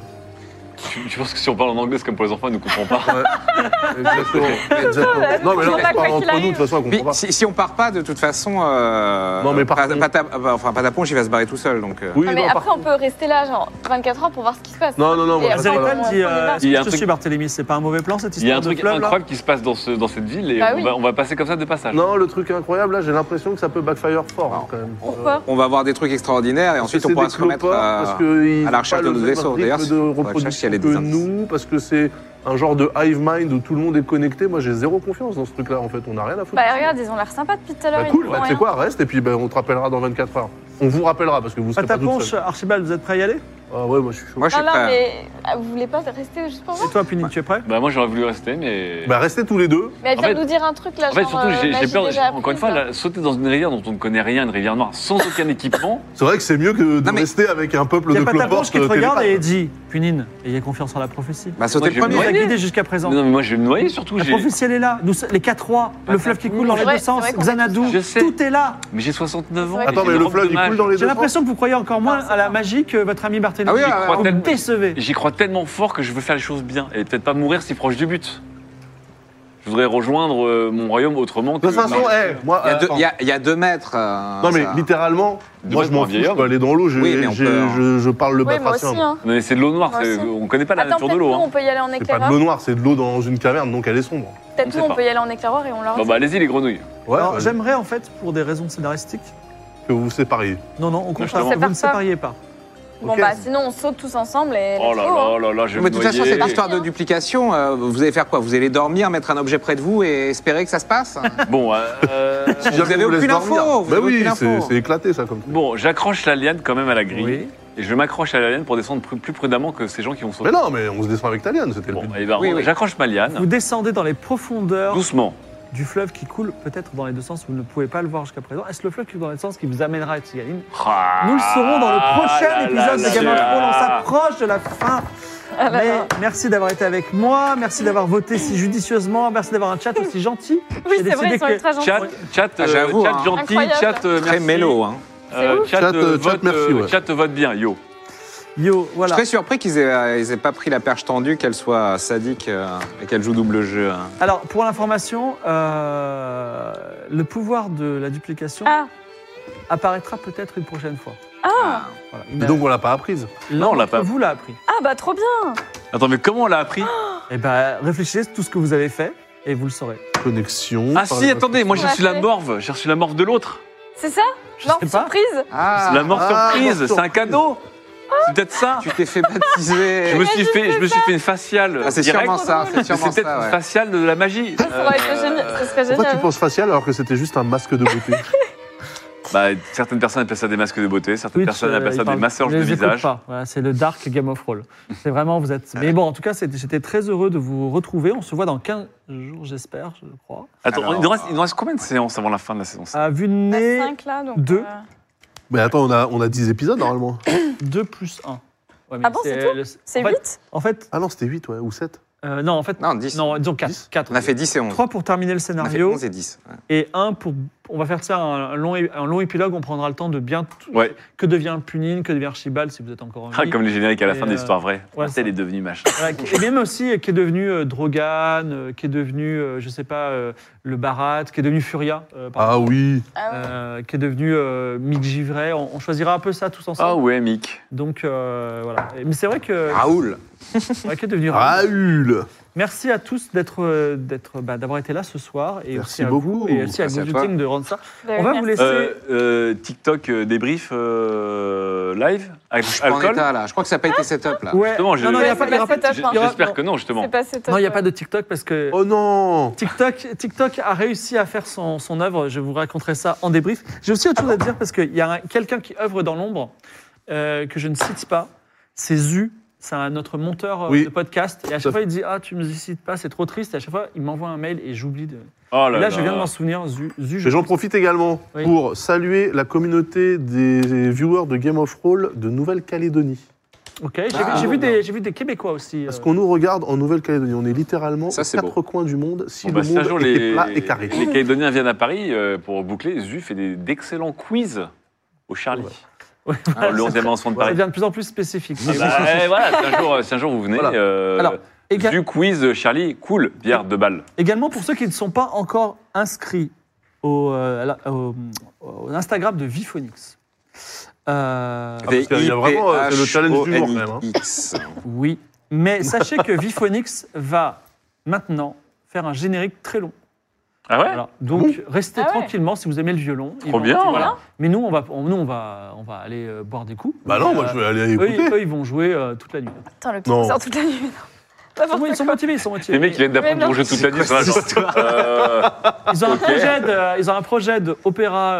[SPEAKER 2] Tu, tu penses que si on parle en anglais, c'est comme pour les enfants, ils ne comprennent pas
[SPEAKER 4] Ouais. Exactement. Exactement. Non, mais là,
[SPEAKER 3] toujours
[SPEAKER 4] on
[SPEAKER 3] là,
[SPEAKER 4] parle
[SPEAKER 3] quoi
[SPEAKER 4] entre
[SPEAKER 3] qu'il
[SPEAKER 4] nous, de toute façon, on
[SPEAKER 5] Puis,
[SPEAKER 4] comprend pas.
[SPEAKER 5] si, si on part pas, de toute façon, euh,
[SPEAKER 4] Non, mais par
[SPEAKER 5] Pat-
[SPEAKER 4] contre-
[SPEAKER 5] Pata- euh, enfin, Pataponge, il va se barrer tout seul. Donc, euh,
[SPEAKER 4] Oui,
[SPEAKER 3] Non, mais
[SPEAKER 4] non, par-
[SPEAKER 3] après, on peut rester là, genre 24 heures pour voir ce qui se passe.
[SPEAKER 4] Non, non, non, moi,
[SPEAKER 3] Et
[SPEAKER 4] je
[SPEAKER 3] après,
[SPEAKER 4] reste pas
[SPEAKER 3] on-
[SPEAKER 4] là.
[SPEAKER 1] Zeripan dit
[SPEAKER 3] on y
[SPEAKER 1] euh,
[SPEAKER 3] va.
[SPEAKER 1] est-ce que Il
[SPEAKER 4] y a
[SPEAKER 1] Je
[SPEAKER 4] un
[SPEAKER 1] te
[SPEAKER 4] truc-
[SPEAKER 1] suis, Barthélemy, c'est pas un mauvais plan cette
[SPEAKER 2] Il y a
[SPEAKER 1] histoire
[SPEAKER 2] un
[SPEAKER 1] de
[SPEAKER 2] truc
[SPEAKER 1] fleuve là
[SPEAKER 2] incroyable qui se passe dans, ce, dans cette ville et
[SPEAKER 3] Bah
[SPEAKER 2] on,
[SPEAKER 3] oui.
[SPEAKER 2] va, on va passer comme ça de
[SPEAKER 5] Ah,
[SPEAKER 2] passage.
[SPEAKER 4] Non, le truc incroyable, là, j'ai l'impression que ça peut backfire fort, hein,
[SPEAKER 5] Non.
[SPEAKER 4] quand même.
[SPEAKER 3] Pourquoi
[SPEAKER 5] on va voir des trucs extraordinaires et
[SPEAKER 4] Parce que
[SPEAKER 5] ensuite
[SPEAKER 4] c'est
[SPEAKER 5] on pourra
[SPEAKER 4] des
[SPEAKER 5] se remettre euh,
[SPEAKER 4] clopards,
[SPEAKER 5] à-
[SPEAKER 4] parce que ils
[SPEAKER 5] à la recherche
[SPEAKER 4] ont pas
[SPEAKER 5] de nos
[SPEAKER 4] le même
[SPEAKER 5] vaisseaux.
[SPEAKER 4] rythme
[SPEAKER 5] D'ailleurs,
[SPEAKER 4] de
[SPEAKER 5] faudrait que je cherche
[SPEAKER 4] reproduction
[SPEAKER 5] s'il y a des
[SPEAKER 4] que
[SPEAKER 5] indices.
[SPEAKER 4] nous, parce que c'est un genre de hive mind où tout le monde est connecté. Moi, j'ai zéro confiance dans ce truc-là, en fait. On n'a rien à foutre.
[SPEAKER 3] Bah regarde, ils ont l'air sympas depuis tout à l'heure.
[SPEAKER 4] Bah,
[SPEAKER 3] ils
[SPEAKER 4] cool,
[SPEAKER 3] font
[SPEAKER 4] bah, tu sais
[SPEAKER 3] rien.
[SPEAKER 4] quoi, reste et puis bah, on te rappellera dans 24 heures. On vous rappellera parce que vous serez pas toute
[SPEAKER 1] Pataponche,
[SPEAKER 4] seule.
[SPEAKER 1] Archibald, vous êtes prêt à y aller
[SPEAKER 4] Ah ouais, moi je suis chaud.
[SPEAKER 5] Moi, je
[SPEAKER 3] Non,
[SPEAKER 5] suis
[SPEAKER 3] non,
[SPEAKER 5] prêt.
[SPEAKER 3] mais ah, vous voulez pas rester juste pour voir
[SPEAKER 1] Et toi, Puni, tu es prêt
[SPEAKER 2] Bah moi j'aurais voulu rester mais...
[SPEAKER 4] Bah restez tous les deux.
[SPEAKER 3] Mais elle
[SPEAKER 2] En
[SPEAKER 3] vient de
[SPEAKER 2] fait-
[SPEAKER 3] nous dire un truc là,
[SPEAKER 2] en fait
[SPEAKER 3] genre.
[SPEAKER 2] surtout
[SPEAKER 3] euh,
[SPEAKER 2] j'ai j'ai
[SPEAKER 3] magie
[SPEAKER 2] peur,
[SPEAKER 3] déjà apprise,
[SPEAKER 2] encore une fois,
[SPEAKER 3] là.
[SPEAKER 2] là, sauter dans une rivière dont on ne connaît rien, une rivière noire, sans aucun équipement,
[SPEAKER 4] C'est vrai que c'est mieux que de
[SPEAKER 5] Non, mais-
[SPEAKER 4] rester avec un peuple
[SPEAKER 1] Il y
[SPEAKER 4] de
[SPEAKER 1] a Pataponche
[SPEAKER 4] cloportes.
[SPEAKER 1] qui te
[SPEAKER 4] euh,
[SPEAKER 1] regarde et
[SPEAKER 4] télépathes.
[SPEAKER 1] dit Punine, ayez confiance en la prophétie.
[SPEAKER 5] Bah,
[SPEAKER 2] Moi,
[SPEAKER 5] sauter le
[SPEAKER 2] je vais
[SPEAKER 1] Elle
[SPEAKER 5] premier.
[SPEAKER 1] nous a
[SPEAKER 2] Noyer.
[SPEAKER 1] guidés jusqu'à présent.
[SPEAKER 2] Non, mais moi je vais me noyer surtout.
[SPEAKER 1] La
[SPEAKER 2] j'ai-
[SPEAKER 1] prophétie, elle est là. Nous, les quatre rois, le fleuve qui coule dans les
[SPEAKER 3] C'est vrai,
[SPEAKER 1] deux sens,
[SPEAKER 3] c'est vrai qu'on
[SPEAKER 1] Xanadu,
[SPEAKER 2] Je sais.
[SPEAKER 1] tout est là.
[SPEAKER 2] Mais j'ai 69 ans.
[SPEAKER 3] C'est vrai
[SPEAKER 4] Attends,
[SPEAKER 2] et j'ai
[SPEAKER 4] mais
[SPEAKER 2] une
[SPEAKER 4] le
[SPEAKER 2] robe
[SPEAKER 4] fleuve
[SPEAKER 2] de
[SPEAKER 4] il
[SPEAKER 2] mage.
[SPEAKER 4] coule dans les
[SPEAKER 1] J'ai
[SPEAKER 4] deux sens.
[SPEAKER 1] l'impression que vous croyez encore moins
[SPEAKER 3] Non, c'est
[SPEAKER 1] à la
[SPEAKER 3] pas.
[SPEAKER 1] magie que votre ami Barthélemy.
[SPEAKER 5] Ah oui,
[SPEAKER 1] Vous
[SPEAKER 5] ah, ah,
[SPEAKER 1] me
[SPEAKER 2] tellement-
[SPEAKER 1] décevez.
[SPEAKER 2] J'y crois tellement fort que je veux faire les choses bien et peut-être pas mourir si proche du but. Je voudrais rejoindre euh, mon royaume autrement que.
[SPEAKER 4] De toute façon,
[SPEAKER 2] Bah,
[SPEAKER 4] eh, moi.
[SPEAKER 5] Il y a
[SPEAKER 4] euh,
[SPEAKER 5] deux-
[SPEAKER 4] attends.
[SPEAKER 5] il y a- il y a deux mètres. euh,
[SPEAKER 4] Non mais
[SPEAKER 5] ça-
[SPEAKER 4] littéralement,
[SPEAKER 2] De
[SPEAKER 4] moi
[SPEAKER 2] mettre
[SPEAKER 4] je m'en
[SPEAKER 2] un
[SPEAKER 4] fous,
[SPEAKER 2] vieil
[SPEAKER 4] je peux
[SPEAKER 2] homme.
[SPEAKER 4] aller dans l'eau, je,
[SPEAKER 5] Oui, mais on
[SPEAKER 4] j'ai-
[SPEAKER 5] peut, hein.
[SPEAKER 4] je- je parle le
[SPEAKER 3] Oui, moi aussi,
[SPEAKER 4] batracien.
[SPEAKER 3] hein.
[SPEAKER 2] mais c'est de l'eau noire,
[SPEAKER 3] Moi
[SPEAKER 2] c'est-
[SPEAKER 3] aussi.
[SPEAKER 2] on connaît pas la
[SPEAKER 3] Attends,
[SPEAKER 2] nature de
[SPEAKER 3] peut-être nous,
[SPEAKER 2] l'eau. hein.
[SPEAKER 3] on peut y aller en
[SPEAKER 4] C'est pas de
[SPEAKER 3] éclaireur.
[SPEAKER 4] l'eau noire, c'est de l'eau dans une caverne, donc elle est sombre.
[SPEAKER 2] on
[SPEAKER 3] Peut-être
[SPEAKER 2] sait
[SPEAKER 3] nous, on
[SPEAKER 2] pas.
[SPEAKER 3] peut y aller en éclaireur et on leur
[SPEAKER 2] Bon,
[SPEAKER 3] dit.
[SPEAKER 2] bah allez-y les grenouilles.
[SPEAKER 4] Ouais,
[SPEAKER 1] Alors,
[SPEAKER 4] euh,
[SPEAKER 1] j'aimerais en fait, pour des raisons scénaristiques,
[SPEAKER 4] que vous vous sépariez.
[SPEAKER 1] non, non, au contraire,
[SPEAKER 2] On
[SPEAKER 1] vous ne
[SPEAKER 2] se
[SPEAKER 3] sépare pas.
[SPEAKER 1] sépariez pas.
[SPEAKER 3] Bon,
[SPEAKER 4] Ok.
[SPEAKER 3] bah sinon, on saute tous ensemble et.
[SPEAKER 2] Oh là
[SPEAKER 3] let's go, hein.
[SPEAKER 2] là là là, je vais
[SPEAKER 5] Mais
[SPEAKER 2] me
[SPEAKER 5] de toute façon,
[SPEAKER 2] noyer.
[SPEAKER 5] cette histoire de duplication, euh, vous allez faire quoi Vous allez dormir, mettre un objet près de vous et espérer que ça se passe
[SPEAKER 2] Bon, euh,
[SPEAKER 5] Vous avez
[SPEAKER 4] vous laisse
[SPEAKER 5] aucune
[SPEAKER 4] dormir.
[SPEAKER 5] info, vous
[SPEAKER 4] Bah
[SPEAKER 5] avez
[SPEAKER 4] oui,
[SPEAKER 5] aucune
[SPEAKER 4] c'est
[SPEAKER 5] info.
[SPEAKER 4] c'est éclaté ça comme.
[SPEAKER 2] bon, j'accroche la liane quand même à la grille
[SPEAKER 1] Oui.
[SPEAKER 2] et je m'accroche à la liane pour descendre plus, plus prudemment que ces gens qui ont sauté.
[SPEAKER 4] Mais non, mais on se descend avec Talion, c'était le
[SPEAKER 2] Bon,
[SPEAKER 4] but.
[SPEAKER 2] eh ben,
[SPEAKER 5] Oui, oui.
[SPEAKER 2] j'accroche ma
[SPEAKER 1] Vous
[SPEAKER 2] liane
[SPEAKER 1] descendez dans les profondeurs
[SPEAKER 2] doucement.
[SPEAKER 1] du fleuve qui coule peut-être dans les deux sens, vous ne pouvez pas le voir jusqu'à présent. Est-ce le fleuve qui coule dans les deux sens qui vous amènera à Tsigaline Nous le saurons dans le
[SPEAKER 2] Ah
[SPEAKER 1] prochain épisode de Game of Thrones. On s'approche de la fin.
[SPEAKER 3] Ah
[SPEAKER 1] Mais merci d'avoir été avec moi, merci d'avoir voté si judicieusement, merci d'avoir un chat aussi gentil. J'ai
[SPEAKER 3] Oui, c'est vrai,
[SPEAKER 1] décidé
[SPEAKER 3] ils sont
[SPEAKER 1] que-
[SPEAKER 3] ultra gentils.
[SPEAKER 2] Chat, chat,
[SPEAKER 5] Ah,
[SPEAKER 2] euh,
[SPEAKER 5] j'avoue,
[SPEAKER 2] chat
[SPEAKER 5] hein.
[SPEAKER 2] gentil,
[SPEAKER 3] Incroyable.
[SPEAKER 2] chat euh,
[SPEAKER 5] Très
[SPEAKER 2] merci.
[SPEAKER 5] mélo. Hein.
[SPEAKER 2] Euh,
[SPEAKER 3] ouf.
[SPEAKER 2] chat,
[SPEAKER 4] Chat,
[SPEAKER 2] euh,
[SPEAKER 4] euh, chat,
[SPEAKER 2] vote,
[SPEAKER 4] merci,
[SPEAKER 2] euh,
[SPEAKER 4] ouais.
[SPEAKER 2] chat, vote bien, yo.
[SPEAKER 1] Yo,
[SPEAKER 5] Je
[SPEAKER 1] voilà.
[SPEAKER 5] suis très surpris qu'ils aient, euh, ils aient pas pris la perche tendue, qu'elle soit sadique euh, et qu'elle joue double jeu. hein.
[SPEAKER 1] Alors, pour l'information, euh, le pouvoir de la duplication
[SPEAKER 3] Ah,
[SPEAKER 1] apparaîtra peut-être une prochaine fois.
[SPEAKER 3] ah,
[SPEAKER 1] Voilà.
[SPEAKER 4] Mais donc on l'a pas apprise.
[SPEAKER 1] L'un
[SPEAKER 2] Non, on l'a
[SPEAKER 1] d'entre
[SPEAKER 2] pas.
[SPEAKER 1] Vous l'a appris.
[SPEAKER 3] ah, bah trop bien.
[SPEAKER 2] Attends, mais comment on l'a appris
[SPEAKER 5] Ah,
[SPEAKER 1] Eh ben, réfléchissez tout ce que vous avez fait et vous le saurez.
[SPEAKER 4] Connexion.
[SPEAKER 2] Ah si, attendez, moi j'ai
[SPEAKER 3] Ouais,
[SPEAKER 2] reçu la
[SPEAKER 3] c'est-
[SPEAKER 2] morve, j'ai reçu la morve de l'autre.
[SPEAKER 3] C'est ça Non,
[SPEAKER 1] sais pas.
[SPEAKER 3] surprise
[SPEAKER 5] Ah,
[SPEAKER 2] C'est la morve
[SPEAKER 4] ah,
[SPEAKER 2] surprise,
[SPEAKER 4] morve
[SPEAKER 2] c'est un cadeau. C'est peut-être ça.
[SPEAKER 5] tu t'es fait baptiser.
[SPEAKER 2] Je me suis fait, je me suis fait une faciale.
[SPEAKER 5] Ah, c'est
[SPEAKER 2] directe.
[SPEAKER 5] sûrement ça, c'est
[SPEAKER 2] C'est
[SPEAKER 5] sûrement
[SPEAKER 2] peut-être
[SPEAKER 5] ça.
[SPEAKER 2] une
[SPEAKER 5] ouais.
[SPEAKER 2] faciale de la magie. Euh,
[SPEAKER 3] Ça aurait été génial. Ce serait
[SPEAKER 4] Pourquoi tu
[SPEAKER 3] génial.
[SPEAKER 4] penses facial alors que c'était juste un masque de beauté
[SPEAKER 2] Bah, certaines personnes appellent ça des masques de beauté, certaines
[SPEAKER 1] Twitch,
[SPEAKER 2] personnes
[SPEAKER 1] euh,
[SPEAKER 2] appellent ça
[SPEAKER 1] il parle-
[SPEAKER 2] des massages
[SPEAKER 1] je
[SPEAKER 2] de
[SPEAKER 1] les écoute
[SPEAKER 2] visage.
[SPEAKER 1] pas. Voilà, c'est le dark Game of Roll. C'est vraiment, vous êtes. Mais bon, en tout cas, c'était- j'étais très heureux de vous retrouver. On se voit dans 15 jours, j'espère, je crois.
[SPEAKER 2] Attends,
[SPEAKER 5] Alors- euh,
[SPEAKER 2] il, nous reste, il nous reste combien de séances avant la fin de la saison
[SPEAKER 1] À vue de
[SPEAKER 3] Bah,
[SPEAKER 1] nez,
[SPEAKER 3] cinq, là, donc.
[SPEAKER 1] deux.
[SPEAKER 3] euh,
[SPEAKER 4] Mais attends, on a, on a 10 épisodes normalement.
[SPEAKER 1] 2 plus 1. Ouais, mais
[SPEAKER 3] Ah bon, c'est tout
[SPEAKER 1] le-
[SPEAKER 3] C'est
[SPEAKER 1] en fait-
[SPEAKER 3] 8
[SPEAKER 1] En fait,
[SPEAKER 4] Ah non, c'était 8 ouais, ou 7.
[SPEAKER 1] euh, non, en fait,
[SPEAKER 5] Non, 10.
[SPEAKER 1] non, disons
[SPEAKER 4] Dix.
[SPEAKER 1] 4. 4
[SPEAKER 5] On a fait 10 et 11.
[SPEAKER 1] 3 pour terminer le
[SPEAKER 5] on a fait
[SPEAKER 1] scénario
[SPEAKER 5] 11 et 10. ouais.
[SPEAKER 1] et 1 pour. On va faire ça un long, é- un long épilogue. On prendra le temps de bien. tout-
[SPEAKER 2] Ouais.
[SPEAKER 1] Que devient Punine, que devient Archibald si vous êtes encore en
[SPEAKER 2] Ah,
[SPEAKER 1] vie.
[SPEAKER 2] Comme les génériques à la
[SPEAKER 1] Et
[SPEAKER 2] fin de
[SPEAKER 1] euh,
[SPEAKER 2] l'histoire vraie.
[SPEAKER 1] ouais, Ah,
[SPEAKER 2] Marcel est devenu machin.
[SPEAKER 1] Voilà, qui- et même aussi euh, qui est devenu euh, Drogan, euh, qui est devenu, euh, je sais pas, euh, le Barat, qui est devenu Furia, euh, par
[SPEAKER 4] Ah oui.
[SPEAKER 3] Ah ouais.
[SPEAKER 1] Euh, qui est devenu euh, Mick Givray. On, on choisira un peu ça tous ensemble.
[SPEAKER 2] Ah ouais, Mick.
[SPEAKER 1] Donc euh, voilà. Et- Mais c'est vrai que
[SPEAKER 5] Raoul.
[SPEAKER 1] c'est vrai qu'il est devenu.
[SPEAKER 4] Ah Raoul.
[SPEAKER 1] Merci à tous d'être euh, d'être bah, d'avoir été là ce soir et
[SPEAKER 4] Merci
[SPEAKER 1] aussi à
[SPEAKER 4] beaucoup.
[SPEAKER 1] vous et aussi à
[SPEAKER 5] Merci à
[SPEAKER 1] Good
[SPEAKER 5] toi.
[SPEAKER 1] Eating de rendre ça.
[SPEAKER 3] Bah,
[SPEAKER 1] On va vous laisser.
[SPEAKER 3] merci.
[SPEAKER 2] Euh, euh, TikTok euh, débrief euh, live avec
[SPEAKER 5] Je suis pas en
[SPEAKER 2] alcool
[SPEAKER 5] état là. Je crois que ça n'a pas été setup là.
[SPEAKER 1] Ouais.
[SPEAKER 2] Justement, je-
[SPEAKER 1] Non, non, il n'y a
[SPEAKER 3] Ouais,
[SPEAKER 1] pas, il y aura
[SPEAKER 3] c'est
[SPEAKER 1] pas de-
[SPEAKER 3] la
[SPEAKER 2] J-
[SPEAKER 1] il y aura-
[SPEAKER 2] J'espère
[SPEAKER 1] non.
[SPEAKER 2] que non, justement.
[SPEAKER 3] C'est pas cette
[SPEAKER 1] Non, il n'y a pas de TikTok parce que
[SPEAKER 4] Oh non
[SPEAKER 1] TikTok, TikTok a réussi à faire son, son œuvre. Je vous raconterai ça en débrief. J'ai aussi autre chose à dire parce qu'il y a un- quelqu'un qui œuvre dans l'ombre euh, que je ne cite pas. C'est Zu. C'est un- notre monteur euh,
[SPEAKER 4] Oui.
[SPEAKER 1] de podcast. Et à
[SPEAKER 4] Ça
[SPEAKER 1] chaque fois, il dit Ah, tu ne me cites pas, c'est trop triste. Et à chaque fois, il m'envoie un mail et j'oublie. De...
[SPEAKER 2] Oh
[SPEAKER 1] Et
[SPEAKER 2] là
[SPEAKER 1] là, je viens de m'en souvenir. Zu, Zu, je-
[SPEAKER 4] Et j'en profite également
[SPEAKER 1] Oui.
[SPEAKER 4] pour saluer la communauté des viewers de Game of Roll de Nouvelle-Calédonie.
[SPEAKER 1] Ok, j'ai
[SPEAKER 5] Ah,
[SPEAKER 1] vu- j'ai vu,
[SPEAKER 5] non.
[SPEAKER 1] des- j'ai vu des Québécois aussi.
[SPEAKER 4] Parce
[SPEAKER 1] euh,
[SPEAKER 4] qu'on nous regarde en Nouvelle-Calédonie. On est littéralement
[SPEAKER 5] Ça,
[SPEAKER 4] aux
[SPEAKER 5] c'est
[SPEAKER 4] quatre
[SPEAKER 5] beau.
[SPEAKER 4] coins du monde si
[SPEAKER 2] Bon,
[SPEAKER 4] le
[SPEAKER 2] bah, si un
[SPEAKER 4] monde
[SPEAKER 2] jour
[SPEAKER 4] était
[SPEAKER 2] les,
[SPEAKER 4] plat et carré.
[SPEAKER 2] les Calédoniens viennent à Paris euh, pour boucler, Zu fait des- d'excellents quiz au Charlie. Dans le 11e ensemble de
[SPEAKER 1] Ça
[SPEAKER 2] Paris.
[SPEAKER 1] devient de plus en plus spécifique.
[SPEAKER 2] Ah bah, eh, voilà, si un jour, si un jour vous venez,
[SPEAKER 1] Voilà.
[SPEAKER 2] euh,
[SPEAKER 1] Alors, éga-
[SPEAKER 2] du quiz euh, Charlie, cool, bière de balles.
[SPEAKER 1] Également, pour ceux qui ne sont pas encore inscrits au, euh, à la- au- au Instagram de Viphonix.
[SPEAKER 2] Ah
[SPEAKER 1] Euh,
[SPEAKER 4] parce qu'il y a vraiment, euh, c'est le challenge du jour, quand même, hein.
[SPEAKER 5] V-I-P-H-O-N-I-X.
[SPEAKER 1] oui, mais sachez que Viphonix va maintenant faire un générique très long.
[SPEAKER 2] Ah ouais
[SPEAKER 1] Voilà. Donc, restez
[SPEAKER 3] Ah ouais.
[SPEAKER 1] tranquillement si vous aimez le violon. Ils
[SPEAKER 2] Trop
[SPEAKER 1] vont-
[SPEAKER 2] bien.
[SPEAKER 1] voilà. Mais nous, on va, on, nous, on va, on va aller euh, boire des coups.
[SPEAKER 4] Bah non, moi je vais aller
[SPEAKER 1] Eux,
[SPEAKER 4] écouter.
[SPEAKER 1] ils- eux, ils vont jouer euh, toute la nuit.
[SPEAKER 3] Attends, le
[SPEAKER 4] Non.
[SPEAKER 3] petit sort toute la nuit.
[SPEAKER 1] Ils sont, ils sont motivés, ils sont motivés.
[SPEAKER 2] Les mecs, il aide
[SPEAKER 3] Mais
[SPEAKER 2] d'apprendre
[SPEAKER 3] non.
[SPEAKER 2] pour jouer toute la nuit. ça va, genre, euh,
[SPEAKER 1] Ils ont un
[SPEAKER 2] Ok.
[SPEAKER 1] projet de- euh, ils ont un projet d'opéra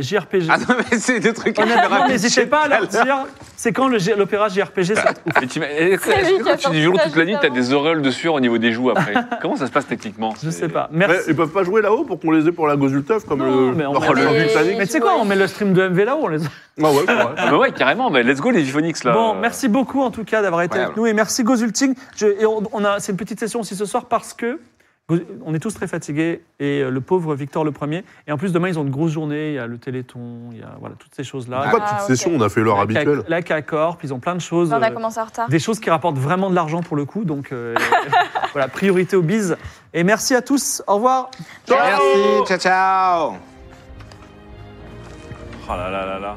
[SPEAKER 1] JRPG.
[SPEAKER 5] Ah non, mais c'est des trucs.
[SPEAKER 1] Honnêtement, n'hésitez pas à leur dire c'est quand le G- l'opéra JRPG sort.
[SPEAKER 2] mais t'imagines- est-ce que-
[SPEAKER 3] C'est
[SPEAKER 2] est-ce que
[SPEAKER 3] lui qui
[SPEAKER 2] quand
[SPEAKER 3] a
[SPEAKER 2] tu
[SPEAKER 3] sorti
[SPEAKER 2] dis violon
[SPEAKER 3] ça
[SPEAKER 2] toute la nuit,
[SPEAKER 3] juste
[SPEAKER 2] t'as
[SPEAKER 3] avant.
[SPEAKER 2] des auréoles dessus au niveau des joues après Comment ça se passe techniquement
[SPEAKER 1] Je
[SPEAKER 2] C'est-
[SPEAKER 1] sais pas.
[SPEAKER 4] Mais euh,
[SPEAKER 1] Merci.
[SPEAKER 4] Eh, ils peuvent pas jouer là-haut pour qu'on les ait pour la Gozulteuf comme
[SPEAKER 1] Non,
[SPEAKER 4] le,
[SPEAKER 1] mais on
[SPEAKER 4] oh,
[SPEAKER 1] met-
[SPEAKER 4] le
[SPEAKER 3] Mais-
[SPEAKER 4] Britannique.
[SPEAKER 1] Mais tu sais quoi, on met le stream de MV là-haut. on les-
[SPEAKER 4] Ah ouais, c'est vrai.
[SPEAKER 2] Ah bah ouais, carrément, bah, let's go les Viphonix là.
[SPEAKER 4] euh,
[SPEAKER 1] Bon, merci beaucoup en tout cas d'avoir été
[SPEAKER 5] Ouais,
[SPEAKER 1] avec nous et merci Gozulting. Je- et on, on a, c'est une petite session aussi ce soir parce que Goz- on est tous très fatigués et euh, le pauvre Victor le premier. Et en plus demain ils ont une grosse journée, il y a le Téléthon, il y a voilà toutes ces choses là.
[SPEAKER 4] Pourquoi petite
[SPEAKER 3] ok.
[SPEAKER 4] session, on a fait l'heure habituelle
[SPEAKER 1] Ah, La K-Corp, ils ont plein de choses.
[SPEAKER 3] Non, on a
[SPEAKER 1] euh,
[SPEAKER 3] commencé en retard.
[SPEAKER 1] Des choses qui rapportent vraiment de l'argent pour le coup, donc euh, voilà, priorité aux bises. Et merci à tous, au revoir.
[SPEAKER 5] É Merci, ciao, ciao.
[SPEAKER 2] Oh là là là là.